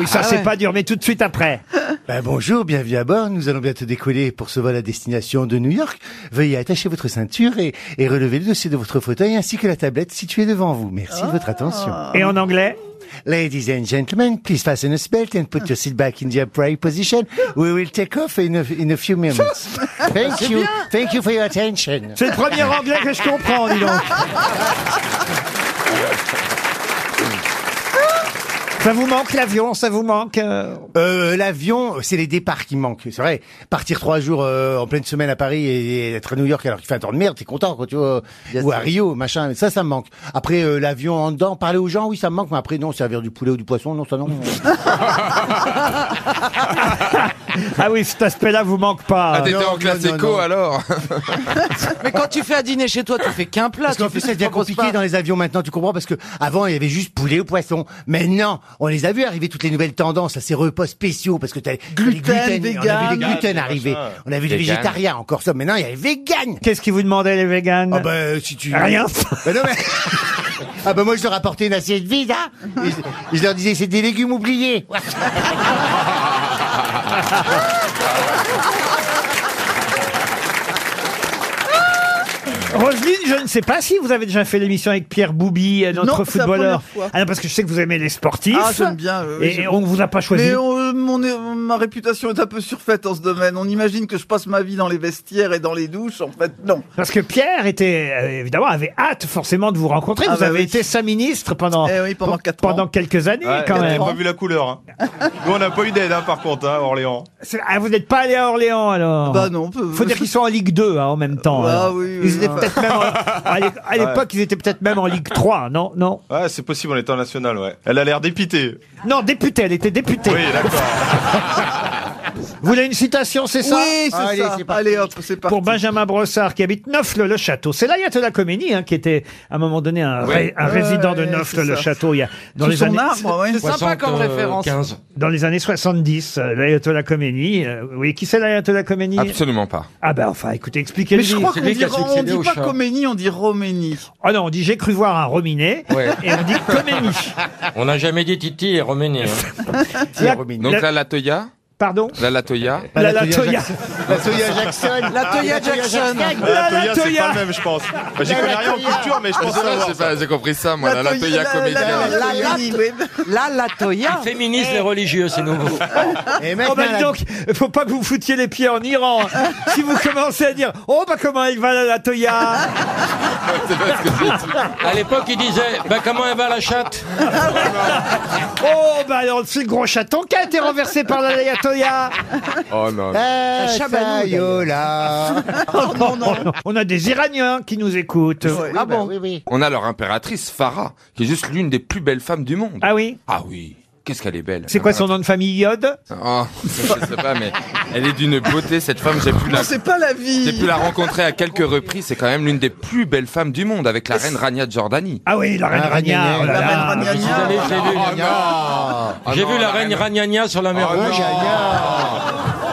Speaker 1: oui, ça
Speaker 16: Ah
Speaker 1: c'est
Speaker 16: ouais.
Speaker 1: pas dur, mais tout de suite après.
Speaker 16: Ben, bonjour, bienvenue à bord. Nous allons bientôt décoller pour ce vol à destination de New York. Veuillez attacher votre ceinture et, et relever le dossier de votre fauteuil ainsi que la tablette située devant vous. Merci de votre attention.
Speaker 1: Et en anglais
Speaker 16: Ladies and gentlemen, please fasten a belt and put your seat back in the upright position. We will take off in a, in a few minutes. Thank
Speaker 34: C'est
Speaker 16: you.
Speaker 34: bien.
Speaker 16: Thank you for your attention.
Speaker 1: C'est le premier anglais que je comprends, dis donc. Ça vous manque l'avion Ça vous manque euh
Speaker 16: Euh, L'avion, c'est les départs qui manquent. C'est vrai. Partir trois jours euh, en pleine semaine à Paris et, et être à New York alors qu'il fait un temps de merde, t'es content quand tu vois. ou à Rio, machin. Ça, ça me manque. Après, euh, l'avion en dedans, parler aux gens, oui, ça me manque. Mais après, non, servir du poulet ou du poisson, non, ça non.
Speaker 1: Ah oui, cet aspect-là vous manque pas.
Speaker 13: Ah, t'étais en classe éco alors
Speaker 25: Mais quand tu fais à dîner chez toi, tu fais qu'un plat.
Speaker 16: Parce qu'en
Speaker 25: tu
Speaker 16: plus,
Speaker 25: fais-
Speaker 16: ça
Speaker 25: tu
Speaker 16: devient
Speaker 25: proposes
Speaker 16: compliqué
Speaker 25: pas.
Speaker 16: dans les avions maintenant, tu comprends Parce que avant, il y avait juste poulet ou poisson. Maintenant, on les a vus arriver toutes les nouvelles tendances, là, ces repas spéciaux, parce que t'as gluten, on a vu les
Speaker 35: vegan,
Speaker 16: gluten
Speaker 35: machin.
Speaker 16: arriver, on a vu les
Speaker 35: Vegan.
Speaker 16: végétariens encore ça. Maintenant, il y a les véganes.
Speaker 1: Qu'est-ce qui vous demandait les véganes
Speaker 16: Ah ben, si tu
Speaker 1: Rien.
Speaker 16: Ben non, mais- Ah ben moi, je leur apportais une assiette vide. Hein Et je, je leur disais, c'est des légumes oubliés.
Speaker 1: Ah, Roselyne, je ne sais pas si vous avez déjà fait l'émission avec Pierre Boubi, euh, notre
Speaker 25: Non, c'est la
Speaker 1: footballeur.
Speaker 25: première fois.
Speaker 1: Ah non, parce que je sais que vous aimez les sportifs.
Speaker 25: Ah, j'aime bien, oui, oui,
Speaker 1: et
Speaker 25: j'aime
Speaker 1: on
Speaker 25: bien.
Speaker 1: vous a pas choisi.
Speaker 25: Mais on- euh, mon- euh, ma réputation est un peu surfaite en ce domaine. On imagine que je passe ma vie dans les vestiaires et dans les douches. En fait, non.
Speaker 1: Parce que Pierre était, euh, évidemment, avait hâte forcément de vous rencontrer.
Speaker 25: Ah
Speaker 1: vous
Speaker 25: bah
Speaker 1: avez
Speaker 25: oui. Eh
Speaker 1: été sa ministre pendant,
Speaker 25: pendant
Speaker 1: pendant quelques années,
Speaker 2: Ouais,
Speaker 1: quand
Speaker 2: t'as
Speaker 1: même.
Speaker 2: pas vu la couleur. hein. Nous, on n'a pas eu d'aide, hein, par contre, hein, à Orléans.
Speaker 1: C'est- ah, vous n'êtes pas allé à Orléans, alors
Speaker 25: Bah non, peu-
Speaker 1: Faut dire qu'ils sont en Ligue 2, hein, en même temps.
Speaker 2: Bah
Speaker 1: alors.
Speaker 2: oui, oui,
Speaker 1: ils étaient
Speaker 2: oui.
Speaker 1: peut-être même en- à l'é- à l'époque,
Speaker 2: Ouais.
Speaker 1: ils étaient peut-être même en Ligue 3, non Non
Speaker 2: Ouais, c'est possible, on était en national, ouais. Elle a l'air dépitée.
Speaker 1: Non, députée, elle était députée.
Speaker 2: Oui, d'accord.
Speaker 1: Vous voulez une citation, c'est ça
Speaker 25: Oui, c'est Allez, ça. c'est parti. Allez, hop, c'est parti.
Speaker 1: Pour Benjamin Brossard qui habite Neufle-le-Château. C'est là, il y a de la comédie, hein, qui était à un moment donné un,
Speaker 25: Oui.
Speaker 1: ré- un
Speaker 25: Ouais,
Speaker 1: résident de
Speaker 25: ouais,
Speaker 1: Neufle-le-Château. Il y a dans
Speaker 25: Sous
Speaker 1: les
Speaker 25: son
Speaker 1: années.
Speaker 25: arbre, ouais. C'est sympa comme 75. référence.
Speaker 1: Dans les années 70, euh, l'Ayatollah Khomeini. euh, oui, qui c'est l'Ayatollah Khomeini
Speaker 13: Absolument pas.
Speaker 1: Ah ben enfin, écoutez, expliquez-le.
Speaker 25: Mais je crois qu'on dit, on dit pas Khomeini, on dit Roménie.
Speaker 1: Ah non, on dit j'ai cru voir un Rominet
Speaker 25: Ouais.
Speaker 1: et on dit Khomeini.
Speaker 36: On n'a jamais dit Titi et hein. Roménie.
Speaker 1: La-
Speaker 13: Donc la Latoya
Speaker 1: Pardon
Speaker 13: La Latoya
Speaker 1: La Latoya.
Speaker 13: La Latoya Jackson
Speaker 25: La Toya Jackson.
Speaker 13: La Latoya, c'est pas le même, je pense. Enfin, J'y
Speaker 25: La
Speaker 13: connais rien en
Speaker 25: Latoya.
Speaker 13: culture, mais je
Speaker 25: Ah,
Speaker 13: pense
Speaker 25: ça,
Speaker 13: savoir
Speaker 25: c'est
Speaker 13: ça. J'ai compris ça, Ah, moi, la Latoya
Speaker 25: La, la,
Speaker 13: comédienne.
Speaker 25: la, la Toya.
Speaker 36: Féministe et religieux, c'est nouveau.
Speaker 16: Et
Speaker 1: Oh ben dis donc, faut pas que vous foutiez les pieds en Iran. si vous commencez à dire, oh bah comment il va la Latoya
Speaker 36: À l'époque, il disait, bah comment elle va la chatte
Speaker 1: Oh Oh, bah alors, c'est le gros chaton qui a été renversé par la Toya.
Speaker 13: Oh non.
Speaker 2: Euh,
Speaker 1: Eh,
Speaker 16: Eh,
Speaker 25: bah,
Speaker 16: Sayola.
Speaker 1: Oh,
Speaker 2: Oh,
Speaker 1: On a des Iraniens qui nous écoutent.
Speaker 25: bah,
Speaker 16: Ah bon Oui, oui.
Speaker 13: On a leur impératrice, Farah, qui est juste l'une des plus belles femmes du monde.
Speaker 1: Ah oui
Speaker 13: Ah oui. Qu'est-ce qu'elle est belle.
Speaker 1: C'est quoi son nom de famille Yod
Speaker 13: Oh, je sais pas, mais elle est d'une beauté, cette femme. J'ai pu la...
Speaker 25: pas la vie.
Speaker 13: J'ai pu la rencontrer à quelques reprises. C'est quand même l'une des plus belles femmes du monde avec la reine Rania de Jordanie.
Speaker 1: Ah oui, la reine
Speaker 13: Ah,
Speaker 1: Rania.
Speaker 13: Rania,
Speaker 1: oh là
Speaker 13: la
Speaker 1: là.
Speaker 13: reine Rania.
Speaker 2: Je suis allé, je l'ai vu.
Speaker 7: Oh,
Speaker 2: J'ai
Speaker 13: Ah non,
Speaker 2: vu la
Speaker 13: la
Speaker 2: reine Ragnagna sur la mer Rouge.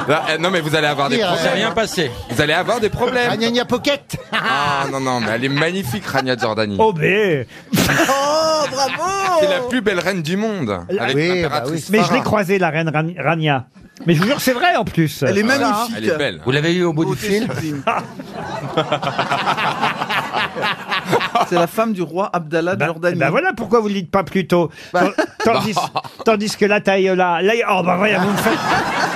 Speaker 13: Là, euh, non, mais vous allez avoir des
Speaker 2: Il s'est
Speaker 13: problèmes.
Speaker 2: rien
Speaker 13: passé. Vous allez avoir des problèmes.
Speaker 16: Ragnagna Pocket.
Speaker 13: Ah non, non, mais elle est magnifique, Rania de Jordanie.
Speaker 1: Oh, bé
Speaker 25: Oh, bravo
Speaker 13: C'est la plus belle reine du monde. Avec
Speaker 2: bah
Speaker 13: l'impératrice
Speaker 1: Mais je
Speaker 13: Farah.
Speaker 1: l'ai croisée, la reine Ran- Rania. Mais je vous jure, c'est vrai en plus.
Speaker 13: Elle est magnifique. Ah, Elle est belle.
Speaker 2: Vous l'avez eu au bout du
Speaker 25: Beauté
Speaker 2: fil
Speaker 25: sublime. C'est la femme du roi Abdallah de Jordanie. Bah.
Speaker 1: Ben voilà pourquoi vous ne le dites pas plus tôt. Tandis, tandis que la Taïola. la- Oh, bah voilà, vous me faites.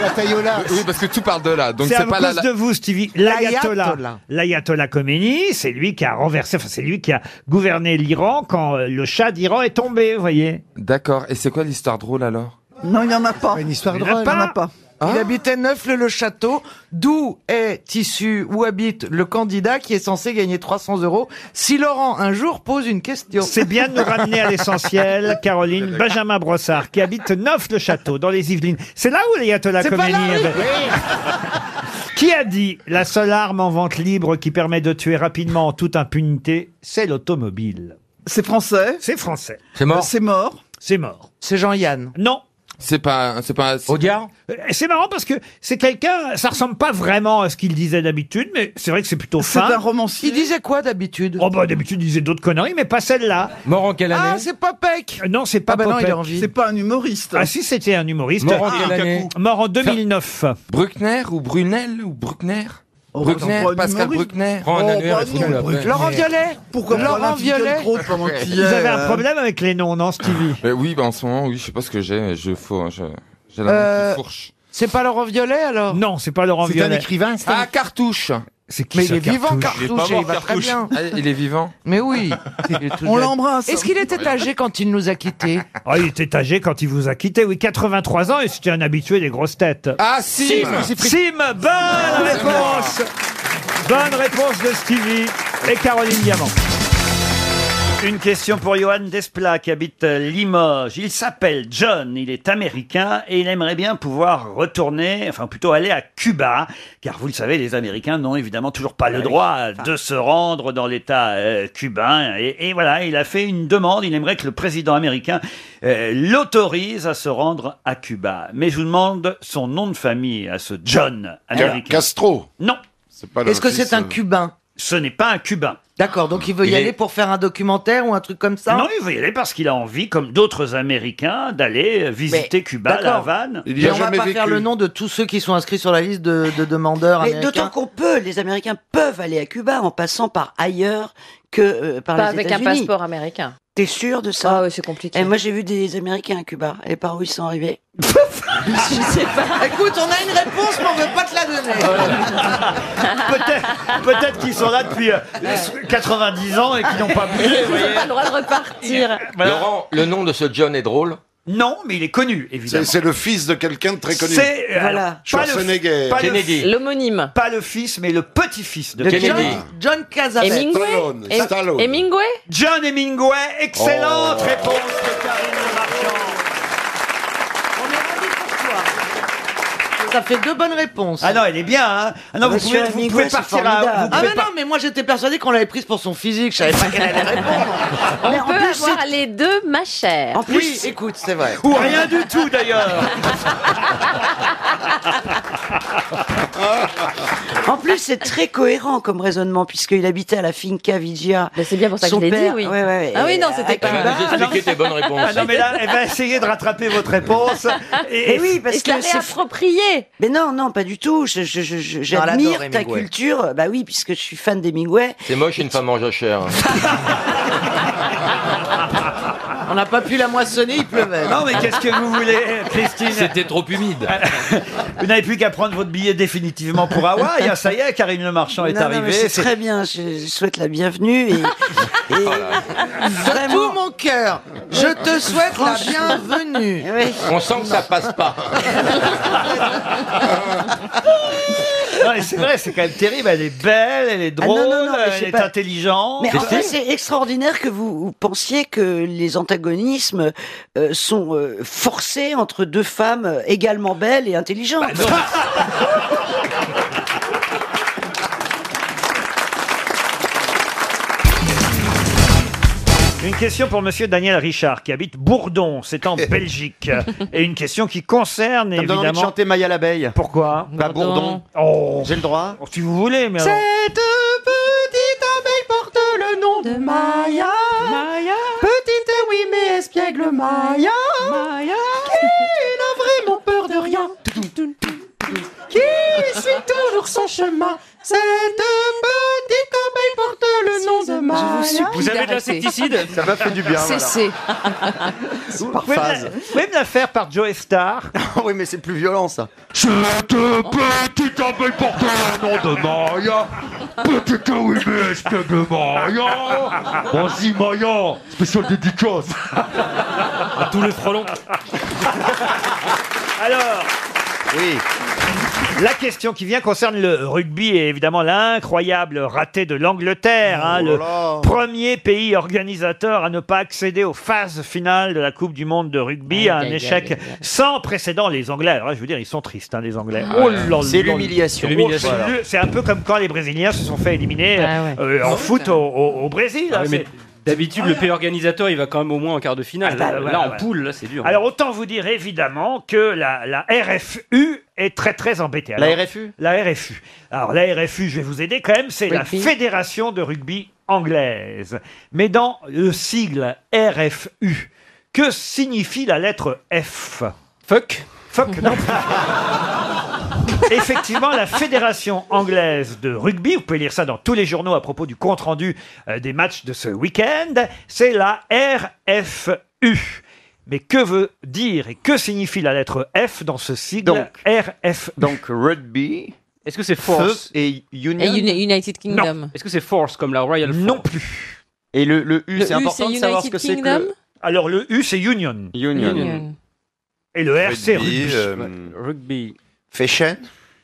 Speaker 16: La Tayola.
Speaker 13: Oui, parce que tout part de là. Donc
Speaker 1: c'est à
Speaker 13: c'est pas la.
Speaker 1: cause de vous, Stevie. L'ayatollah.
Speaker 13: L'ayatollah.
Speaker 1: L'ayatollah Khomeini, c'est lui qui a renversé, enfin, c'est lui qui a gouverné l'Iran quand euh, le Shah d'Iran est tombé, vous voyez.
Speaker 13: D'accord. Et c'est quoi l'histoire drôle alors
Speaker 25: Non, il n'y en a pas.
Speaker 16: Une histoire
Speaker 25: Il n'y en a pas. Ah.
Speaker 7: Il habitait Neufle-le-Château, d'où est issu ou habite le candidat qui est censé gagner 300 euros si Laurent un jour pose une question.
Speaker 1: C'est bien de nous ramener à l'essentiel, Caroline. Benjamin Brossard, qui habite Neuf-le-Château, dans les Yvelines. C'est là où l'ayatollah
Speaker 7: C'est pas
Speaker 1: Khomeini
Speaker 7: là, oui.
Speaker 1: avait- Qui a dit la seule arme en vente libre qui permet de tuer rapidement en toute impunité, c'est l'automobile
Speaker 25: C'est français
Speaker 1: C'est français.
Speaker 13: C'est mort.
Speaker 25: C'est mort.
Speaker 1: C'est mort.
Speaker 7: C'est Jean-Yann.
Speaker 1: Non.
Speaker 13: C'est pas. C'est pas. c'est-
Speaker 1: Euh, C'est marrant parce que c'est quelqu'un, ça ressemble pas vraiment à ce qu'il disait d'habitude, mais c'est vrai que c'est plutôt
Speaker 25: C'est
Speaker 1: fin.
Speaker 25: un romancier.
Speaker 7: Il disait quoi d'habitude
Speaker 1: Oh bah d'habitude il disait d'autres conneries, mais pas celle-là.
Speaker 2: Mort en quelle année
Speaker 7: Ah, c'est pas Peck
Speaker 1: Euh, Non, c'est pas
Speaker 7: Ah bah non,
Speaker 1: Popek.
Speaker 7: il est en vie.
Speaker 25: C'est pas un Ah, humoriste.
Speaker 1: Ah si, c'était un humoriste.
Speaker 2: Mort en quelle année
Speaker 1: Mort en 2009.
Speaker 13: Bruckner ou Brunel ou Bruckner
Speaker 25: Oh,
Speaker 13: Bruckner,
Speaker 25: attends,
Speaker 13: Pascal
Speaker 25: humoriste.
Speaker 13: Bruckner.
Speaker 2: Prends un
Speaker 25: Oh,
Speaker 2: annuaire et
Speaker 25: bah
Speaker 2: fous-nous
Speaker 25: non,
Speaker 2: la paix.
Speaker 7: Laurent Violet
Speaker 25: Pourquoi pas
Speaker 7: Laurent
Speaker 25: la fille
Speaker 7: Violet
Speaker 25: Guillermo pendant qu'il y
Speaker 1: Vous
Speaker 25: est,
Speaker 1: avez un
Speaker 25: euh,
Speaker 1: problème avec les noms, non, Stevie
Speaker 13: Euh, oui, bah en ce moment, oui, je sais pas ce que j'ai. Je faut. je- J'ai la main
Speaker 7: Euh,
Speaker 13: qui fourche.
Speaker 7: C'est pas Laurent Violet alors
Speaker 1: Non, c'est pas Laurent
Speaker 16: C'est un
Speaker 1: Violet.
Speaker 16: écrivain, c'est un-
Speaker 13: Ah, cartouche.
Speaker 1: C'est qui
Speaker 7: Mais
Speaker 1: ça,
Speaker 7: il est vivant
Speaker 1: Cartouche
Speaker 7: Cartouche, et il va très bien.
Speaker 13: Ah, il est vivant.
Speaker 7: Mais oui. Il est tout
Speaker 25: On
Speaker 7: jeune.
Speaker 25: l'embrasse.
Speaker 7: Est-ce qu'il était âgé quand il nous a quittés
Speaker 1: Ah, il était âgé quand il vous a quitté, oui, 83 ans, et c'était un habitué des grosses têtes.
Speaker 13: Ah, si.
Speaker 1: Sim, bonne réponse Bonne réponse de Stevie et Caroline Diamant. Une question pour Johan Desplat qui habite euh, Limoges. Il s'appelle John, il est américain et il aimerait bien pouvoir retourner, enfin plutôt aller à Cuba, car vous le savez, les Américains n'ont évidemment toujours pas
Speaker 7: Ah
Speaker 1: le droit de se rendre dans l'État euh, cubain. Et, et voilà, il a fait une demande, il aimerait que le président américain euh, l'autorise à se rendre à Cuba. Mais je vous demande son nom de famille à ce John américain.
Speaker 37: Castro.
Speaker 1: Non,
Speaker 7: Est-ce que c'est un Cubain
Speaker 1: ce n'est pas un Cubain.
Speaker 7: D'accord, donc il veut y
Speaker 13: Il est-
Speaker 7: aller pour faire un documentaire ou un truc comme ça
Speaker 1: Non, il veut y aller parce qu'il a envie, comme d'autres Américains, d'aller visiter
Speaker 7: Mais,
Speaker 1: Cuba, la
Speaker 7: d'accord.
Speaker 1: Havane.
Speaker 37: Il y
Speaker 7: Mais
Speaker 37: a
Speaker 7: on va
Speaker 37: jamais
Speaker 7: pas faire
Speaker 37: vécu.
Speaker 7: le nom de tous ceux qui sont inscrits sur la liste de, de demandeurs
Speaker 5: Mais
Speaker 7: américains.
Speaker 5: d'autant qu'on peut, les Américains peuvent aller à Cuba en passant par ailleurs que euh, par
Speaker 10: Pas
Speaker 5: les
Speaker 10: avec un
Speaker 5: États-Unis.
Speaker 10: passeport américain.
Speaker 5: T'es sûr de ça
Speaker 10: Ah ouais, c'est compliqué.
Speaker 5: Et moi j'ai vu des Américains à Cuba et par où ils sont arrivés.
Speaker 7: Écoute, on a une réponse, mais on veut pas te la donner.
Speaker 1: Peut-être peut-être qu'ils sont là depuis euh, 90 ans et qu'ils n'ont pas bougé. vous voyez.
Speaker 10: pas le droit de repartir.
Speaker 2: Laurent, le nom de ce John est drôle.
Speaker 1: Non, mais il est connu, évidemment.
Speaker 37: C'est le fils de quelqu'un de très connu.
Speaker 1: C'est euh,
Speaker 5: Voilà.
Speaker 1: alors, pas le-
Speaker 37: Schwarzenegger.
Speaker 1: pas le-
Speaker 2: Kennedy.
Speaker 10: L'homonyme.
Speaker 1: Pas le fils, mais le petit-fils de
Speaker 2: De
Speaker 1: Kennedy.
Speaker 2: Kennedy.
Speaker 7: John Cazavette.
Speaker 10: Hemingway
Speaker 37: Stallone,
Speaker 10: Hem-
Speaker 37: Stallone.
Speaker 10: Hemingway
Speaker 1: John Hemingway,
Speaker 37: Oh.
Speaker 1: excellente réponse de Karine Le Marchand.
Speaker 7: Ça fait deux bonnes réponses.
Speaker 1: Ah non, elle est bien, hein Ah non, vous
Speaker 5: Monsieur
Speaker 1: pouvez, vous
Speaker 5: Hemingway,
Speaker 1: pouvez
Speaker 5: c'est
Speaker 1: partir à...
Speaker 5: formidable.
Speaker 1: vous
Speaker 7: Ah
Speaker 1: pouvez
Speaker 7: mais
Speaker 1: par-
Speaker 7: non, mais moi j'étais persuadé qu'on l'avait prise pour son physique, je savais pas qu'elle allait répondre.
Speaker 10: On
Speaker 5: Mais
Speaker 10: peut
Speaker 5: en plus,
Speaker 10: avoir les deux, ma chère.
Speaker 5: En plus,
Speaker 7: Oui, écoute, c'est vrai.
Speaker 1: Ou rien du tout, d'ailleurs
Speaker 5: en plus c'est très cohérent comme raisonnement puisqu'il habitait à la Finca Vigia.
Speaker 10: Ben, c'est bien pour ça que
Speaker 5: Son
Speaker 10: je l'ai dit,
Speaker 5: père-
Speaker 10: oui.
Speaker 5: ouais, ouais,
Speaker 10: ah oui, non,
Speaker 5: et- euh,
Speaker 6: Eh
Speaker 10: c'était
Speaker 5: à
Speaker 6: ben,
Speaker 10: pas...
Speaker 2: Elle va nous expliquer tes bonnes réponses.
Speaker 1: Ah non, mais là, elle va essayer de rattraper votre réponse. Et,
Speaker 5: Mais oui, parce
Speaker 10: Et se la
Speaker 5: que c'est
Speaker 10: réapproprier.
Speaker 5: Mais non, non, pas du tout. Je- je- je- je-
Speaker 7: Non, elle adore
Speaker 5: J'admire ta
Speaker 7: Hemingway.
Speaker 5: culture. Bah oui, puisque je suis fan d'Hemingway.
Speaker 2: C'est moche une femme mange à chair.
Speaker 7: On n'a pas pu la moissonner, il pleuvait.
Speaker 1: Non, mais qu'est-ce que vous voulez, Christine
Speaker 24: C'était trop humide.
Speaker 1: Vous n'avez plus qu'à prendre votre billet définitivement pour Hawaï. Ah, Ça y est, Karine Le Marchand est
Speaker 5: Non, non, mais
Speaker 1: arrivée.
Speaker 5: C'est
Speaker 1: C'est-
Speaker 5: très bien, je, je souhaite la bienvenue. Et,
Speaker 7: De tout mon cœur, je te souhaite la bienvenue.
Speaker 24: On sent que ça passe pas.
Speaker 1: Non, mais c'est vrai, c'est quand même terrible. Elle est belle, elle est
Speaker 5: Ah, non,
Speaker 1: drôle,
Speaker 5: non, non, mais je
Speaker 1: elle
Speaker 5: sais
Speaker 1: est
Speaker 5: pas.
Speaker 1: intelligente.
Speaker 5: Mais enfin, c'est extraordinaire que vous, vous pensiez que les antagonismes euh, sont euh, forcés entre deux femmes euh, également belles et intelligentes.
Speaker 1: Bah, Une question pour Monsieur Daniel Richard qui habite Bourdon, c'est en Belgique, et une question qui concerne
Speaker 17: Ça me donne
Speaker 1: évidemment.
Speaker 17: envie de chanter Maya l'abeille.
Speaker 1: Pourquoi
Speaker 17: Bah Bourdon.
Speaker 1: J'ai le droit. Si vous voulez, mais. alors-
Speaker 17: Cette petite abeille porte le nom de Maya. Petite, oui, mais espiègle Maya. Qui n'a vraiment peur de rien. Qui suit toujours son chemin. Cette petite abeille porte le nom de Maya.
Speaker 1: Vous avez de l'insecticide Ça m'a fait du bien, voilà. Cessez.
Speaker 17: C'est
Speaker 1: Vous pouvez me la- vous pouvez me la faire par Joe Star
Speaker 17: Ah oui, mais c'est plus violent ça.
Speaker 6: Cette petite abeille porte le nom de Maya. Petite oui, mais espiègle de Maya. Vas-y, Maya. Spécial dédicace. À Ah, tous les frelons.
Speaker 1: Alors. Oui. La question qui vient concerne le rugby et évidemment l'incroyable raté de l'Angleterre, hein,
Speaker 17: Oh
Speaker 1: le
Speaker 17: là là.
Speaker 1: premier pays organisateur à ne pas accéder aux phases finales de la Coupe du Monde de rugby,
Speaker 17: Aïe,
Speaker 1: un
Speaker 17: aïe, aïe,
Speaker 1: échec
Speaker 17: aïe,
Speaker 1: sans précédent. Les Anglais, alors là, je veux dire, ils sont tristes, hein, les Anglais.
Speaker 17: Ah ouais. C'est l'humiliation.
Speaker 1: Oh,
Speaker 17: C'est l'humiliation.
Speaker 1: c'est le- C'est un peu comme quand les Brésiliens se sont fait éliminer
Speaker 17: Ah
Speaker 1: euh, en foot au, au- au Brésil. hein,
Speaker 29: Ah oui, mais
Speaker 1: c'est-
Speaker 29: D'habitude, le pays organisateur, il va quand même au moins en quart de finale.
Speaker 1: Ah, bah,
Speaker 29: là,
Speaker 1: voilà,
Speaker 29: en
Speaker 1: voilà.
Speaker 29: poule, là, c'est dur. hein.
Speaker 1: Alors autant vous dire évidemment que la, la RFU est très très embêtée.
Speaker 29: La
Speaker 1: RFU La RFU. Alors la RFU, je vais vous aider quand même, c'est la
Speaker 17: Rugby.
Speaker 1: Fédération de rugby anglaise. Mais dans le sigle RFU, que signifie la lettre F Fuck Fuck, non. Effectivement, la Fédération anglaise de rugby, vous pouvez lire ça dans tous les journaux à propos du compte-rendu euh, des matchs de ce week-end, c'est la RFU. Mais que veut dire et que signifie la lettre F dans ce sigle
Speaker 17: Donc.
Speaker 1: RFU
Speaker 17: Donc rugby.
Speaker 29: Est-ce que c'est force
Speaker 17: Feu et Union.
Speaker 29: United
Speaker 17: Kingdom.
Speaker 29: Est-ce que c'est force comme la Royal
Speaker 1: Non plus.
Speaker 17: Et le, le U, c'est important de savoir ce que c'est que le-
Speaker 1: Alors le U c'est Union.
Speaker 17: Union. Union.
Speaker 1: Et le R c'est
Speaker 17: Rugby,
Speaker 1: rugby.
Speaker 17: euh,
Speaker 29: Rugby.
Speaker 17: Fashion.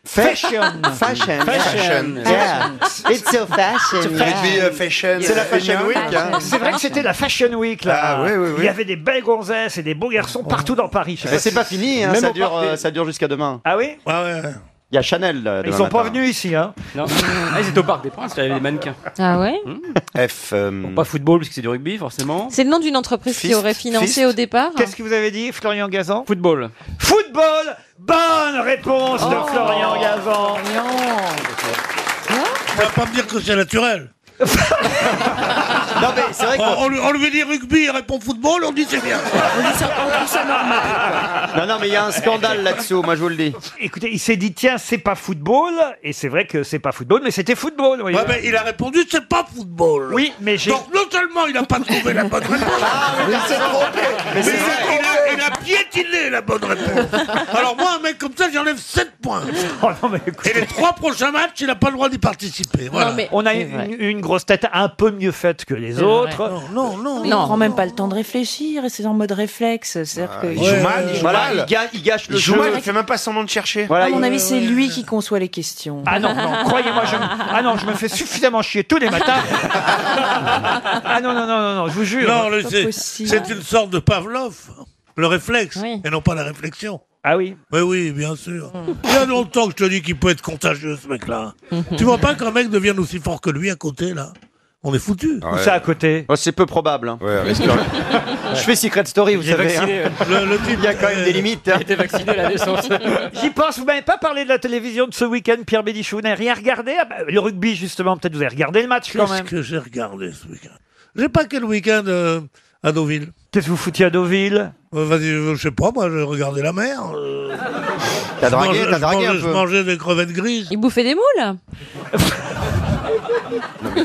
Speaker 1: Fashion.
Speaker 17: Fashion.
Speaker 1: Fashion.
Speaker 17: Yeah. It's so fashion.
Speaker 1: It's rugby,
Speaker 17: yeah.
Speaker 1: uh, fashion,
Speaker 17: C'est la
Speaker 1: uh,
Speaker 17: Fashion
Speaker 1: union.
Speaker 17: Week. Hein.
Speaker 1: C'est vrai que c'était la Fashion Week là.
Speaker 17: Ah, oui, oui, oui.
Speaker 1: Il y avait des belles gonzesses et des beaux garçons partout dans Paris. Je sais
Speaker 17: Mais
Speaker 1: si-
Speaker 17: c'est pas fini, hein,
Speaker 1: Même
Speaker 17: ça,
Speaker 1: au
Speaker 17: dure,
Speaker 1: parc des-
Speaker 17: euh, ça dure jusqu'à demain.
Speaker 1: Ah oui
Speaker 17: Ouais, ouais. Il y a Chanel. euh,
Speaker 1: Ils
Speaker 17: demain
Speaker 1: sont pas
Speaker 17: matin.
Speaker 1: venus ici hein.
Speaker 29: Non. Ah, ils étaient au Parc des Princes, là, il y avait les mannequins.
Speaker 38: Ah ouais
Speaker 17: F. euh,
Speaker 29: Pas football, parce que c'est du rugby, forcément.
Speaker 38: C'est le nom d'une entreprise qui
Speaker 29: Fist,
Speaker 38: aurait financé
Speaker 29: fist.
Speaker 38: au départ.
Speaker 1: Qu'est-ce que vous avez dit, Florian Gazan
Speaker 29: Football.
Speaker 1: Football Bonne réponse
Speaker 17: Oh
Speaker 1: de Florian Gazan.
Speaker 6: Tu vas pas me dire que c'est naturel. Oh,
Speaker 17: Non, mais c'est vrai qu'on-
Speaker 6: on, lui- on lui dit rugby, il répond football, on dit c'est bien. on dit ça, normal.
Speaker 17: Non, non, mais il y a un scandale là-dessous, moi je vous le dis.
Speaker 1: Écoutez, il s'est dit tiens c'est pas football et c'est vrai que c'est pas football mais c'était football. vous voyez.
Speaker 6: Ouais, mais il a répondu c'est pas football.
Speaker 1: Oui, mais j'ai.
Speaker 6: Donc non seulement il a pas trouvé la bonne réponse,
Speaker 17: mais il s'est trompé.
Speaker 6: mais il a- il a- il a piétiné la bonne réponse. Alors moi, un mec comme ça, j'enlève 7 points.
Speaker 1: Oh,
Speaker 6: Et les trois prochains matchs, il n'a pas le droit d'y participer. Voilà.
Speaker 1: On a une, une grosse tête un peu mieux faite que les autres.
Speaker 6: Non, non,
Speaker 30: Mais il prend même pas le temps de réfléchir, et c'est en mode réflexe. C'est-à-dire que-
Speaker 17: Il joue mal, il joue mal. euh, Il gâ- il gâche le jeu.
Speaker 6: même pas semblant de chercher.
Speaker 17: Voilà,
Speaker 30: à mon
Speaker 17: il-
Speaker 30: avis, c'est lui qui conçoit les questions.
Speaker 1: Ah non, non, croyez-moi, je, me- ah non, je me fais suffisamment chier tous les matins. ah non, non, non, non, non, je vous jure.
Speaker 6: Non, le- c'est c'est une sorte de Pavlov, le réflexe, et non pas la réflexion.
Speaker 1: Ah oui
Speaker 6: Oui, oui, bien sûr. Il y a longtemps que je te dis qu'il peut être contagieux, ce mec-là. tu vois pas qu'un mec devienne aussi fort que lui à côté, là On est foutu.
Speaker 17: Où ça, à
Speaker 1: côté
Speaker 17: Oh, C'est peu probable. hein. Je fais Secret Story, vous
Speaker 6: Il est
Speaker 17: savez. hein.
Speaker 6: vacciné, euh, le- le type,
Speaker 17: il y a quand même des limites. hein.
Speaker 1: J'y pense, vous m'avez pas parlé de la télévision de ce week-end, Pierre Bénichou, vous n'avez rien regardé Ah bah, Le rugby, justement, peut-être vous avez regardé le match quand
Speaker 6: Qu'est-ce
Speaker 1: même.
Speaker 6: que j'ai regardé ce week-end J'ai pas quel week-end euh, à Deauville. Euh,
Speaker 1: Qu'est-ce que vous foutiez à Deauville
Speaker 6: Vas-y, je je sais pas, moi, j'ai regardé la mer. euh.
Speaker 17: T'as
Speaker 6: Je
Speaker 17: dragué,
Speaker 6: mangeais-
Speaker 17: t'as
Speaker 6: je
Speaker 17: dragué
Speaker 6: mangeais-
Speaker 17: un
Speaker 6: Je
Speaker 17: peu.
Speaker 6: mangeais des crevettes grises.
Speaker 38: Il bouffait des moules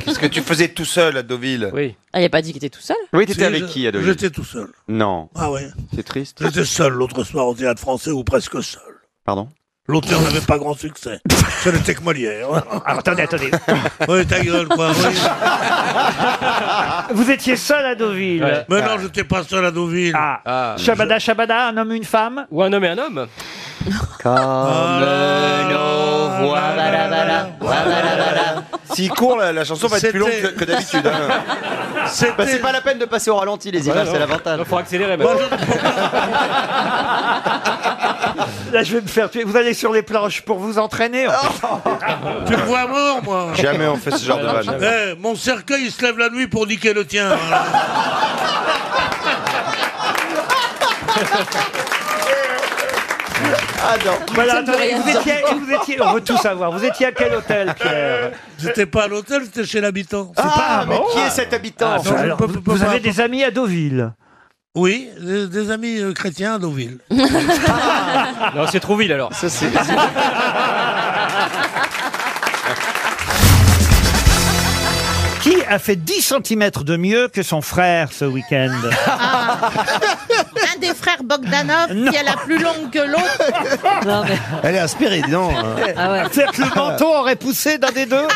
Speaker 2: Qu'est-ce que tu faisais tout seul à Deauville Oui.
Speaker 39: Ah, il a pas dit qu'il était tout seul
Speaker 2: Oui, t'étais
Speaker 6: Si,
Speaker 2: avec
Speaker 6: je-
Speaker 2: qui à Deauville
Speaker 6: J'étais tout seul.
Speaker 2: Non.
Speaker 6: Ah ouais.
Speaker 2: C'est triste.
Speaker 6: J'étais seul l'autre soir au théâtre français ou presque seul.
Speaker 2: Pardon
Speaker 6: L'auteur n'avait pas grand succès. Ce n'était que Molière. Alors attendez, attendez. oui, ta gueule, quoi. oui.
Speaker 1: Ah, Vous étiez seul à Deauville.
Speaker 6: Mais non, j'étais pas seul à Deauville.
Speaker 1: Ah. Shabada, Shabada, un homme, une femme
Speaker 40: Ou un homme et un homme
Speaker 2: Comme nos voix, S'il court, la, la chanson va être plus longue que, que d'habitude. hein.
Speaker 14: Bah, c'est pas la peine de passer au ralenti, les images, c'est l'avantage. Il faut accélérer
Speaker 1: Là, je vais me faire tuer. Vous allez sur les planches pour vous entraîner.
Speaker 17: Oh.
Speaker 6: Tu me vois mort, moi.
Speaker 2: Jamais on fait ce genre de vanne.
Speaker 6: Eh, mon cercueil, il se lève la nuit pour niquer le tien.
Speaker 1: Voilà,
Speaker 6: Ça ne veut
Speaker 1: attendez,
Speaker 6: rien
Speaker 1: vous
Speaker 6: dire.
Speaker 1: étiez, vous étiez- on veut tout savoir. Vous étiez à quel hôtel, Pierre
Speaker 6: Euh, J'étais pas à l'hôtel, j'étais chez l'habitant.
Speaker 1: C'est pas-
Speaker 6: bon
Speaker 1: bon. Ah,
Speaker 6: Non, je
Speaker 1: alors,
Speaker 6: peux-
Speaker 1: vous,
Speaker 6: peux
Speaker 1: vous
Speaker 6: pas-
Speaker 1: avez des amis à Deauville
Speaker 6: Oui, des, des amis euh, chrétiens à Deauville.
Speaker 40: Non, c'est Trouville alors.
Speaker 1: Qui a fait 10 cm de mieux que son frère ce week-end
Speaker 10: Un des frères Bogdanov qui est la plus longue que l'autre.
Speaker 1: Elle est inspirée, dis
Speaker 2: Ah.
Speaker 1: donc. C'est-à-dire que le menton aurait poussé d'un des deux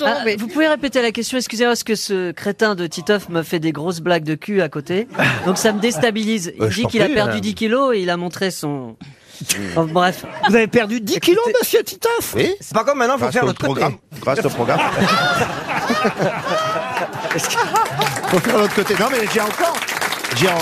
Speaker 10: Ah,
Speaker 12: Vous pouvez répéter la question, excusez-moi, parce que ce crétin de Titoff me fait des grosses blagues de cul à côté. Donc ça me déstabilise. Il
Speaker 1: Euh, je
Speaker 12: dit
Speaker 1: t'en
Speaker 12: qu'il a
Speaker 1: prie,
Speaker 12: perdu
Speaker 1: madame.
Speaker 12: 10 kilos et il a montré son... Enfin, bref.
Speaker 1: Vous avez perdu 10 kilos, monsieur Titoff
Speaker 12: Oui.
Speaker 14: C'est pas comme maintenant, faut
Speaker 12: Grâce
Speaker 14: faire
Speaker 12: au
Speaker 14: l'autre côté. programme. Grâce au programme.
Speaker 11: Faut faire l'autre côté. Non, mais j'ai encore. J'ai en-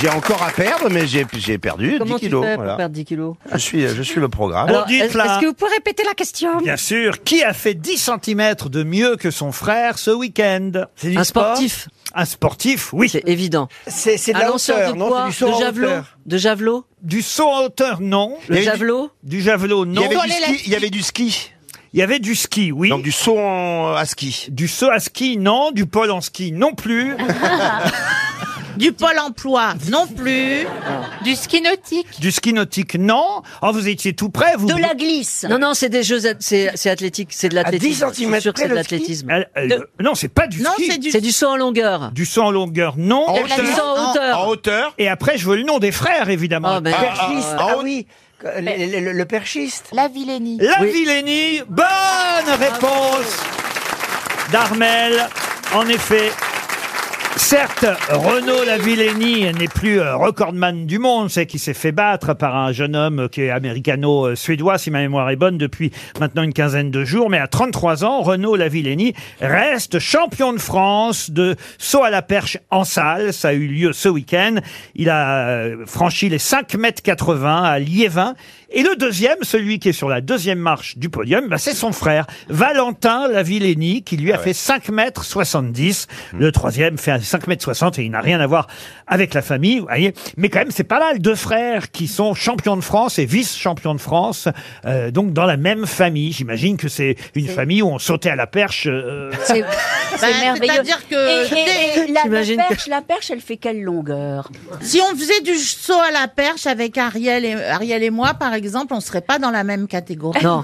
Speaker 11: j'ai encore à perdre, mais j'ai j'ai perdu
Speaker 12: Comment
Speaker 11: 10
Speaker 12: tu
Speaker 11: kilos.
Speaker 12: fais pour
Speaker 11: voilà.
Speaker 12: perdre 10 kilos
Speaker 11: Je suis, je suis le programme.
Speaker 1: Alors, dites,
Speaker 12: est-ce,
Speaker 1: là.
Speaker 12: est-ce que vous pouvez répéter la question
Speaker 1: Bien sûr. Qui a fait 10 cm de mieux que son frère ce week-end Un sportif. Un sportif, oui. C'est
Speaker 12: évident.
Speaker 1: C'est
Speaker 12: de Un la lanceur hauteur, de non poids, C'est du saut de en javelot, hauteur. De javelot
Speaker 1: Du saut en hauteur, non.
Speaker 12: Le Il y avait du- javelot
Speaker 1: Du javelot,
Speaker 12: Il
Speaker 1: non.
Speaker 12: y avait du ski- il y
Speaker 1: avait du ski il y avait du ski, oui. Donc du saut à ski. Du saut à ski, non. Du pôle en ski, non plus.
Speaker 10: du pôle emploi, non plus. Du ski nautique.
Speaker 1: Ah. du ski nautique, non. Oh, vous étiez tout près, vous.
Speaker 12: glisse. Non, non, c'est des jeux, ath- c'est, c'est athlétique, c'est de l'athlétisme. Je suis sûr que c'est de l'athlétisme.
Speaker 1: Elle- elle- Non, c'est pas du
Speaker 12: Non,
Speaker 1: ski.
Speaker 12: c'est du- C'est du
Speaker 1: saut en longueur. Du saut en longueur, non.
Speaker 12: En hauteur. Du saut en hauteur. En-
Speaker 1: Et après, je veux le nom des frères, évidemment.
Speaker 12: mais- Ah, ah,
Speaker 14: Perchiste, ah oui. Le, le- le- le perchiste.
Speaker 10: La Villénie.
Speaker 1: La Villénie, bonne réponse d'Armel. En effet. Certes, Renaud Lavillény n'est plus euh, recordman du monde, c'est qui s'est fait battre par un jeune homme qui est américano-suédois, si ma mémoire est bonne, depuis maintenant une quinzaine de jours. Mais à 33 ans, Renaud Lavillény reste champion de France de saut à la perche en salle. Ça a eu lieu ce week-end. Il a euh, franchi les 5 mètres 80 à Liévin. Et le deuxième, celui qui est sur la deuxième marche du podium, bah, c'est son frère, Valentin Lavillény, qui lui a fait 5 mètres 70. Le troisième fait 5 mètres 60 et il n'a rien à voir avec la famille, vous voyez. Mais quand même, c'est pas mal. Deux frères qui sont champions de France et vice-champions de France, euh, donc dans la même famille. J'imagine que c'est une famille où on sautait à la perche. euh,
Speaker 10: C'est
Speaker 1: Ben,
Speaker 17: merveilleux.
Speaker 10: C'est-à-dire que
Speaker 17: Et- et- et la, la
Speaker 10: J'imagine que-
Speaker 17: perche, la perche, elle fait quelle longueur
Speaker 10: si on faisait du saut à la perche avec Ariel et, Ariel et moi, par exemple, on serait pas dans la même catégorie.
Speaker 12: Non.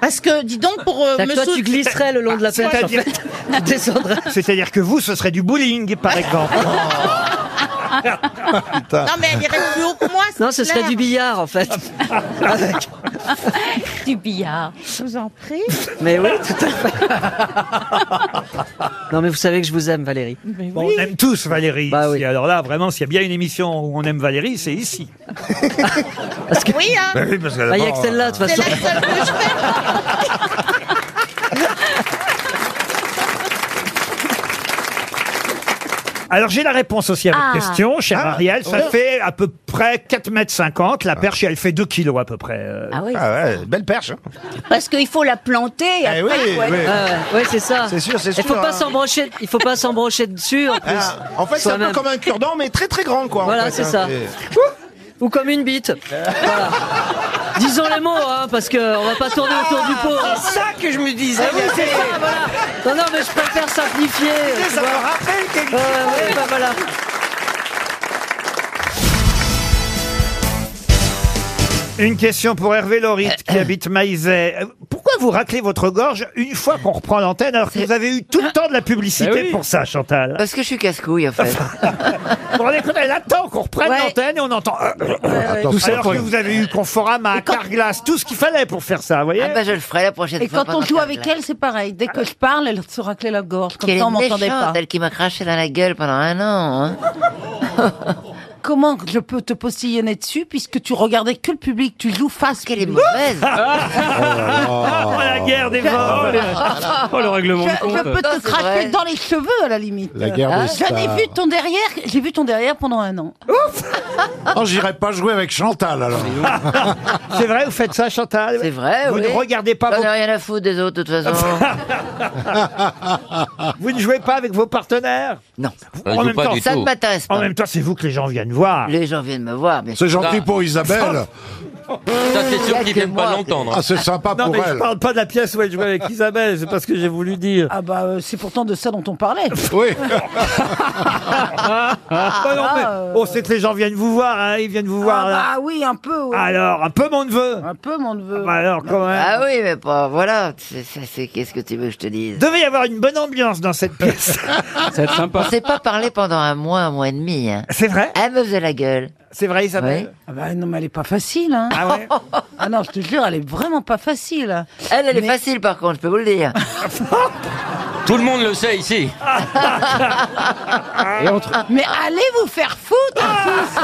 Speaker 10: Parce que, dis donc, pour euh,
Speaker 12: T'as-
Speaker 10: me
Speaker 12: toi,
Speaker 10: saut-
Speaker 12: tu glisserais le long de la perche, en
Speaker 1: C'est-à-dire-
Speaker 12: fait. Tu descendrais.
Speaker 1: C'est-à-dire que vous, ce serait du bowling, par exemple.
Speaker 10: Non, mais elle irait plus haut que moi.
Speaker 12: Non, ce serait
Speaker 10: clair.
Speaker 12: du billard, en fait.
Speaker 17: Ah,
Speaker 12: Avec-
Speaker 39: Du billard.
Speaker 10: Je vous en prie.
Speaker 12: Mais oui, tout à fait. Non, mais vous savez que je vous aime, Valérie.
Speaker 1: Bon, On aime tous Valérie. ici. Alors là, vraiment, s'il y a bien une émission où on aime Valérie, c'est ici.
Speaker 10: Oui, hein.
Speaker 1: Bah oui, parce que
Speaker 12: Bah, il y a
Speaker 1: d'abord,
Speaker 12: que celle-là, de toute façon.
Speaker 1: Alors j'ai la réponse aussi à votre
Speaker 12: Ah.
Speaker 1: question, cher
Speaker 12: Ah,
Speaker 1: Ariel. Ça
Speaker 12: ouais.
Speaker 1: fait à peu près 4,50 mètres.
Speaker 26: Ah.
Speaker 1: La perche, elle fait 2 kilos à peu près. euh.
Speaker 12: Ah oui.
Speaker 1: belle perche.
Speaker 26: hein.
Speaker 12: Parce qu'il faut la planter.
Speaker 1: et Eh après, oui, il faut aller- oui.
Speaker 12: Ah, c'est ça.
Speaker 1: C'est sûr, c'est
Speaker 12: Il faut
Speaker 1: sûr,
Speaker 12: pas
Speaker 1: hein.
Speaker 12: s'embrocher. Il faut pas s'embrocher dessus. En, plus,
Speaker 11: Ah, en fait, c'est un peu
Speaker 12: Soi-même.
Speaker 11: comme un cure-dent, mais très très grand, quoi. en
Speaker 12: Voilà,
Speaker 11: fait,
Speaker 12: c'est
Speaker 11: hein.
Speaker 12: ça. Ou comme une bite. Voilà. Disons les mots, hein, parce qu'on va pas tourner autour du pot. hein.
Speaker 14: C'est ça que je me disais.
Speaker 12: Ah oui,
Speaker 14: il y
Speaker 12: c'est
Speaker 14: avait-
Speaker 12: ça, voilà. Non, non, mais je préfère simplifier.
Speaker 14: Tu sais,
Speaker 12: tu
Speaker 14: ça me
Speaker 12: vois.
Speaker 14: rappelle quelque
Speaker 12: Ouais, ouais, bah voilà.
Speaker 1: Une question pour Hervé Laurite qui habite Maizet. Euh, Pourquoi vous raclez votre gorge une fois qu'on reprend l'antenne alors que vous avez eu tout le temps de la publicité
Speaker 26: Bah oui.
Speaker 1: pour ça, Chantal
Speaker 26: Parce que je suis casse-couille, en fait.
Speaker 1: Vous vous rendez compte, elle attend qu'on reprenne
Speaker 26: Ouais.
Speaker 1: l'antenne et on entend. euh,
Speaker 26: Attends,
Speaker 1: Tout ça,
Speaker 26: c'est
Speaker 1: alors
Speaker 26: pas
Speaker 1: que
Speaker 26: vrai.
Speaker 1: vous avez eu Conforama, Carglass, tout ce qu'il fallait pour faire ça, vous voyez
Speaker 26: Ah bah, je le ferai la prochaine
Speaker 10: Et
Speaker 26: fois.
Speaker 10: quand on joue avec elle, c'est pareil. Dès que je parle, elle se raclait la gorge. Comme
Speaker 26: Quelle
Speaker 10: ça, on m'entendait
Speaker 26: méchante,
Speaker 10: pas.
Speaker 26: elle qui m'a craché dans la gueule pendant un an. hein.
Speaker 10: Comment je peux te postillonner dessus puisque tu regardais que le public, tu joues face Qu'elle est mauvaise
Speaker 26: Ah,
Speaker 1: Oh, la guerre des vents
Speaker 26: Oh, le règlement
Speaker 10: je,
Speaker 26: de compte.
Speaker 10: je peux
Speaker 26: Non,
Speaker 10: te
Speaker 26: c'est
Speaker 10: cracher
Speaker 26: vrai.
Speaker 10: dans les cheveux à la limite.
Speaker 26: La guerre des
Speaker 10: J'en ai
Speaker 26: stars.
Speaker 10: vu ton derrière, j'ai vu ton derrière pendant un an.
Speaker 22: Oh, j'irai pas jouer avec Chantal alors.
Speaker 1: Ah. C'est vrai, vous faites ça, Chantal
Speaker 26: C'est vrai,
Speaker 22: Vous ne
Speaker 26: oui.
Speaker 22: regardez pas
Speaker 26: J'en
Speaker 22: vos-
Speaker 26: ai rien à foutre des autres, de toute façon.
Speaker 1: Vous ne jouez pas avec vos partenaires
Speaker 26: Non.
Speaker 1: En même temps,
Speaker 26: ça ne m'intéresse pas.
Speaker 1: En même temps, c'est vous que les gens viennent voir.
Speaker 26: Les gens viennent me voir. mais-
Speaker 22: C'est gentil pour Isabelle.
Speaker 26: Ça, c'est sûr qu'ils viennent pas hein.
Speaker 22: l'entendre. Ah, c'est sympa
Speaker 1: non,
Speaker 22: pour
Speaker 1: mais
Speaker 22: elle.
Speaker 1: Je parle pas de la pièce où elle jouait avec Isabelle, c'est pas ce que j'ai voulu dire.
Speaker 10: Ah bah euh, c'est pourtant de ça dont on parlait.
Speaker 22: Oui.
Speaker 1: Ah, non, mais- oh, c'est que les gens viennent vous voir, hein, ils viennent vous voir. là.
Speaker 10: Ah bah oui, un peu. ouais.
Speaker 1: Alors, un peu mon neveu.
Speaker 10: Un peu mon neveu.
Speaker 1: alors, quand même.
Speaker 26: Ah oui, mais pas. Voilà. C'est- c'est- c'est- Qu'est-ce que tu veux que je te dise
Speaker 1: Devait y avoir une bonne ambiance dans cette pièce.
Speaker 26: On s'est pas parlé pendant un mois, un mois et demi. hein.
Speaker 1: C'est vrai
Speaker 26: Elle me faisait la gueule.
Speaker 1: C'est vrai,
Speaker 26: Isabelle
Speaker 10: Ah bah non, mais elle est pas facile. Hein.
Speaker 1: Ah ouais
Speaker 10: Ah non, je te jure, elle est vraiment pas facile.
Speaker 26: Elle, elle est facile par contre, je peux vous le dire.
Speaker 29: Tout le monde le sait ici.
Speaker 10: Mais allez vous faire foutre tous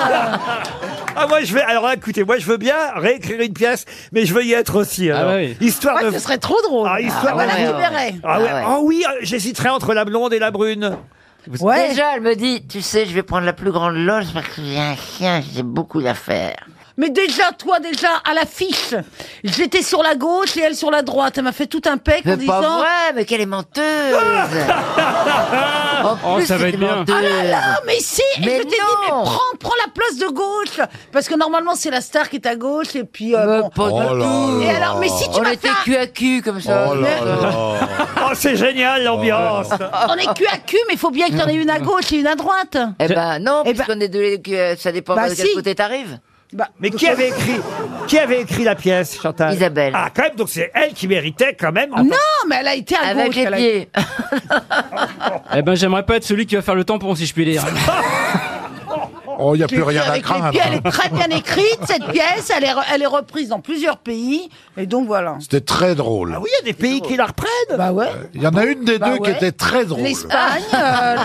Speaker 1: Ah, moi, je vais. Alors, écoutez, moi, je veux bien réécrire une pièce, mais je veux y être aussi. alors. Histoire
Speaker 10: Ouais,
Speaker 1: de.
Speaker 10: ce serait trop drôle.
Speaker 1: Ah, histoire
Speaker 10: Ah,
Speaker 1: de-
Speaker 10: voilà, je verrai.
Speaker 1: Ah ouais.
Speaker 26: Ah ouais.
Speaker 1: Oh oui, euh, j'hésiterais entre la blonde et la brune.
Speaker 10: Oh
Speaker 26: Déjà, elle me dit, tu sais, je vais prendre la plus grande loge parce que j'ai un chien, j'ai beaucoup d'affaires.
Speaker 10: Mais déjà, toi, déjà, à l'affiche, j'étais sur la gauche et elle sur la droite. Elle m'a fait tout un pec en
Speaker 26: Mais pas
Speaker 10: disant...
Speaker 26: vrai, mais qu'elle est menteuse En
Speaker 10: Oh,
Speaker 26: plus,
Speaker 10: ça va
Speaker 26: c'était
Speaker 10: être bien.
Speaker 26: menteuse.
Speaker 10: Ah là là, mais si Et
Speaker 26: Mais
Speaker 10: je t'ai dit, mais
Speaker 26: non.
Speaker 10: prends, prends la place de gauche Parce que normalement, c'est la star qui est à gauche, et puis... euh, bon.
Speaker 26: Pas du
Speaker 10: Oh là
Speaker 26: tout.
Speaker 10: là. Et alors, mais si tu
Speaker 26: On
Speaker 10: m'as
Speaker 26: était
Speaker 10: fait un-
Speaker 26: cul à cul comme ça.
Speaker 10: Oh là
Speaker 1: Oh, c'est génial l'ambiance.
Speaker 26: Oh,
Speaker 10: On est cul à cul, mais il faut bien que t'en aies une à gauche et une à droite
Speaker 26: Eh ben non, puisqu'on est de que ça dépend
Speaker 10: Bah
Speaker 26: de quel
Speaker 10: si.
Speaker 26: côté t'arrives.
Speaker 10: Bah,
Speaker 1: Mais qui avait écrit Qui avait écrit la pièce, Chantal
Speaker 26: Isabelle.
Speaker 1: Ah, quand même, donc c'est elle qui méritait quand même. en
Speaker 10: Non,
Speaker 1: tant-
Speaker 10: mais elle a été à
Speaker 26: Avec
Speaker 10: gauche
Speaker 26: les
Speaker 10: elle a-
Speaker 26: pieds.
Speaker 29: Eh ben, j'aimerais pas être celui qui va faire le tampon, si je puis dire.
Speaker 22: Oh, il n'y a plus rien à
Speaker 10: Avec les
Speaker 22: craindre. Ah,
Speaker 10: pieds, elle
Speaker 2: hein.
Speaker 10: est très bien écrite, cette pièce. Elle est, re- elle est reprise dans plusieurs pays. Et donc, voilà.
Speaker 22: C'était très drôle.
Speaker 1: Oui, il y a des pays qui la reprennent.
Speaker 10: Bah ouais.
Speaker 22: Il y en a une des
Speaker 10: Ah Bah
Speaker 22: deux qui
Speaker 10: ouais.
Speaker 22: était très drôle.
Speaker 10: L'Espagne. euh,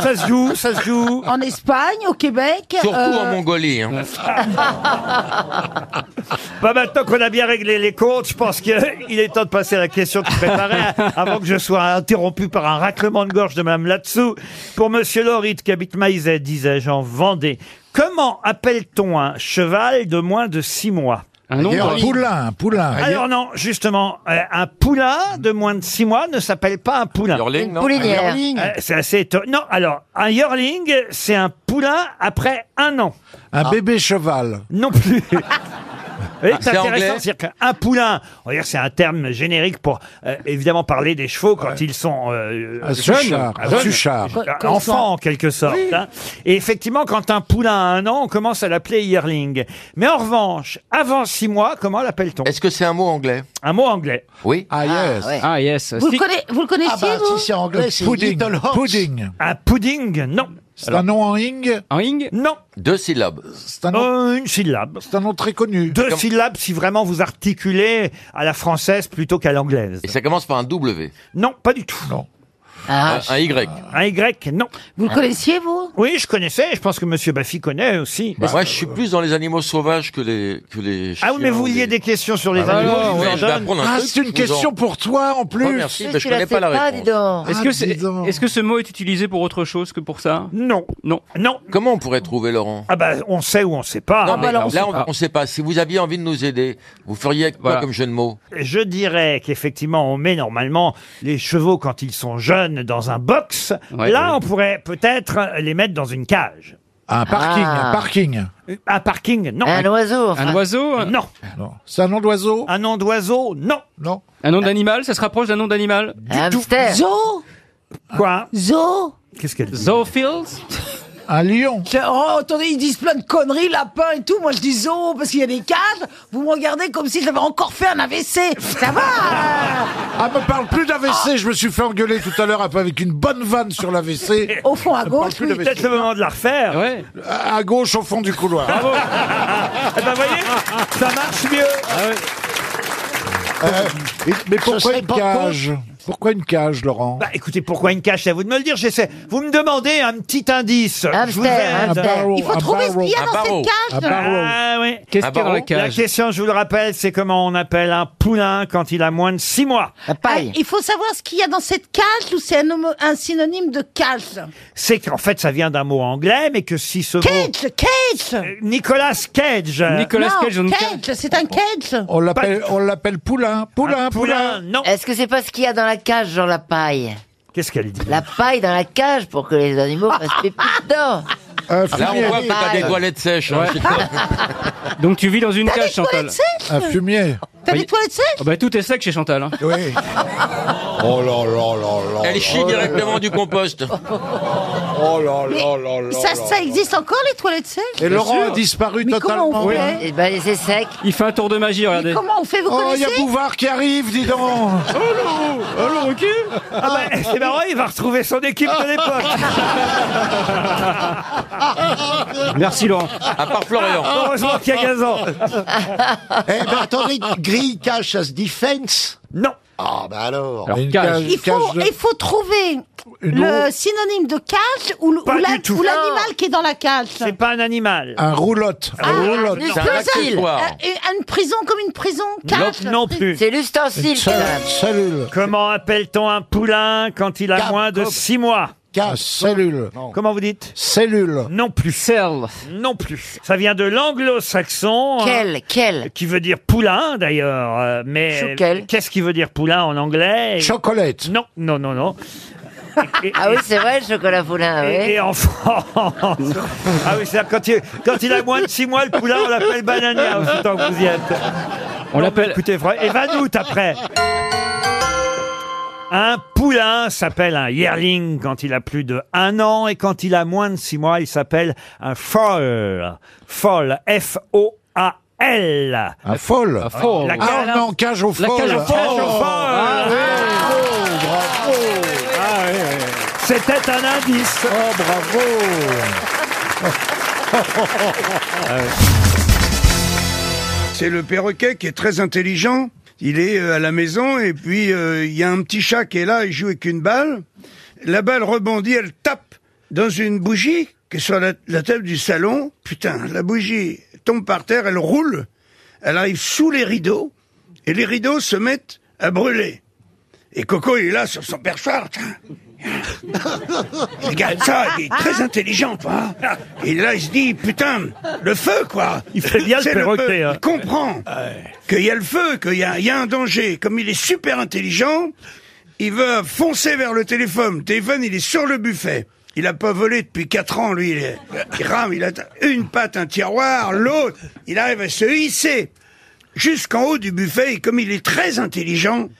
Speaker 1: Ça se joue, ça se joue.
Speaker 10: en Espagne, au Québec.
Speaker 29: Surtout
Speaker 10: euh,
Speaker 29: en Mongolie. hein.
Speaker 1: Ah, Bah maintenant qu'on a bien réglé les comptes, je pense qu'il est temps de passer à la question que je préparais avant que je sois interrompu par un raclement de gorge de Mme Latsou. Pour Monsieur Lauride, qui habite Maizet, disais-je, en Vendée, comment appelle-t-on un cheval de moins de six mois
Speaker 22: Un nombre. Un poulain, un poulain.
Speaker 1: Alors non, justement, euh, un poulain de moins de six mois ne s'appelle pas un poulain.
Speaker 26: Une non poulinière. Un yearling.
Speaker 1: Euh, C'est assez étonnant. Non, alors, un yearling, c'est un poulain après un an.
Speaker 22: Un bébé cheval.
Speaker 1: Non plus.
Speaker 26: Ah,
Speaker 1: Vous voyez que
Speaker 22: C'est
Speaker 1: c'est intéressant,
Speaker 22: anglais.
Speaker 1: c'est-à-dire qu'un poulain, on va dire que c'est un terme générique pour euh, évidemment parler des chevaux quand ils sont euh,
Speaker 22: Un suchard,
Speaker 1: jeunes,
Speaker 22: un suchard.
Speaker 1: euh,
Speaker 22: Quand ils sont-
Speaker 1: enfants en quelque sorte. hein. Et effectivement, quand un poulain a un an, on commence à l'appeler yearling. Mais en revanche, avant six mois, comment l'appelle-t-on Est-ce que c'est un mot anglais Un mot anglais.
Speaker 29: Oui.
Speaker 22: Ah yes.
Speaker 29: Ah, yes.
Speaker 10: Vous le,
Speaker 29: Si-
Speaker 10: connaissez, vous le connaissiez,
Speaker 22: Ah bah,
Speaker 10: vous
Speaker 22: si, c'est anglais, c'est Pudding. Little Horse. Pudding.
Speaker 1: Un pudding, non.
Speaker 22: C'est un nom en ing
Speaker 29: En ing
Speaker 1: Non.
Speaker 29: Deux syllabes.
Speaker 22: C'est un nom-
Speaker 1: Euh, une syllabe.
Speaker 22: C'est un nom très connu.
Speaker 1: Deux syllabes si vraiment vous articulez à la française plutôt qu'à l'anglaise.
Speaker 41: Et ça commence par un W.
Speaker 1: Non, pas du tout. Non.
Speaker 41: Un, un Y. Ah.
Speaker 1: Un Y, non.
Speaker 10: Ah. Vous le connaissiez, vous
Speaker 1: Oui, je connaissais. Je pense que Monsieur Baffy connaît aussi.
Speaker 41: Moi, je suis plus dans les animaux sauvages que les, que les
Speaker 1: Ah oui, mais
Speaker 41: chiens
Speaker 1: vous
Speaker 41: ou
Speaker 1: vouliez
Speaker 41: les-
Speaker 1: des questions sur les
Speaker 41: Ah,
Speaker 1: animaux.
Speaker 41: oui,
Speaker 1: je vous
Speaker 41: oui,
Speaker 1: en
Speaker 41: je vais
Speaker 1: donne.
Speaker 41: apprendre un
Speaker 22: Ah,
Speaker 41: truc
Speaker 22: c'est une
Speaker 41: vous en-
Speaker 22: question pour toi en plus.
Speaker 41: Oh, merci, mais je
Speaker 26: Tu la
Speaker 41: connais pas
Speaker 26: sais
Speaker 41: la
Speaker 26: pas,
Speaker 41: réponse.
Speaker 26: dis donc.
Speaker 29: Est-ce
Speaker 22: Ah,
Speaker 29: que,
Speaker 22: dis
Speaker 29: c'est,
Speaker 22: donc.
Speaker 29: est-ce que ce mot est utilisé pour autre chose que pour ça
Speaker 1: Non.
Speaker 29: Non.
Speaker 1: Non.
Speaker 41: Comment on pourrait trouver, Laurent
Speaker 1: Ah bah, on sait ou on sait pas.
Speaker 41: Non,
Speaker 1: Ah
Speaker 41: mais
Speaker 1: bah, là, on sait
Speaker 41: là,
Speaker 1: pas.
Speaker 41: on ne sait pas. Si vous aviez envie de nous aider, vous feriez quoi
Speaker 1: Voilà.
Speaker 41: comme jeu de mots
Speaker 1: Je dirais qu'effectivement, on met normalement les chevaux quand ils sont jeunes dans un box.
Speaker 41: Ouais,
Speaker 1: Là,
Speaker 41: ouais.
Speaker 1: on pourrait peut-être les mettre dans une cage.
Speaker 22: Un parking,
Speaker 1: Ah.
Speaker 22: un parking.
Speaker 1: Un parking, non.
Speaker 41: Un
Speaker 26: oiseau.
Speaker 29: Un oiseau
Speaker 1: Non.
Speaker 22: C'est un nom d'oiseau
Speaker 1: Un nom d'oiseau, non.
Speaker 22: Non.
Speaker 29: Un nom d'animal Ça se rapproche d'un nom
Speaker 26: Ah
Speaker 29: d'animal
Speaker 26: Un hamster.
Speaker 10: Zo
Speaker 1: Quoi
Speaker 10: Zo
Speaker 1: Qu'est-ce qu'elle dit
Speaker 29: Zoophils
Speaker 2: Un lion.
Speaker 42: oh, attendez, ils disent plein de conneries, lapin et tout. Moi, je dis zoo parce qu'il y a des cages. Vous me regardez comme si j'avais encore fait un AVC. Ça va
Speaker 2: Ah, me parle plus d'AVC, je me suis fait engueuler tout à l'heure avec une bonne vanne sur l'AVC.
Speaker 42: Au fond, à gauche, oui.
Speaker 1: Peut-être le moment de la refaire.
Speaker 2: À à gauche, au fond du couloir.
Speaker 1: Bravo. Eh ben, voyez, ça marche mieux.
Speaker 2: Euh, et- mais pourquoi une cage Pourquoi une cage, Laurent
Speaker 1: Bah, écoutez, pourquoi une cache C'est à vous de me le dire. J'essaie. Vous me demandez un petit indice. je vous
Speaker 42: Hamster,
Speaker 1: aide.
Speaker 42: hamster. Il faut Un trouver ce barreau. qu'il y a Un dans cette barreau. cage. Un barreau.
Speaker 1: Ah, oui.
Speaker 42: Qu'est-ce qu'il y a dans la cage
Speaker 1: La question, je vous le rappelle, c'est comment on appelle un poulain quand il a moins de 6 mois.
Speaker 10: Ah, il faut savoir ce qu'il y a dans cette cage ou c'est un, homo- un synonyme de cage.
Speaker 1: C'est qu'en fait, ça vient d'un mot anglais, mais que si ce
Speaker 10: Cage, cage.
Speaker 1: mot... Nicolas Cage.
Speaker 2: Euh,
Speaker 10: Non, cage, c'est un cage.
Speaker 2: On l'appelle, on l'appelle poulain,
Speaker 1: Ah,
Speaker 2: poulain, poulain.
Speaker 1: non.
Speaker 26: Est-ce que c'est pas ce qu'il y a dans la cage, genre la paille
Speaker 1: Qu'est-ce qu'elle dit
Speaker 26: La paille dans la cage pour que les animaux fassent pipi dedans.
Speaker 13: Là, on voit que t'as des
Speaker 26: Paille.
Speaker 13: toilettes sèches. hein, chez toi.
Speaker 43: Donc tu vis dans une
Speaker 10: T'as
Speaker 43: cage,
Speaker 10: des
Speaker 43: Chantal.
Speaker 10: toilettes sèches Un
Speaker 2: fumier.
Speaker 10: T'as des toilettes sèches
Speaker 43: bah, tout est sec chez Chantal. hein.
Speaker 44: Oh là là là là.
Speaker 13: Elle chie directement du compost.
Speaker 44: Oh là là là là.
Speaker 10: Ça, ça existe encore les toilettes sèches
Speaker 2: Et Laurent a disparu
Speaker 10: Mais
Speaker 2: totalement.
Speaker 10: comment on fait
Speaker 26: Eh ben, c'est sec.
Speaker 43: Il fait un tour de magie, regardez.
Speaker 10: Comment on fait Vous
Speaker 2: Oh, il y
Speaker 10: connaissez
Speaker 2: a Bouvard qui arrive, dis donc Oh
Speaker 1: le recul Ah bah, c'est marrant, il va retrouver son équipe de l'époque.
Speaker 43: Merci Laurent.
Speaker 13: À part Florian.
Speaker 1: Heureusement qu'il y a Gazan.
Speaker 16: Eh ben attendez, grille cache, ça se dit fence
Speaker 1: Non.
Speaker 16: Ah bah alors.
Speaker 2: Une cage,
Speaker 10: Il faut, il faut trouver
Speaker 2: Une
Speaker 10: le
Speaker 2: eau.
Speaker 10: synonyme de cage ou, le-
Speaker 1: Pas
Speaker 10: ou la-
Speaker 1: du tout.
Speaker 10: ou l'animal qui est dans la cage. Ah,
Speaker 1: C'est pas un animal.
Speaker 2: Un roulotte.
Speaker 1: Un roulotte.
Speaker 10: Une prison, euh, euh, une prison comme une prison, cage.
Speaker 1: Non, non plus.
Speaker 26: C'est l'ustensile. qui est dans la-
Speaker 2: Cellule.
Speaker 1: Comment appelle-t-on un poulain quand il a
Speaker 2: Cap-
Speaker 1: moins de
Speaker 2: cob.
Speaker 1: 6 mois
Speaker 2: Cage, cellule.
Speaker 1: Comment vous dites
Speaker 2: Cellule.
Speaker 1: Non plus.
Speaker 43: Cell.
Speaker 1: Non plus. Ça vient de l'anglo-saxon. hein,
Speaker 26: Quel, quel.
Speaker 1: Qui veut dire poulain d'ailleurs, euh, mais
Speaker 26: Chouquel.
Speaker 1: qu'est-ce qui veut dire poulain en anglais
Speaker 2: Chocolate.
Speaker 1: Non, non, non, non. Et- et-
Speaker 26: Ah oui, c'est vrai, le chocolat poulain,
Speaker 1: Et,
Speaker 26: oui.
Speaker 1: et en France. ah oui, c'est-à-dire quand il, quand il a moins de 6 mois, le poulain, on l'appelle banania aussi tant que vous y êtes. On l'appelle. Écoutez, vrai. Et 20 août après. Un poulain s'appelle un yearling quand il a plus de un an et quand il a moins de six mois, il s'appelle un foal. Foal, F-O-A-L.
Speaker 2: Un folle. Un
Speaker 1: folle. La
Speaker 2: Ah
Speaker 1: cage- hein.
Speaker 2: non, cage au folle.
Speaker 1: cage au folle.
Speaker 2: Oh.
Speaker 1: Ah
Speaker 2: ouais.
Speaker 1: C'était un indice.
Speaker 2: Oh, bravo
Speaker 11: Ah C'est le perroquet qui est très intelligent. Il est euh, à la maison et puis euh, il y a un petit chat qui est là, il joue avec une balle. La balle rebondit, elle tape dans une bougie qui est sur la, la table du salon. Putain, la bougie tombe par terre, elle roule, elle arrive sous les rideaux et les rideaux se mettent à brûler. Et Coco, il est là sur son perchoir. tiens. Il regarde ça, il est très intelligent, hein. quoi. Et là, il se dit, putain, le feu, quoi.
Speaker 1: Il fait bien le
Speaker 11: C'est
Speaker 1: perroquet,
Speaker 11: feu.
Speaker 1: hein.
Speaker 11: Il comprend qu'il y a le feu, qu'il y, a- il y a un danger. Comme il est super intelligent, il va foncer vers le téléphone. Le téléphone, il est sur le buffet. Il a pas volé depuis quatre ans, lui. Il, est- il rame, il a une patte, un tiroir, l'autre. Il arrive à se hisser jusqu'en haut du buffet. Et comme il est très intelligent,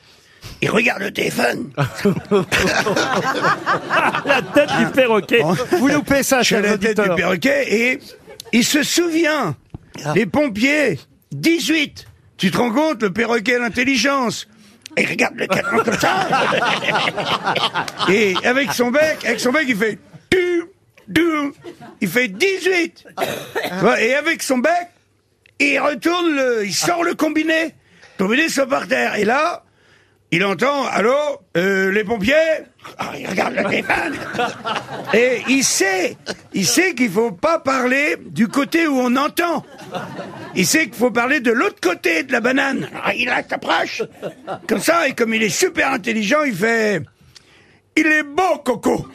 Speaker 11: il regarde le téléphone.
Speaker 1: La tête du perroquet. Vous loupez ça,
Speaker 11: Je suis à
Speaker 1: chers
Speaker 11: la tête du
Speaker 1: auditeurs.
Speaker 11: perroquet et il se souvient. Les pompiers, 18. Tu te rends compte, le perroquet, l'intelligence. Et il regarde le cadran comme ça. Et avec son bec, avec son bec, il fait tu, tu. Il fait 18. Tu vois, Et avec son bec, il retourne le, il sort le combiné. Le combiné sort par terre. Et là, il entend, allô, euh, les pompiers Ah, Il regarde le téléphone. Et il sait, il sait qu'il faut pas parler du côté où on entend. Il sait qu'il faut parler de l'autre côté de la banane. Alors, il s'approche. Comme ça, et comme il est super intelligent, il fait... Il est beau, Coco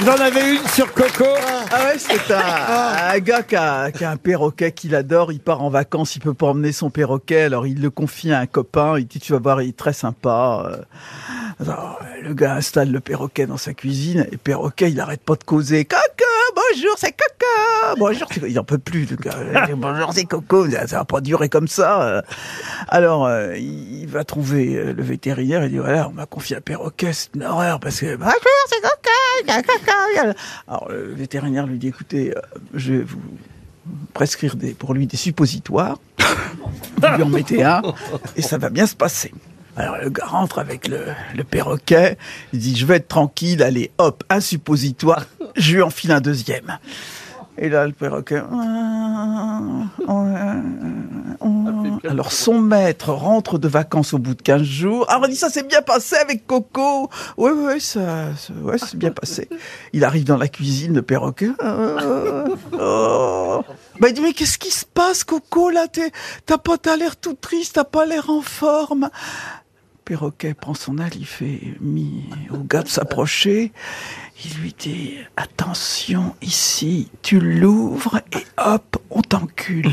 Speaker 1: Vous en avez une sur Coco Ah.
Speaker 25: Ah ouais, c'est un, un gars qui a, qui a un perroquet qu'il adore. Il part en vacances, il peut pas emmener son perroquet, alors il le confie à un copain. Il dit tu vas voir, il est très sympa. Euh, alors, le gars installe le perroquet dans sa cuisine et le perroquet il arrête pas de causer. Caca, Bonjour, c'est Coco. Bonjour, c'est- il n'en peut plus, le gars. Bonjour, c'est Coco. Ça va pas durer comme ça. euh. Alors, euh, il il va trouver euh, le vétérinaire. Il dit voilà, on m'a confié un perroquet. C'est une horreur parce que bonjour, c'est Coco. c'est Coco. Alors, le vétérinaire lui dit écoutez, euh, je vais vous prescrire des, pour lui des suppositoires. vous lui en mettez un et ça va bien se passer. Alors le gars rentre avec le, le perroquet, il dit je vais être tranquille, allez hop, un suppositoire, je lui enfile un deuxième. Et là le perroquet... Alors son maître rentre de vacances au bout de 15 jours. Alors on dit ça s'est bien passé avec Coco. Oui, oui, ça, ça- ouais, c'est bien passé. Il arrive dans la cuisine, le perroquet. Euh, oh. Bah, il dit mais qu'est-ce qui se passe Coco là T'es- T'as pas t'as l'air tout triste, t'as pas l'air en forme. Perroquet prend son aile, il fait mi au gars de s'approcher. Il lui dit attention ici, tu l'ouvres et hop, on t'encule.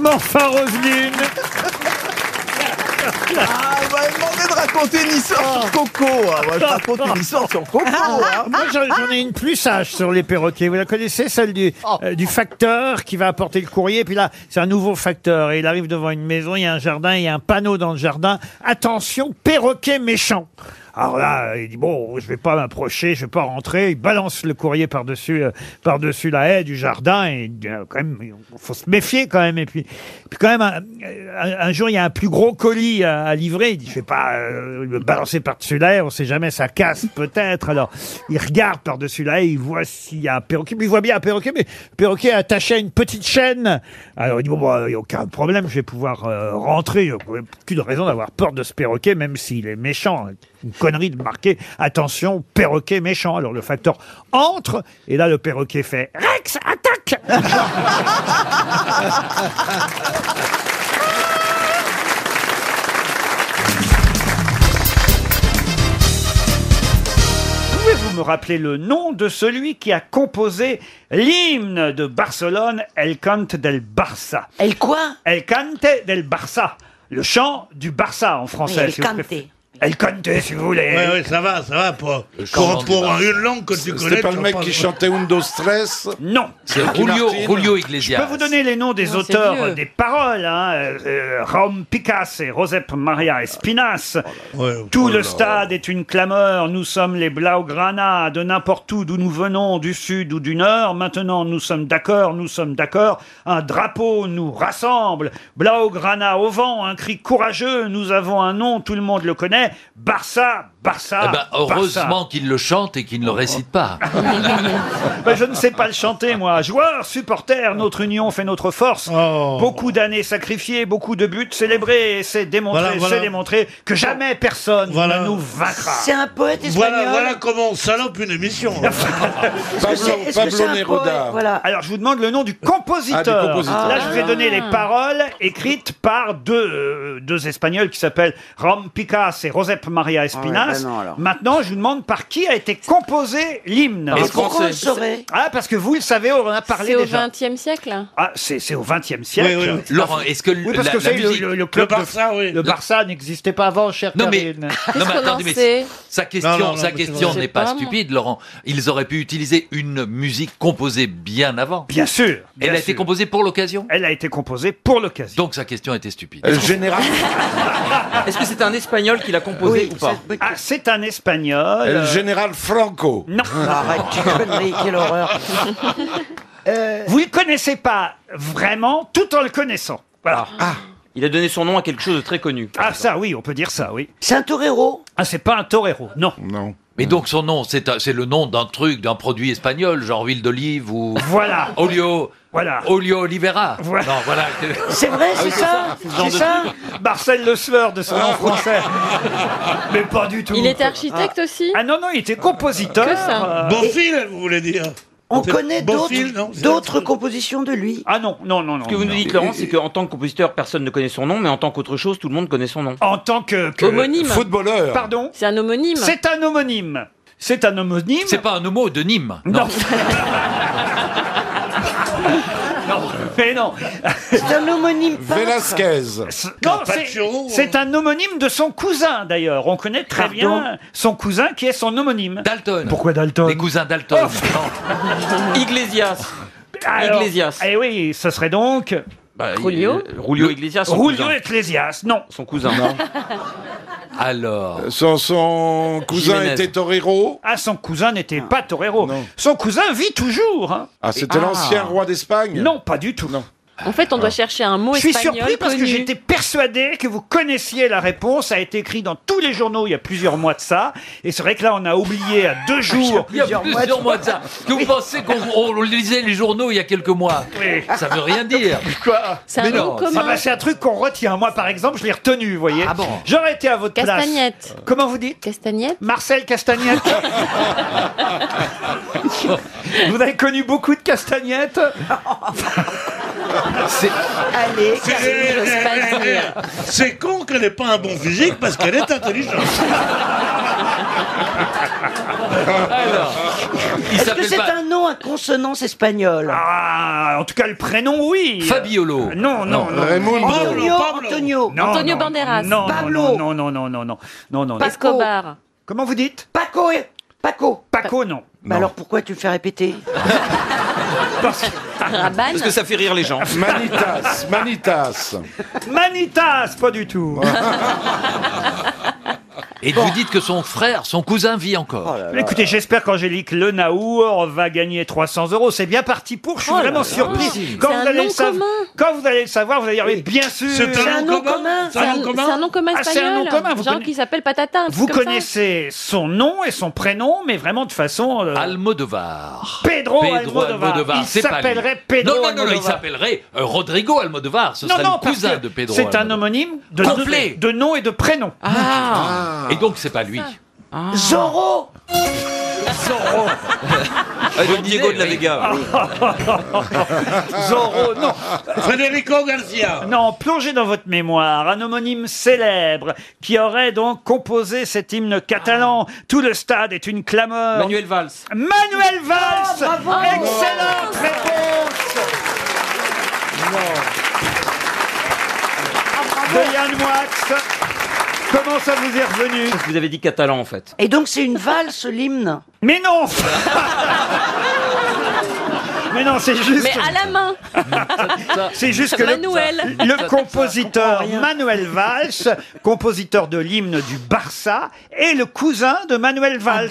Speaker 1: Mon enfin, Roselyne
Speaker 25: Ah, on m'a demandé de raconter une histoire sur Coco. Ah, bah, je raconte une histoire sur Coco. hein.
Speaker 1: Moi, j'en j'en ai une plus sage sur les perroquets. Vous la connaissez, celle du, euh, du facteur qui va apporter le courrier. Puis là, c'est un nouveau facteur. Et il arrive devant une maison, il y a un jardin, il y a un panneau dans le jardin. Attention, perroquet méchant. Alors là, euh, il dit bon, je vais pas m'approcher, je vais pas rentrer. Il balance le courrier par-dessus, euh, par-dessus la haie du jardin. Et il dit, euh, quand même, faut se méfier quand même. Et puis, puis quand même, un, un- un jour, il y a un plus gros colis à, à livrer. Il dit, je vais pas euh, le balancer par-dessus la haie. On sait jamais, ça casse peut-être. Alors, il regarde par-dessus la haie, il voit s'il y a un perroquet. Puis il voit bien un perroquet, mais le perroquet est attaché à une petite chaîne. Alors, il dit bon, bah, il y a aucun problème, je vais pouvoir euh, rentrer. Il n'y a aucune raison d'avoir peur de ce perroquet, même s'il est méchant. Une connerie de marquer attention, perroquet méchant. Alors le facteur entre, et là le perroquet fait Rex, attaque Pouvez-vous me rappeler le nom de celui qui a composé l'hymne de Barcelone, El Cante del Barça El quoi El Cante del Barça, le chant du Barça en français.
Speaker 6: Oui, El
Speaker 1: si vous
Speaker 6: Cante.
Speaker 1: préférez. El Cante, si vous voulez.
Speaker 6: Ouais, ouais, ça va, ça va. Pour,
Speaker 1: chant
Speaker 6: pour,
Speaker 1: du
Speaker 6: pour
Speaker 1: bar.
Speaker 6: une langue que tu
Speaker 1: C'était
Speaker 6: connais.
Speaker 1: pas le
Speaker 6: tu
Speaker 1: mec
Speaker 6: vas
Speaker 1: qui chantait
Speaker 6: Windows 13
Speaker 1: Non.
Speaker 2: C'est Julio, Julio Iglesias.
Speaker 1: Je peux vous donner les noms des
Speaker 2: Oh, c'est
Speaker 1: auteurs
Speaker 2: vieux.
Speaker 1: euh, des paroles. Hein. euh, euh, Raúl Picas et Josep Maria Espinas. Tout
Speaker 2: oh là.
Speaker 1: le stade est une clameur. Nous sommes les Blaugrana, de n'importe où, d'où nous venons, du sud ou du nord. Maintenant, nous sommes d'accord, nous sommes d'accord. Un drapeau nous rassemble. Blaugrana au vent, un cri courageux. Nous avons un nom, tout le monde le connaît. Barça, Barça.
Speaker 2: Eh ben, heureusement qu'il le chante et qu'il ne le récite pas.
Speaker 1: Barça. Ben, je ne sais pas le chanter, moi. Joueur, supporter, notre union fait notre force.
Speaker 6: Oh.
Speaker 1: Beaucoup d'années sacrifiées, beaucoup de buts célébrés. Et c'est démontré,
Speaker 6: Voilà, voilà.
Speaker 1: c'est démontré que jamais personne
Speaker 6: Voilà.
Speaker 1: ne nous vaincra.
Speaker 6: C'est un
Speaker 5: poète
Speaker 6: Voilà, voilà comment on salope une émission.
Speaker 1: Pablo- Pablo Neruda. Alors, je vous demande le nom du compositeur.
Speaker 6: Ah, du compositeur.
Speaker 1: Là, je vous ai donné
Speaker 6: Ah.
Speaker 1: les paroles écrites par deux, euh, deux Espagnols qui s'appellent Ram Picas et Josep Maria Espinas.
Speaker 5: Ah ouais, bah non, alors.
Speaker 1: Maintenant, je vous demande par qui a été composé l'hymne.
Speaker 5: Par un Mais pourquoi Français. on le saurait
Speaker 1: Ah, parce que vous le savez, on en a parlé
Speaker 38: C'est au
Speaker 1: déjà.
Speaker 38: XXe siècle.
Speaker 1: Ah, c'est c'est au XXe siècle.
Speaker 2: Oui, oui, oui. Laurent, est-ce que
Speaker 1: Oui, parce
Speaker 2: la-
Speaker 1: que
Speaker 2: la
Speaker 1: c'est le,
Speaker 2: musique-
Speaker 1: le- le club
Speaker 2: Le
Speaker 1: de-
Speaker 2: Barça, oui.
Speaker 1: le Barça n'existait pas avant, cher
Speaker 2: Non mais,
Speaker 1: Karine.
Speaker 2: non, mais
Speaker 38: qu'on en
Speaker 2: attendez, mais
Speaker 38: sait
Speaker 2: sa question,
Speaker 38: Non, non, non,
Speaker 2: sa
Speaker 38: mais c'est
Speaker 2: question
Speaker 38: vrai.
Speaker 2: n'est
Speaker 38: Je
Speaker 2: pas
Speaker 38: sais pas,
Speaker 2: stupide, Laurent. Ils auraient pu utiliser une musique composée bien avant.
Speaker 1: Bien sûr.
Speaker 2: Elle a été composée pour l'occasion
Speaker 1: Elle a été composée pour l'occasion.
Speaker 2: Donc sa question était stupide.
Speaker 1: Euh, général.
Speaker 2: Est-ce que c'est un Espagnol qui l'a composée ou pas
Speaker 1: Ah, c'est un
Speaker 41: Euh,
Speaker 1: Espagnol. Euh,
Speaker 2: Le
Speaker 1: général Franco. Non.
Speaker 5: Arrête, tu conneries, quelle horreur.
Speaker 1: Euh, Vous ne le connaissez pas vraiment tout en le connaissant. Voilà. Ah,
Speaker 41: Il a donné son nom à quelque chose de très connu.
Speaker 1: ça oui, on peut dire ça, oui. C'est un torero Hmm. Ah, c'est pas un torero, non. Non.
Speaker 2: Mais donc son nom, c'est un- c'est le nom d'un truc, d'un produit espagnol, genre huile d'olive ou
Speaker 1: Voilà.
Speaker 2: Olio,
Speaker 1: voilà,
Speaker 2: Olio Olivera.
Speaker 1: Voilà.
Speaker 2: Non, voilà. Ah
Speaker 1: C'est vrai, Ah c'est ça C'est ça Marcel Le Sueur de son nom français. Mais pas du tout.
Speaker 38: Il était architecte aussi
Speaker 1: Ah non, non, il était compositeur. Euh,
Speaker 38: Que ça.
Speaker 6: Bonfil, vous voulez dire
Speaker 5: On connaît
Speaker 6: Bonfil, non
Speaker 5: d'autres d'autres compositions de lui.
Speaker 1: Ah non, non, non, non.
Speaker 41: Ce que vous nous
Speaker 1: non.
Speaker 41: dites, Laurent, c'est qu'en tant que compositeur, personne ne connaît son nom, mais en tant qu'autre chose, tout le monde connaît son nom.
Speaker 1: En tant que, que-
Speaker 41: Homonyme. Footballeur.
Speaker 1: Pardon
Speaker 38: C'est un homonyme.
Speaker 1: C'est un homonyme. C'est un homonyme.
Speaker 2: C'est pas un homo de Nîmes.
Speaker 1: Non. Non, mais non.
Speaker 5: C'est un homonyme
Speaker 1: peintre. Velasquez. Non, c'est- c'est un homonyme de son cousin d'ailleurs. On connaît très bien son cousin qui est son homonyme. Dalton.
Speaker 2: Pourquoi Dalton Les cousins Dalton. Non.
Speaker 41: Iglesias.
Speaker 1: Alors,
Speaker 41: Iglesias.
Speaker 1: Eh oui, ce serait donc.
Speaker 2: Bah,
Speaker 41: Julio Julio Iglesias, son
Speaker 1: Julio
Speaker 41: cousin.
Speaker 1: Iglesias, non.
Speaker 41: Son cousin.
Speaker 2: Alors.
Speaker 24: Son, son cousin
Speaker 1: Jiménez.
Speaker 24: était torero.
Speaker 1: Ah, son cousin n'était pas torero. Son cousin vit toujours. hein.
Speaker 24: Ah, c'était l'ancien roi d'Espagne
Speaker 1: Non, pas du tout.
Speaker 38: En fait,
Speaker 11: Ah.
Speaker 38: on doit chercher un mot
Speaker 1: Je suis
Speaker 38: espagnol
Speaker 1: surpris parce que
Speaker 38: connu.
Speaker 1: j'étais persuadé que vous connaissiez la réponse. Ça a été écrit dans tous les journaux il y a plusieurs mois de ça. Et c'est vrai que là, on a oublié à deux jours.
Speaker 2: Il y a plusieurs mois de ça. Que vous pensez qu'on on- on lisait les journaux il y a quelques mois
Speaker 1: Oui.
Speaker 2: Ça veut rien dire.
Speaker 1: Quoi
Speaker 2: C'est un
Speaker 1: Mais
Speaker 2: nom
Speaker 1: non.
Speaker 2: commun.
Speaker 1: Ah bah, c'est un truc qu'on retient. Moi, par exemple, je l'ai retenu, vous voyez. J'aurais été à votre place.
Speaker 38: Castagnette.
Speaker 1: Comment vous dites
Speaker 38: Castagnette
Speaker 1: Marcel Castagnette. vous avez connu beaucoup de Castagnettes
Speaker 5: Allez,
Speaker 6: C'est- C'est con qu'elle n'ait pas un bon physique parce qu'elle est intelligente.
Speaker 2: Alors,
Speaker 5: Est-ce que c'est un nom à consonance espagnole
Speaker 1: Ah, en tout cas, le prénom, oui.
Speaker 2: Fabiolo.
Speaker 1: Non, non, non.
Speaker 2: Raimundo.
Speaker 5: Antonio, Antonio.
Speaker 1: Non,
Speaker 5: Antonio
Speaker 1: non,
Speaker 5: Banderas.
Speaker 1: Non,
Speaker 5: Pablo.
Speaker 1: Non, non, non, non, non, non, non, non.
Speaker 5: Paco. Escobar.
Speaker 1: Comment vous dites
Speaker 5: Paco et... Paco.
Speaker 1: Paco, non.
Speaker 5: Bah alors pourquoi tu le fais répéter
Speaker 38: Rabanne
Speaker 41: Parce que ça fait rire les gens.
Speaker 24: Manitas, Manitas.
Speaker 1: Manitas, pas du tout.
Speaker 2: Et vous dites que son frère, son cousin vit encore.
Speaker 1: Écoutez, j'espère qu'Angélique Le Naour va gagner 300 euros. C'est bien parti pour. Je suis
Speaker 2: Oh là
Speaker 1: vraiment
Speaker 2: là.
Speaker 1: surpris.
Speaker 2: Impossible.
Speaker 1: Quand
Speaker 38: C'est
Speaker 1: vous,
Speaker 38: un
Speaker 1: allez le
Speaker 38: nom
Speaker 1: sav-
Speaker 38: commun.
Speaker 1: quand vous allez le savoir, vous allez dire, mais bien sûr.
Speaker 38: C'est un C'est nom un nom commun commun. C'est un nom commun. C'est un nom commun
Speaker 1: Ah, c'est un nom
Speaker 38: espagnol.
Speaker 1: commun. Vous,
Speaker 38: Genre
Speaker 1: conna-
Speaker 38: qui s'appelle Patata. un truc
Speaker 1: vous
Speaker 38: comme ça.
Speaker 1: connaissez son nom et son prénom, mais vraiment de façon. euh,
Speaker 2: Almodovar.
Speaker 1: Pedro Almodovar. Il
Speaker 2: c'est pas lui.
Speaker 1: s'appellerait Pedro
Speaker 2: Non, non, non, non, il
Speaker 1: Almodovar.
Speaker 2: s'appellerait euh, Rodrigo Almodovar. Ce serait le
Speaker 1: parce
Speaker 2: cousin
Speaker 1: que
Speaker 2: de Pedro.
Speaker 1: C'est un
Speaker 2: Almodovar.
Speaker 1: homonyme de,
Speaker 2: Complet.
Speaker 1: de, de nom et de prénom.
Speaker 2: Ah. Et donc, c'est pas lui. Ah.
Speaker 5: Zorro
Speaker 1: Zorro
Speaker 2: Ah,
Speaker 41: Diego de la Vega.
Speaker 1: Zorro, non.
Speaker 6: Federico Garcia.
Speaker 1: Non, plongez dans votre mémoire un homonyme célèbre qui aurait donc composé cet hymne catalan.
Speaker 2: Ah.
Speaker 1: Tout le stade est une clameur.
Speaker 41: Manuel Valls.
Speaker 1: Manuel Valls Excellente réponse de Yann Moix. Comment ça vous est revenu
Speaker 41: Vous avez dit catalan en fait.
Speaker 5: Et donc c'est une valse l'hymne
Speaker 1: Mais non Mais non, c'est juste.
Speaker 38: Mais à la main.
Speaker 1: C'est juste que le-
Speaker 38: Manuel.
Speaker 1: le, compositeur Manuel Valls, compositeur de l'hymne du Barça, est le cousin de
Speaker 2: Ah
Speaker 1: Manuel Valls.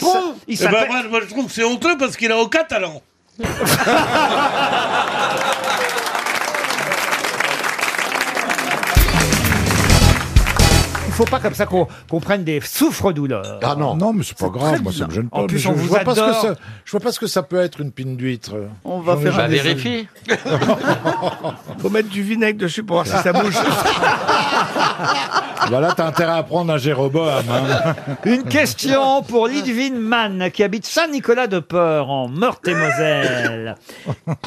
Speaker 1: Il
Speaker 6: Eh ben,
Speaker 1: s'appelle
Speaker 6: moi, moi, je trouve que c'est honteux parce qu'il a aucun talent.
Speaker 1: Il faut pas comme ça qu'on qu'on prenne des souffres-douleurs.
Speaker 22: Ah non. Non, mais c'est pas grave,
Speaker 1: très
Speaker 22: moi, ça
Speaker 1: bizarre.
Speaker 22: me gêne pas.
Speaker 1: En plus,
Speaker 22: Mais je,
Speaker 1: on
Speaker 22: je
Speaker 1: vous
Speaker 22: vois pas ce
Speaker 1: adore.
Speaker 22: que ça, je vois pas ce que ça peut être une pine d'huître.
Speaker 1: On va
Speaker 22: J'en ai
Speaker 1: faire un
Speaker 22: jamais
Speaker 1: dessin.
Speaker 22: vu.
Speaker 11: Faut mettre du vinaigre dessus pour voir si ça bouge.
Speaker 22: Bah là, t'as intérêt à prendre un Jéroboam. hein.
Speaker 1: Une question pour Lidvine Mann, qui habite Saint-Nicolas-de-Peur, en Meurthe-et-Moselle.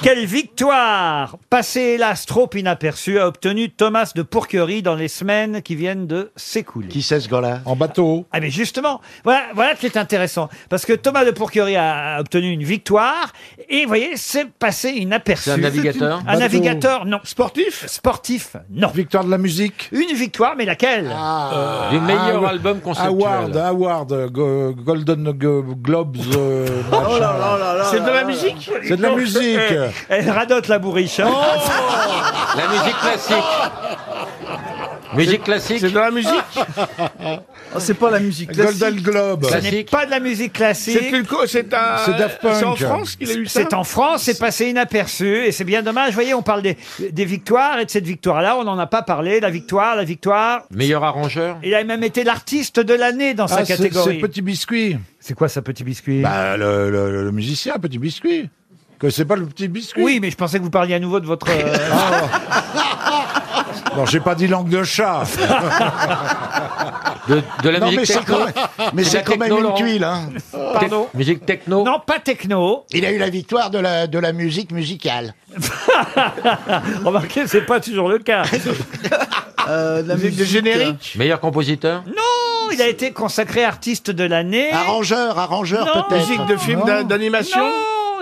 Speaker 1: Quelle victoire, passée hélas trop inaperçue, a obtenu Thomas de Pourquerie dans les semaines qui viennent de s'écouler Qui
Speaker 16: c'est ce gars-là
Speaker 22: En bateau.
Speaker 1: Ah mais justement, voilà, voilà qui est intéressant. Parce que Thomas de Pourquerie a a obtenu une victoire, et vous voyez, c'est passé inaperçu.
Speaker 22: C'est un navigateur
Speaker 1: Un
Speaker 22: Bateau.
Speaker 1: navigateur, non. Sportif Sportif, non.
Speaker 22: Victoire de la musique.
Speaker 1: Une victoire, mais laquelle
Speaker 22: Ah,
Speaker 1: Euh, Les meilleurs
Speaker 22: ouais.
Speaker 1: albums conceptuels.
Speaker 22: Award, Award, euh, Go- Golden Go- Globes. euh,
Speaker 1: Oh
Speaker 22: machin.
Speaker 11: C'est de la musique
Speaker 22: C'est de la musique.
Speaker 1: Elle radote la bourriche. hein.
Speaker 23: Oh. La musique classique. Musique classique. C'est
Speaker 11: de la musique
Speaker 1: Oh,
Speaker 25: c'est pas la musique
Speaker 22: Golden Globe.
Speaker 1: Ce n'est pas de la musique classique.
Speaker 11: C'est une co- c'est un-
Speaker 22: C'est Daft Punk.
Speaker 11: c'est en France qu'il a eu ça
Speaker 1: C'est en France, c'est passé inaperçu et c'est bien dommage. Vous voyez, on parle des, des victoires et de cette victoire-là, on n'en a pas parlé. La victoire, la victoire.
Speaker 23: Meilleur arrangeur.
Speaker 1: Il a même été l'artiste de l'année dans sa
Speaker 22: Ah, c'est-
Speaker 1: catégorie.
Speaker 22: C'est Petit Biscuit.
Speaker 1: C'est quoi ça, Petit Biscuit
Speaker 22: bah, le, le- le musicien, Petit Biscuit. Que c'est pas le Petit Biscuit.
Speaker 1: Oui, mais je pensais que vous parliez à nouveau de votre.
Speaker 11: Ah,
Speaker 1: euh,
Speaker 22: Non, j'ai pas dit langue de chat.
Speaker 23: De, de la
Speaker 22: Non,
Speaker 23: musique
Speaker 22: mais c'est
Speaker 23: techno.
Speaker 22: quand même, mais
Speaker 23: De la
Speaker 22: c'est quand même
Speaker 23: techno,
Speaker 22: une
Speaker 23: Laurent.
Speaker 22: tuile. Hein.
Speaker 1: Pardon
Speaker 23: Te- Musique techno.
Speaker 1: Non, pas techno.
Speaker 28: Il a eu la victoire de la, de la musique musicale.
Speaker 1: Remarquez, c'est pas toujours le cas.
Speaker 25: la musique de générique.
Speaker 23: Meilleur compositeur.
Speaker 1: Non, il a été consacré artiste de l'année.
Speaker 28: Arrangeur, arrangeur
Speaker 1: Non.
Speaker 28: peut-être.
Speaker 11: Musique de film d'a- d'animation
Speaker 1: Non,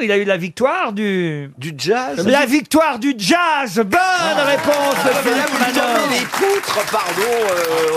Speaker 1: il a eu la victoire du... Du jazz La victoire du jazz Bonne réponse de
Speaker 13: mais là,
Speaker 1: Philippe
Speaker 13: vous
Speaker 1: Manœuvre.
Speaker 13: tombez les poutres, pardon. euh,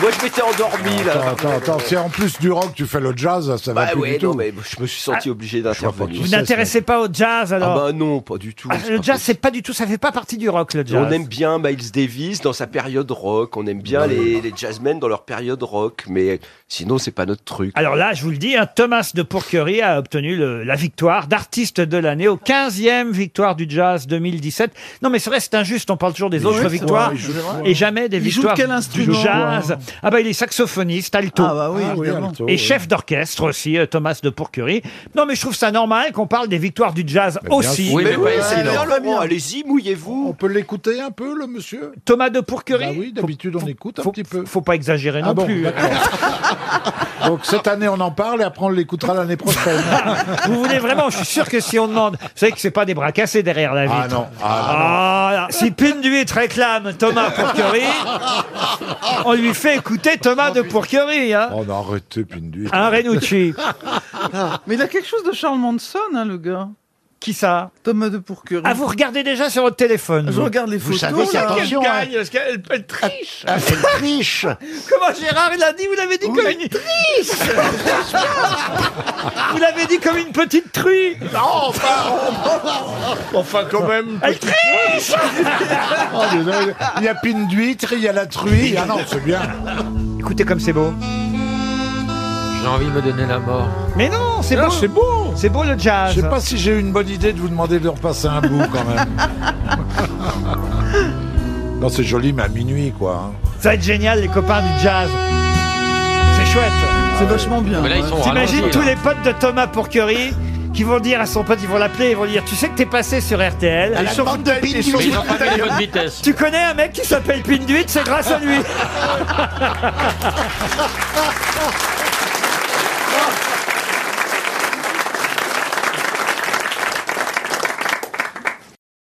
Speaker 13: moi, je m'étais endormi, là.
Speaker 2: Attends, attends, attends. Si en plus du rock tu fais le jazz, ça va
Speaker 13: Bah
Speaker 2: plus
Speaker 13: ouais,
Speaker 2: du tout.
Speaker 13: non, mais je me suis senti obligé d'intervenir.
Speaker 1: Vous n'intéressez pas au jazz
Speaker 13: Ah
Speaker 1: alors
Speaker 13: bah non, pas du tout.
Speaker 1: Ah, Le jazz, c'est pas du tout, ça fait pas partie du rock le jazz.
Speaker 13: On aime bien Miles Davis dans sa période rock, on aime bien les, les jazzmen dans leur période rock, mais sinon c'est pas notre truc.
Speaker 1: Alors là, je vous le dis, hein, Thomas de Pourquerie a obtenu le- la victoire d'artiste de l'année au 15e victoire du jazz 2017. Non, mais c'est vrai, c'est injuste. On parle toujours des
Speaker 25: Il
Speaker 1: autres
Speaker 25: joue de
Speaker 1: victoires
Speaker 25: quoi Il joue de quoi
Speaker 1: et jamais des
Speaker 25: Il joue de
Speaker 1: victoires
Speaker 25: quel
Speaker 1: du
Speaker 25: instrument
Speaker 1: jazz. Ah bah il est saxophoniste, alto.
Speaker 25: Ah bah oui, Ah oui, évidemment. alto,
Speaker 1: et
Speaker 25: oui.
Speaker 1: chef d'orchestre aussi, euh, Thomas de Pourquerie. Non, mais je trouve ça normal qu'on parle des victoires du jazz aussi.
Speaker 13: Bah, Oui, mais pas ici, non. Oh,
Speaker 2: bien.
Speaker 13: Allez-y, mouillez-vous.
Speaker 2: On peut l'écouter un peu, le monsieur
Speaker 1: Thomas de Pourquerie
Speaker 2: Bah oui, d'habitude on écoute un petit peu.
Speaker 1: Faut pas exagérer
Speaker 2: Ah
Speaker 1: non
Speaker 2: bon,
Speaker 1: plus.
Speaker 2: d'accord. Donc cette année on en parle et après on l'écoutera l'année prochaine.
Speaker 1: Vous voulez vraiment, je suis sûr que si on demande, vous savez que c'est pas des bras cassés derrière la vitre.
Speaker 2: Ah non,
Speaker 1: Ah, là, si Pine d'Huître réclame Thomas Pourquerie, on lui fait écouter Thomas de Pourquerie. Hein,
Speaker 2: On a arrêté Pindu.
Speaker 1: hein Renucci
Speaker 25: Mais il a quelque chose de Charles Manson, hein, le gars.
Speaker 1: Ah. Qui ça
Speaker 25: Thomas de Pourquerie.
Speaker 1: Ah, vous regardez déjà sur votre téléphone
Speaker 25: Je
Speaker 1: vous
Speaker 25: regarde les
Speaker 1: Vous
Speaker 25: photos.
Speaker 1: savez,
Speaker 25: là.
Speaker 1: attention,
Speaker 25: Quelle
Speaker 1: hein.
Speaker 25: gagne, parce qu'elle- elle triche.
Speaker 45: Triche
Speaker 1: Comment Gérard, il a dit, Ah, vous l'avez dit comme une... Vous l'avez dit comme une petite truie
Speaker 6: Non,
Speaker 2: Enfin quand même.
Speaker 1: Elle triche
Speaker 2: Oh, dis donc, Il y a Pine d'huître, il y a la truie. Ah non, c'est bien.
Speaker 1: Écoutez comme c'est beau.
Speaker 46: J'ai envie de me donner la mort.
Speaker 1: Mais non, c'est
Speaker 2: Non,
Speaker 1: beau.
Speaker 2: c'est beau.
Speaker 1: C'est beau le jazz.
Speaker 2: Je sais pas si j'ai eu une bonne idée de vous demander de repasser un bout quand même. non, c'est joli, mais à minuit quoi. hein.
Speaker 1: Ça va être génial, les copains du jazz. C'est chouette.
Speaker 25: C'est vachement bien.
Speaker 46: Mais là, ils sont
Speaker 1: T'imagines
Speaker 46: ralentis,
Speaker 1: tous
Speaker 46: là.
Speaker 1: les potes de Thomas Pourquerie qui vont dire à son pote, ils vont l'appeler, ils vont lui dire, tu sais que t'es passé sur RTL.
Speaker 25: À la
Speaker 1: Ils sont
Speaker 25: bande de
Speaker 1: foutus,
Speaker 25: Pinduit.
Speaker 1: ils sont
Speaker 25: Mais ils ont pas
Speaker 1: foutus.
Speaker 25: fait les bonnes
Speaker 46: vitesses.
Speaker 1: Tu connais un mec qui s'appelle Pinduit, c'est grâce à lui.